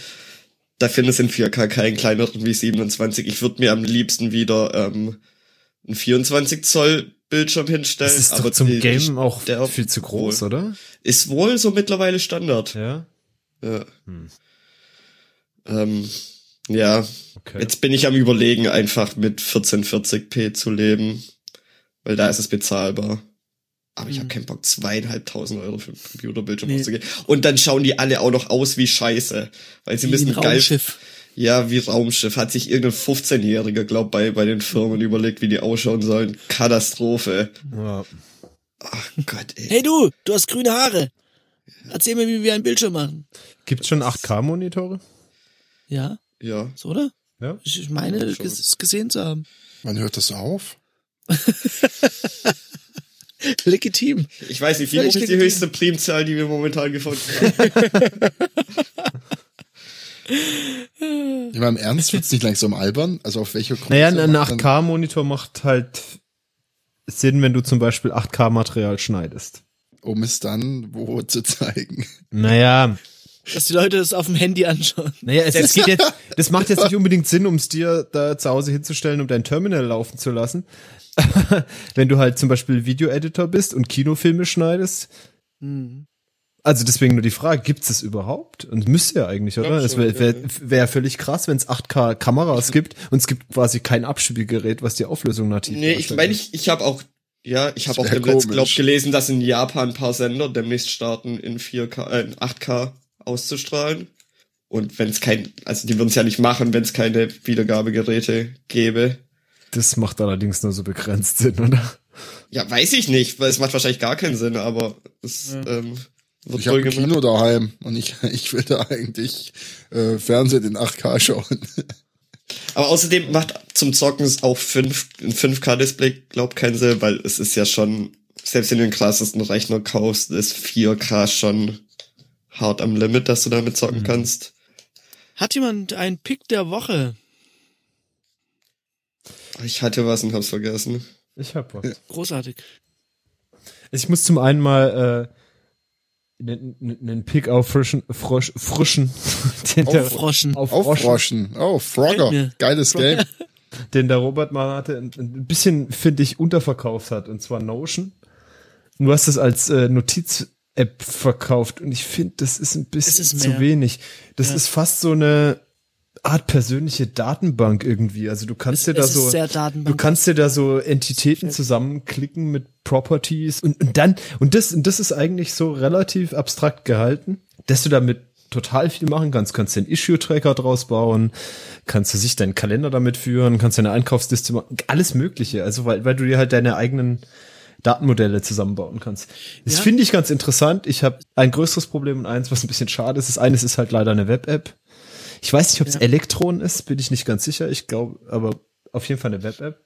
[SPEAKER 3] da findest du in 4K keinen kleineren wie 27. Ich würde mir am liebsten wieder ähm, einen 24 Zoll Bildschirm hinstellen.
[SPEAKER 2] Das ist doch
[SPEAKER 3] aber
[SPEAKER 2] zum
[SPEAKER 3] die-
[SPEAKER 2] Game auch
[SPEAKER 3] der-
[SPEAKER 2] viel zu groß,
[SPEAKER 3] wohl.
[SPEAKER 2] oder?
[SPEAKER 3] Ist wohl so mittlerweile Standard.
[SPEAKER 2] Ja.
[SPEAKER 3] Ja.
[SPEAKER 2] Hm.
[SPEAKER 3] Ähm, ja,
[SPEAKER 2] Okay.
[SPEAKER 3] jetzt bin ich am überlegen, einfach mit 1440p zu leben, weil da ist es bezahlbar. Aber ich habe
[SPEAKER 1] Hm.
[SPEAKER 3] keinen Bock, zweieinhalbtausend Euro für einen Computerbildschirm
[SPEAKER 1] Nee.
[SPEAKER 3] auszugeben. Und dann schauen die alle auch noch aus wie Scheiße. Weil sie
[SPEAKER 1] Wie
[SPEAKER 3] müssen
[SPEAKER 1] ein
[SPEAKER 3] geil
[SPEAKER 1] Raumschiff.
[SPEAKER 3] ja, wie Raumschiff. Hat sich irgendein 15-Jähriger, glaub, bei, bei den Firmen überlegt, wie die ausschauen sollen. Katastrophe.
[SPEAKER 2] ja.
[SPEAKER 3] Ach Gott, ey.
[SPEAKER 1] Hey du, du hast grüne Haare. Erzähl mir, wie wir einen Bildschirm machen.
[SPEAKER 2] Gibt's schon 8K-Monitore?
[SPEAKER 1] Ja,
[SPEAKER 3] Ja.
[SPEAKER 1] so oder?
[SPEAKER 2] Ja.
[SPEAKER 1] Ich ich meine,
[SPEAKER 3] Ja, schon.
[SPEAKER 1] es gesehen zu haben.
[SPEAKER 4] Wann hört das auf?
[SPEAKER 1] Legitim.
[SPEAKER 3] Ich weiß nicht, wie hoch
[SPEAKER 1] Vielleicht
[SPEAKER 3] ist die
[SPEAKER 1] kriegen die-
[SPEAKER 3] höchste Primzahl, die wir momentan gefunden haben?
[SPEAKER 4] Ich meine, im Ernst wird's nicht langsam albern? Also auf welcher Größe?
[SPEAKER 2] Naja, ein
[SPEAKER 4] macht man-
[SPEAKER 2] 8K-Monitor macht halt Sinn, wenn du zum Beispiel 8K-Material schneidest.
[SPEAKER 4] Um es dann wo zu zeigen.
[SPEAKER 2] Naja,
[SPEAKER 1] Dass die Leute das auf dem Handy anschauen.
[SPEAKER 2] naja, es, es geht jetzt, das macht jetzt nicht unbedingt Sinn, um es dir da zu Hause hinzustellen, um dein Terminal laufen zu lassen. wenn du halt zum Beispiel Video-Editor bist und Kinofilme schneidest.
[SPEAKER 3] Hm.
[SPEAKER 2] Also deswegen nur die Frage, gibt's das überhaupt? Und müsste ja eigentlich, oder?
[SPEAKER 3] Glaub
[SPEAKER 2] Es
[SPEAKER 3] schon,
[SPEAKER 2] wäre wär,
[SPEAKER 3] ja.
[SPEAKER 2] wär völlig krass, wenn es 8K-Kameras gibt und es gibt quasi kein Abspielgerät, was die Auflösung nativ
[SPEAKER 3] Nee, ich
[SPEAKER 2] darstellt.
[SPEAKER 3] meine, ich, ich habe auch, ja, ich habe
[SPEAKER 4] Das
[SPEAKER 3] auch
[SPEAKER 4] wär
[SPEAKER 3] demnächst,
[SPEAKER 4] komisch.
[SPEAKER 3] glaub, gelesen, dass in Japan ein paar Sender demnächst starten, in 4K, äh, in 8K auszustrahlen. Und wenn es kein, also die würden es ja nicht machen, wenn es keine Wiedergabegeräte gäbe.
[SPEAKER 2] Das macht allerdings nur so begrenzt Sinn, oder?
[SPEAKER 3] Ja, weiß ich nicht, weil es macht wahrscheinlich gar keinen Sinn, aber es ähm, wird
[SPEAKER 4] Ich habe
[SPEAKER 3] wohl
[SPEAKER 4] ein
[SPEAKER 3] gemacht.
[SPEAKER 4] Kino daheim und ich, ich will da eigentlich äh, Fernsehen in 8K schauen.
[SPEAKER 3] Aber außerdem macht zum Zocken es auch 5, ein 5K-Display, glaub keinen Sinn, weil es ist ja schon, selbst wenn du den krassesten Rechner kaufst, ist 4K schon hart am Limit, dass du damit
[SPEAKER 1] Mhm.
[SPEAKER 3] zocken kannst.
[SPEAKER 1] Hat jemand einen Pick der Woche?
[SPEAKER 3] Ah, Ich hatte was und hab's vergessen.
[SPEAKER 2] Ich hab was.
[SPEAKER 1] Großartig.
[SPEAKER 2] Ich muss zum einen mal äh, einen Pick auffrischen, frisch, frischen, den der,
[SPEAKER 1] Auffroschen.
[SPEAKER 2] auffroschen,
[SPEAKER 4] Aufroschen. Oh, Frogger.
[SPEAKER 1] mir.
[SPEAKER 4] Geiles Game.
[SPEAKER 2] den der Robert mal hatte, ein, ein bisschen, finde ich, unterverkauft hat, und zwar Notion. Und Du hast das als äh, Notiz-App verkauft und ich finde, das ist ein bisschen
[SPEAKER 1] ist
[SPEAKER 2] zu
[SPEAKER 1] mehr.
[SPEAKER 2] wenig. Das ist fast so eine Art persönliche Datenbank irgendwie. Also du kannst dir da
[SPEAKER 1] es
[SPEAKER 2] so.
[SPEAKER 1] ist sehr Datenbank.
[SPEAKER 2] Du kannst dir da so Entitäten zusammenklicken mit Properties und, und dann, und das, und das ist eigentlich so relativ abstrakt gehalten, dass du damit total viel machen kannst. Kannst den Issue-Tracker draus bauen, kannst du sich deinen Kalender damit führen, kannst deine Einkaufsliste machen, alles Mögliche. Also, weil, weil du dir halt deine eigenen Datenmodelle zusammenbauen kannst. Das
[SPEAKER 1] Ja.
[SPEAKER 2] finde ich ganz interessant. Ich habe ein größeres Problem und eins, was ein bisschen schade ist. Das eine ist halt leider eine Web-App. Ich weiß nicht, ob es Elektron ist, bin ich nicht ganz sicher. Ich glaube, aber auf jeden Fall eine Web-App.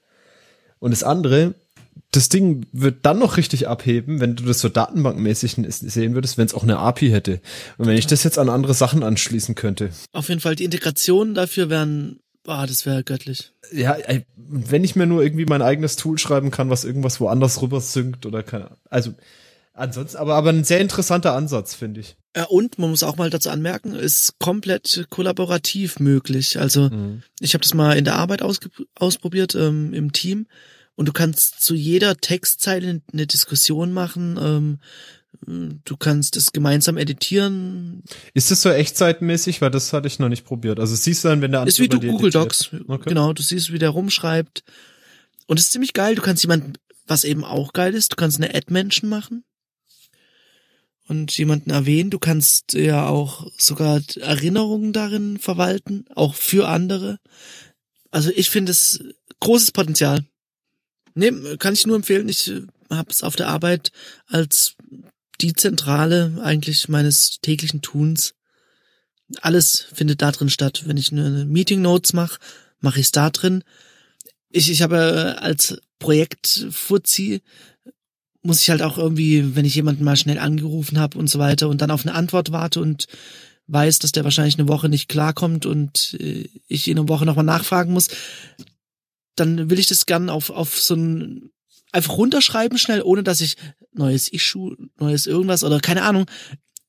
[SPEAKER 2] Und das andere, das Ding wird dann noch richtig abheben, wenn du das so datenbankmäßig n- sehen würdest, wenn es auch eine API hätte. Und wenn ich das jetzt an andere Sachen anschließen könnte.
[SPEAKER 1] Auf jeden Fall, die Integration dafür wären, ah, das wäre göttlich.
[SPEAKER 2] Ja, ey, wenn ich mir nur irgendwie mein eigenes Tool schreiben kann, was irgendwas woanders rüber synkt oder keine Ahnung. Also, ansonsten, aber, aber ein sehr interessanter Ansatz, finde ich.
[SPEAKER 1] Ja, Äh, und man muss auch mal dazu anmerken, ist komplett kollaborativ möglich. Also ich habe das mal in der Arbeit ausge ausprobiert ähm, im Team und du kannst zu jeder Textzeile eine Diskussion machen. Ähm, du kannst es gemeinsam editieren.
[SPEAKER 2] Ist das so echtzeitmäßig? Weil das hatte ich noch nicht probiert. Also, es siehst du dann, wenn der andere
[SPEAKER 1] ist wie
[SPEAKER 2] bei
[SPEAKER 1] du
[SPEAKER 2] dir
[SPEAKER 1] Google
[SPEAKER 2] editiert.
[SPEAKER 1] Docs.
[SPEAKER 2] Okay.
[SPEAKER 1] Genau, du siehst, wie der rumschreibt. Und es ist ziemlich geil. Du kannst jemanden, was eben auch geil ist, du kannst eine Ad-Menschen machen und jemanden erwähnen. Du kannst äh, ja auch sogar Erinnerungen darin verwalten, auch für andere. Also ich finde es großes Potenzial. Nee, kann ich nur empfehlen. Ich habe es auf der Arbeit als die Zentrale eigentlich meines täglichen Tuns. Alles findet da drin statt. Wenn ich eine Meeting Notes mache, mache ich es da drin. Ich, ich habe äh, als Projekt Fuzzi muss ich halt auch irgendwie, wenn ich jemanden mal schnell angerufen habe und so weiter und dann auf eine Antwort warte und weiß, dass der wahrscheinlich eine Woche nicht klarkommt und äh, ich in einer Woche nochmal nachfragen muss, dann will ich das gern auf, auf so ein einfach runterschreiben schnell, ohne dass ich neues Issue, neues irgendwas oder keine Ahnung,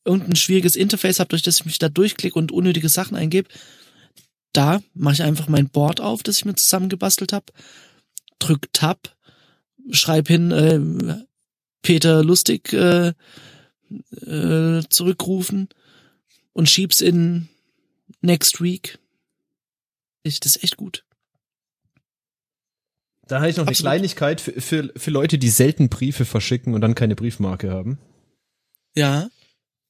[SPEAKER 1] irgendein schwieriges Interface habe, durch das ich mich da durchklicke und unnötige Sachen eingebe. Da mache ich einfach mein Board auf, das ich mir zusammengebastelt habe, drück Tab schreib hin, äh, Peter Lustig äh, äh, zurückrufen und schieb's in next week. Ich, das ist echt gut.
[SPEAKER 2] Dann habe ich noch eine
[SPEAKER 1] Absolut.
[SPEAKER 2] Kleinigkeit für, für, für Leute, die selten Briefe verschicken und dann keine Briefmarke haben.
[SPEAKER 1] Ja.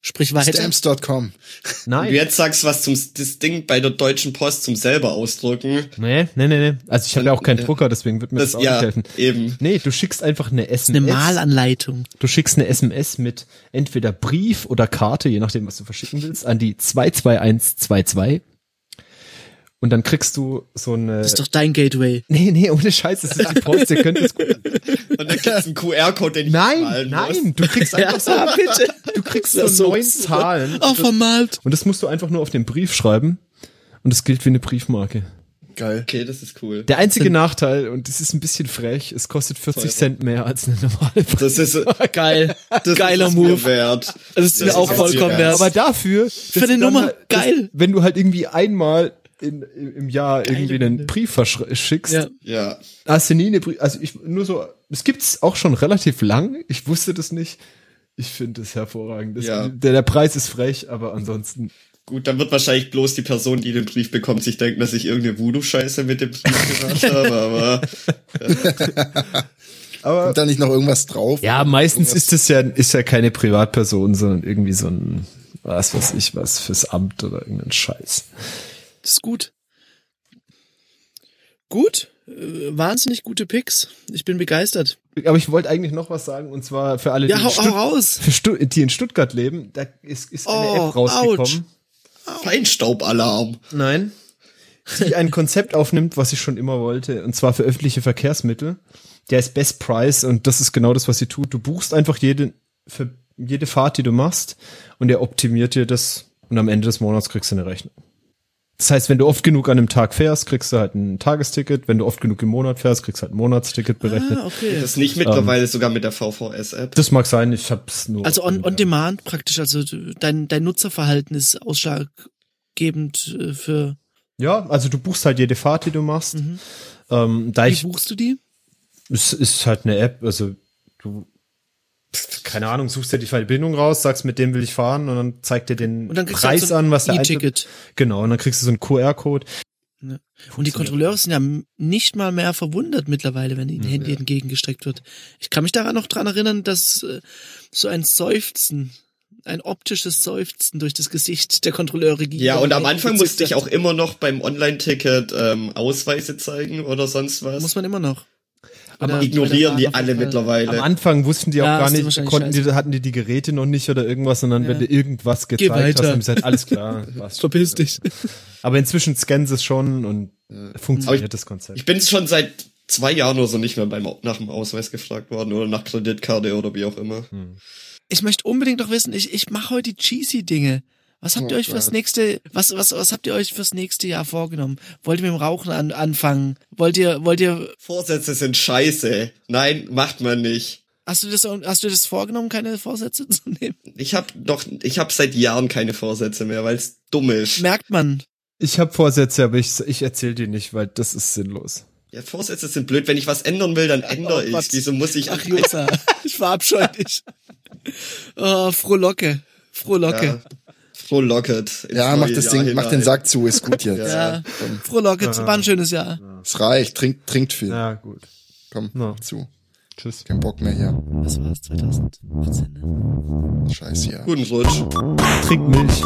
[SPEAKER 1] Sprich weiter.
[SPEAKER 4] Stamps.com.
[SPEAKER 3] Und
[SPEAKER 2] Nein.
[SPEAKER 3] jetzt sagst du was zum das Ding bei der Deutschen Post zum selber ausdrucken.
[SPEAKER 2] Nee, nee, nee, nee. Also ich habe ja auch
[SPEAKER 1] Äh,
[SPEAKER 2] keinen
[SPEAKER 3] Ja.
[SPEAKER 2] Drucker, deswegen wird mir das,
[SPEAKER 3] Das,
[SPEAKER 2] auch
[SPEAKER 3] ja,
[SPEAKER 2] nicht helfen.
[SPEAKER 3] eben.
[SPEAKER 2] Nee, du schickst einfach eine
[SPEAKER 1] Eine
[SPEAKER 2] SMS.
[SPEAKER 1] Malanleitung.
[SPEAKER 2] Du schickst eine SMS mit entweder Brief oder Karte, je nachdem, was du verschicken willst, an die 22122. Und dann kriegst du so eine.
[SPEAKER 1] Das ist doch dein Gateway.
[SPEAKER 2] nee, nee, ohne Scheiß, das ist die Post, ihr könnt das gut.
[SPEAKER 3] Und dann gibt's einen QR-Code, den ich
[SPEAKER 2] Nein,
[SPEAKER 3] malen
[SPEAKER 2] nein,
[SPEAKER 3] Muss.
[SPEAKER 2] du kriegst einfach so,
[SPEAKER 1] Ja, bitte.
[SPEAKER 2] du kriegst
[SPEAKER 1] Das ist so
[SPEAKER 2] so
[SPEAKER 1] Oh,
[SPEAKER 2] neun
[SPEAKER 1] absurd.
[SPEAKER 2] Zahlen.
[SPEAKER 1] Auch vermalt.
[SPEAKER 2] Und das musst du einfach nur auf den Brief schreiben. Und das gilt wie eine Briefmarke.
[SPEAKER 4] Geil.
[SPEAKER 3] Okay, das ist cool.
[SPEAKER 2] Der einzige Nachteil, und das ist ein bisschen frech, es kostet 40 Cent mehr als eine normale Briefmarke.
[SPEAKER 3] Das ist das
[SPEAKER 1] Geil. Geiler
[SPEAKER 3] ist es
[SPEAKER 1] Move.
[SPEAKER 3] Mir wert.
[SPEAKER 1] Das ist mir
[SPEAKER 3] Das
[SPEAKER 1] auch
[SPEAKER 3] ist
[SPEAKER 1] vollkommen
[SPEAKER 3] jetzt
[SPEAKER 1] wert.
[SPEAKER 2] Aber dafür. Für
[SPEAKER 1] eine Nummer, geil.
[SPEAKER 2] wenn du halt irgendwie einmal in, im Jahr irgendwie einen Brief versch- schickst,
[SPEAKER 1] Ja.
[SPEAKER 3] Ja.
[SPEAKER 2] hast du nie eine Brief. Also ich nur so, es gibt's auch schon relativ lang. Ich wusste das nicht. Ich finde es hervorragend. Das,
[SPEAKER 3] Ja.
[SPEAKER 2] der, der Preis ist frech, aber ansonsten.
[SPEAKER 3] Gut, dann wird wahrscheinlich bloß die Person, die den Brief bekommt, sich denken, dass ich irgendeine Voodoo-Scheiße mit dem Brief gemacht habe, aber
[SPEAKER 2] Aber
[SPEAKER 4] Und da nicht noch irgendwas drauf?
[SPEAKER 2] ja, meistens ist es ja ist ja keine Privatperson, sondern irgendwie so ein was weiß ich was fürs Amt oder irgendein Scheiß.
[SPEAKER 1] Das ist gut. Gut. Äh, wahnsinnig gute Picks. Ich bin begeistert.
[SPEAKER 2] Aber ich wollte eigentlich noch was sagen und zwar für alle
[SPEAKER 1] Ja,
[SPEAKER 2] die
[SPEAKER 1] hau,
[SPEAKER 2] in
[SPEAKER 1] hau
[SPEAKER 2] Stutt-
[SPEAKER 1] raus.
[SPEAKER 2] für Stu die in Stuttgart leben, da ist, ist eine
[SPEAKER 1] Oh,
[SPEAKER 2] App rausgekommen.
[SPEAKER 3] Feinstaubalarm.
[SPEAKER 2] Nein. Die ein Konzept aufnimmt, was ich schon immer wollte, und zwar für öffentliche Verkehrsmittel. Der ist Best Price und das ist genau das, was sie tut. Du buchst einfach jede, für jede Fahrt, die du machst, und er optimiert dir das und am Ende des Monats kriegst du eine Rechnung. Das heißt, wenn du oft genug an einem Tag fährst, kriegst du halt ein Tagesticket. Wenn du oft genug im Monat fährst, kriegst du halt ein Monatsticket berechnet.
[SPEAKER 1] Ah, okay.
[SPEAKER 3] Das ist nicht mittlerweile sogar mit der VVS-App.
[SPEAKER 2] Das mag sein, ich hab's nur.
[SPEAKER 1] Also on, on demand praktisch. Also du- dein, dein Nutzerverhalten ist ausschlaggebend äh, für.
[SPEAKER 2] ja, also du buchst halt jede Fahrt, die du machst. Ähm, da
[SPEAKER 1] Wie
[SPEAKER 2] ich
[SPEAKER 1] buchst du Mhm. die?
[SPEAKER 2] Es ist halt eine App, also du, keine Ahnung, suchst dir die Verbindung raus, sagst, mit dem will ich fahren und dann zeigt dir den
[SPEAKER 1] Und dann kriegst du
[SPEAKER 2] Preis
[SPEAKER 1] halt so ein
[SPEAKER 2] an, was der Eintritt-
[SPEAKER 1] E-Ticket.
[SPEAKER 2] Genau, und dann kriegst du so einen QR-Code.
[SPEAKER 1] Und die Kontrolleure sind ja m- nicht mal mehr verwundert mittlerweile, wenn
[SPEAKER 3] Hm,
[SPEAKER 1] ihnen ein Handy entgegengestreckt wird. Ich kann mich daran noch dran erinnern, dass äh, so ein Seufzen, ein optisches Seufzen durch das Gesicht der Kontrolleure ging.
[SPEAKER 3] Ja, und am Anfang musste ich
[SPEAKER 1] auch.
[SPEAKER 3] auch immer noch beim Online-Ticket ähm, Ausweise zeigen oder sonst was.
[SPEAKER 1] Muss man immer noch.
[SPEAKER 2] Aber
[SPEAKER 1] Oder-
[SPEAKER 3] Ignorieren
[SPEAKER 1] oder-
[SPEAKER 3] die alle
[SPEAKER 2] äh, Am
[SPEAKER 3] mittlerweile.
[SPEAKER 2] Anfang wussten die auch
[SPEAKER 1] Ja,
[SPEAKER 2] gar
[SPEAKER 1] ist dir
[SPEAKER 2] nicht,
[SPEAKER 1] wahrscheinlich
[SPEAKER 2] konnten die, hatten die die Geräte noch nicht oder irgendwas, sondern wenn du irgendwas gezeigt hast,
[SPEAKER 1] weiter.
[SPEAKER 2] haben sie gesagt, halt alles klar, passt.
[SPEAKER 1] Verpiss dich.
[SPEAKER 2] Aber inzwischen scannst du es schon und äh, funktioniert
[SPEAKER 3] Aber ich-
[SPEAKER 2] das Konzept.
[SPEAKER 3] Ich bin schon seit zwei Jahren oder so nicht mehr beim, Au- nach dem Ausweis gefragt worden oder nach Kreditkarte oder wie auch immer.
[SPEAKER 1] Ich möchte unbedingt noch wissen, ich, ich mache heute die cheesy Dinge. Was
[SPEAKER 3] Oh
[SPEAKER 1] habt ihr euch fürs nächste, was, was, was habt ihr euch fürs nächste Jahr vorgenommen? Wollt ihr mit dem Rauchen an, anfangen? Wollt ihr, wollt ihr,
[SPEAKER 3] Vorsätze sind scheiße. Nein, macht man nicht.
[SPEAKER 1] hast du das, hast du das vorgenommen, keine Vorsätze zu nehmen?
[SPEAKER 3] Ich habe doch, ich habe seit Jahren keine Vorsätze mehr, weil es dumm ist.
[SPEAKER 1] Merkt man.
[SPEAKER 2] Ich habe Vorsätze, aber ich, ich erzähle die nicht, weil das ist sinnlos.
[SPEAKER 3] Ja, Vorsätze sind blöd. Wenn ich was ändern will, dann ändere ich.
[SPEAKER 1] oh Gott.
[SPEAKER 3] Wieso muss ich?
[SPEAKER 1] Ach, Josa, ich verabscheue dich. Oh, frohlocke. Frohlocke.
[SPEAKER 3] ja, frohlocket. ins
[SPEAKER 4] Ja,
[SPEAKER 3] neue
[SPEAKER 4] mach das
[SPEAKER 3] Jahr
[SPEAKER 4] Ding,
[SPEAKER 3] hinein.
[SPEAKER 4] mach den Sack zu, ist gut jetzt.
[SPEAKER 1] Ja. Frohlocke, es war ein schönes Jahr.
[SPEAKER 4] Es reicht, trinkt, trinkt viel.
[SPEAKER 2] Ja, gut.
[SPEAKER 4] Komm,
[SPEAKER 2] Ja.
[SPEAKER 4] zu.
[SPEAKER 2] Tschüss.
[SPEAKER 4] Kein Bock mehr hier.
[SPEAKER 1] Das war's 2018, ne?
[SPEAKER 4] Scheiße, ja.
[SPEAKER 3] Guten Rutsch.
[SPEAKER 2] Trink Milch.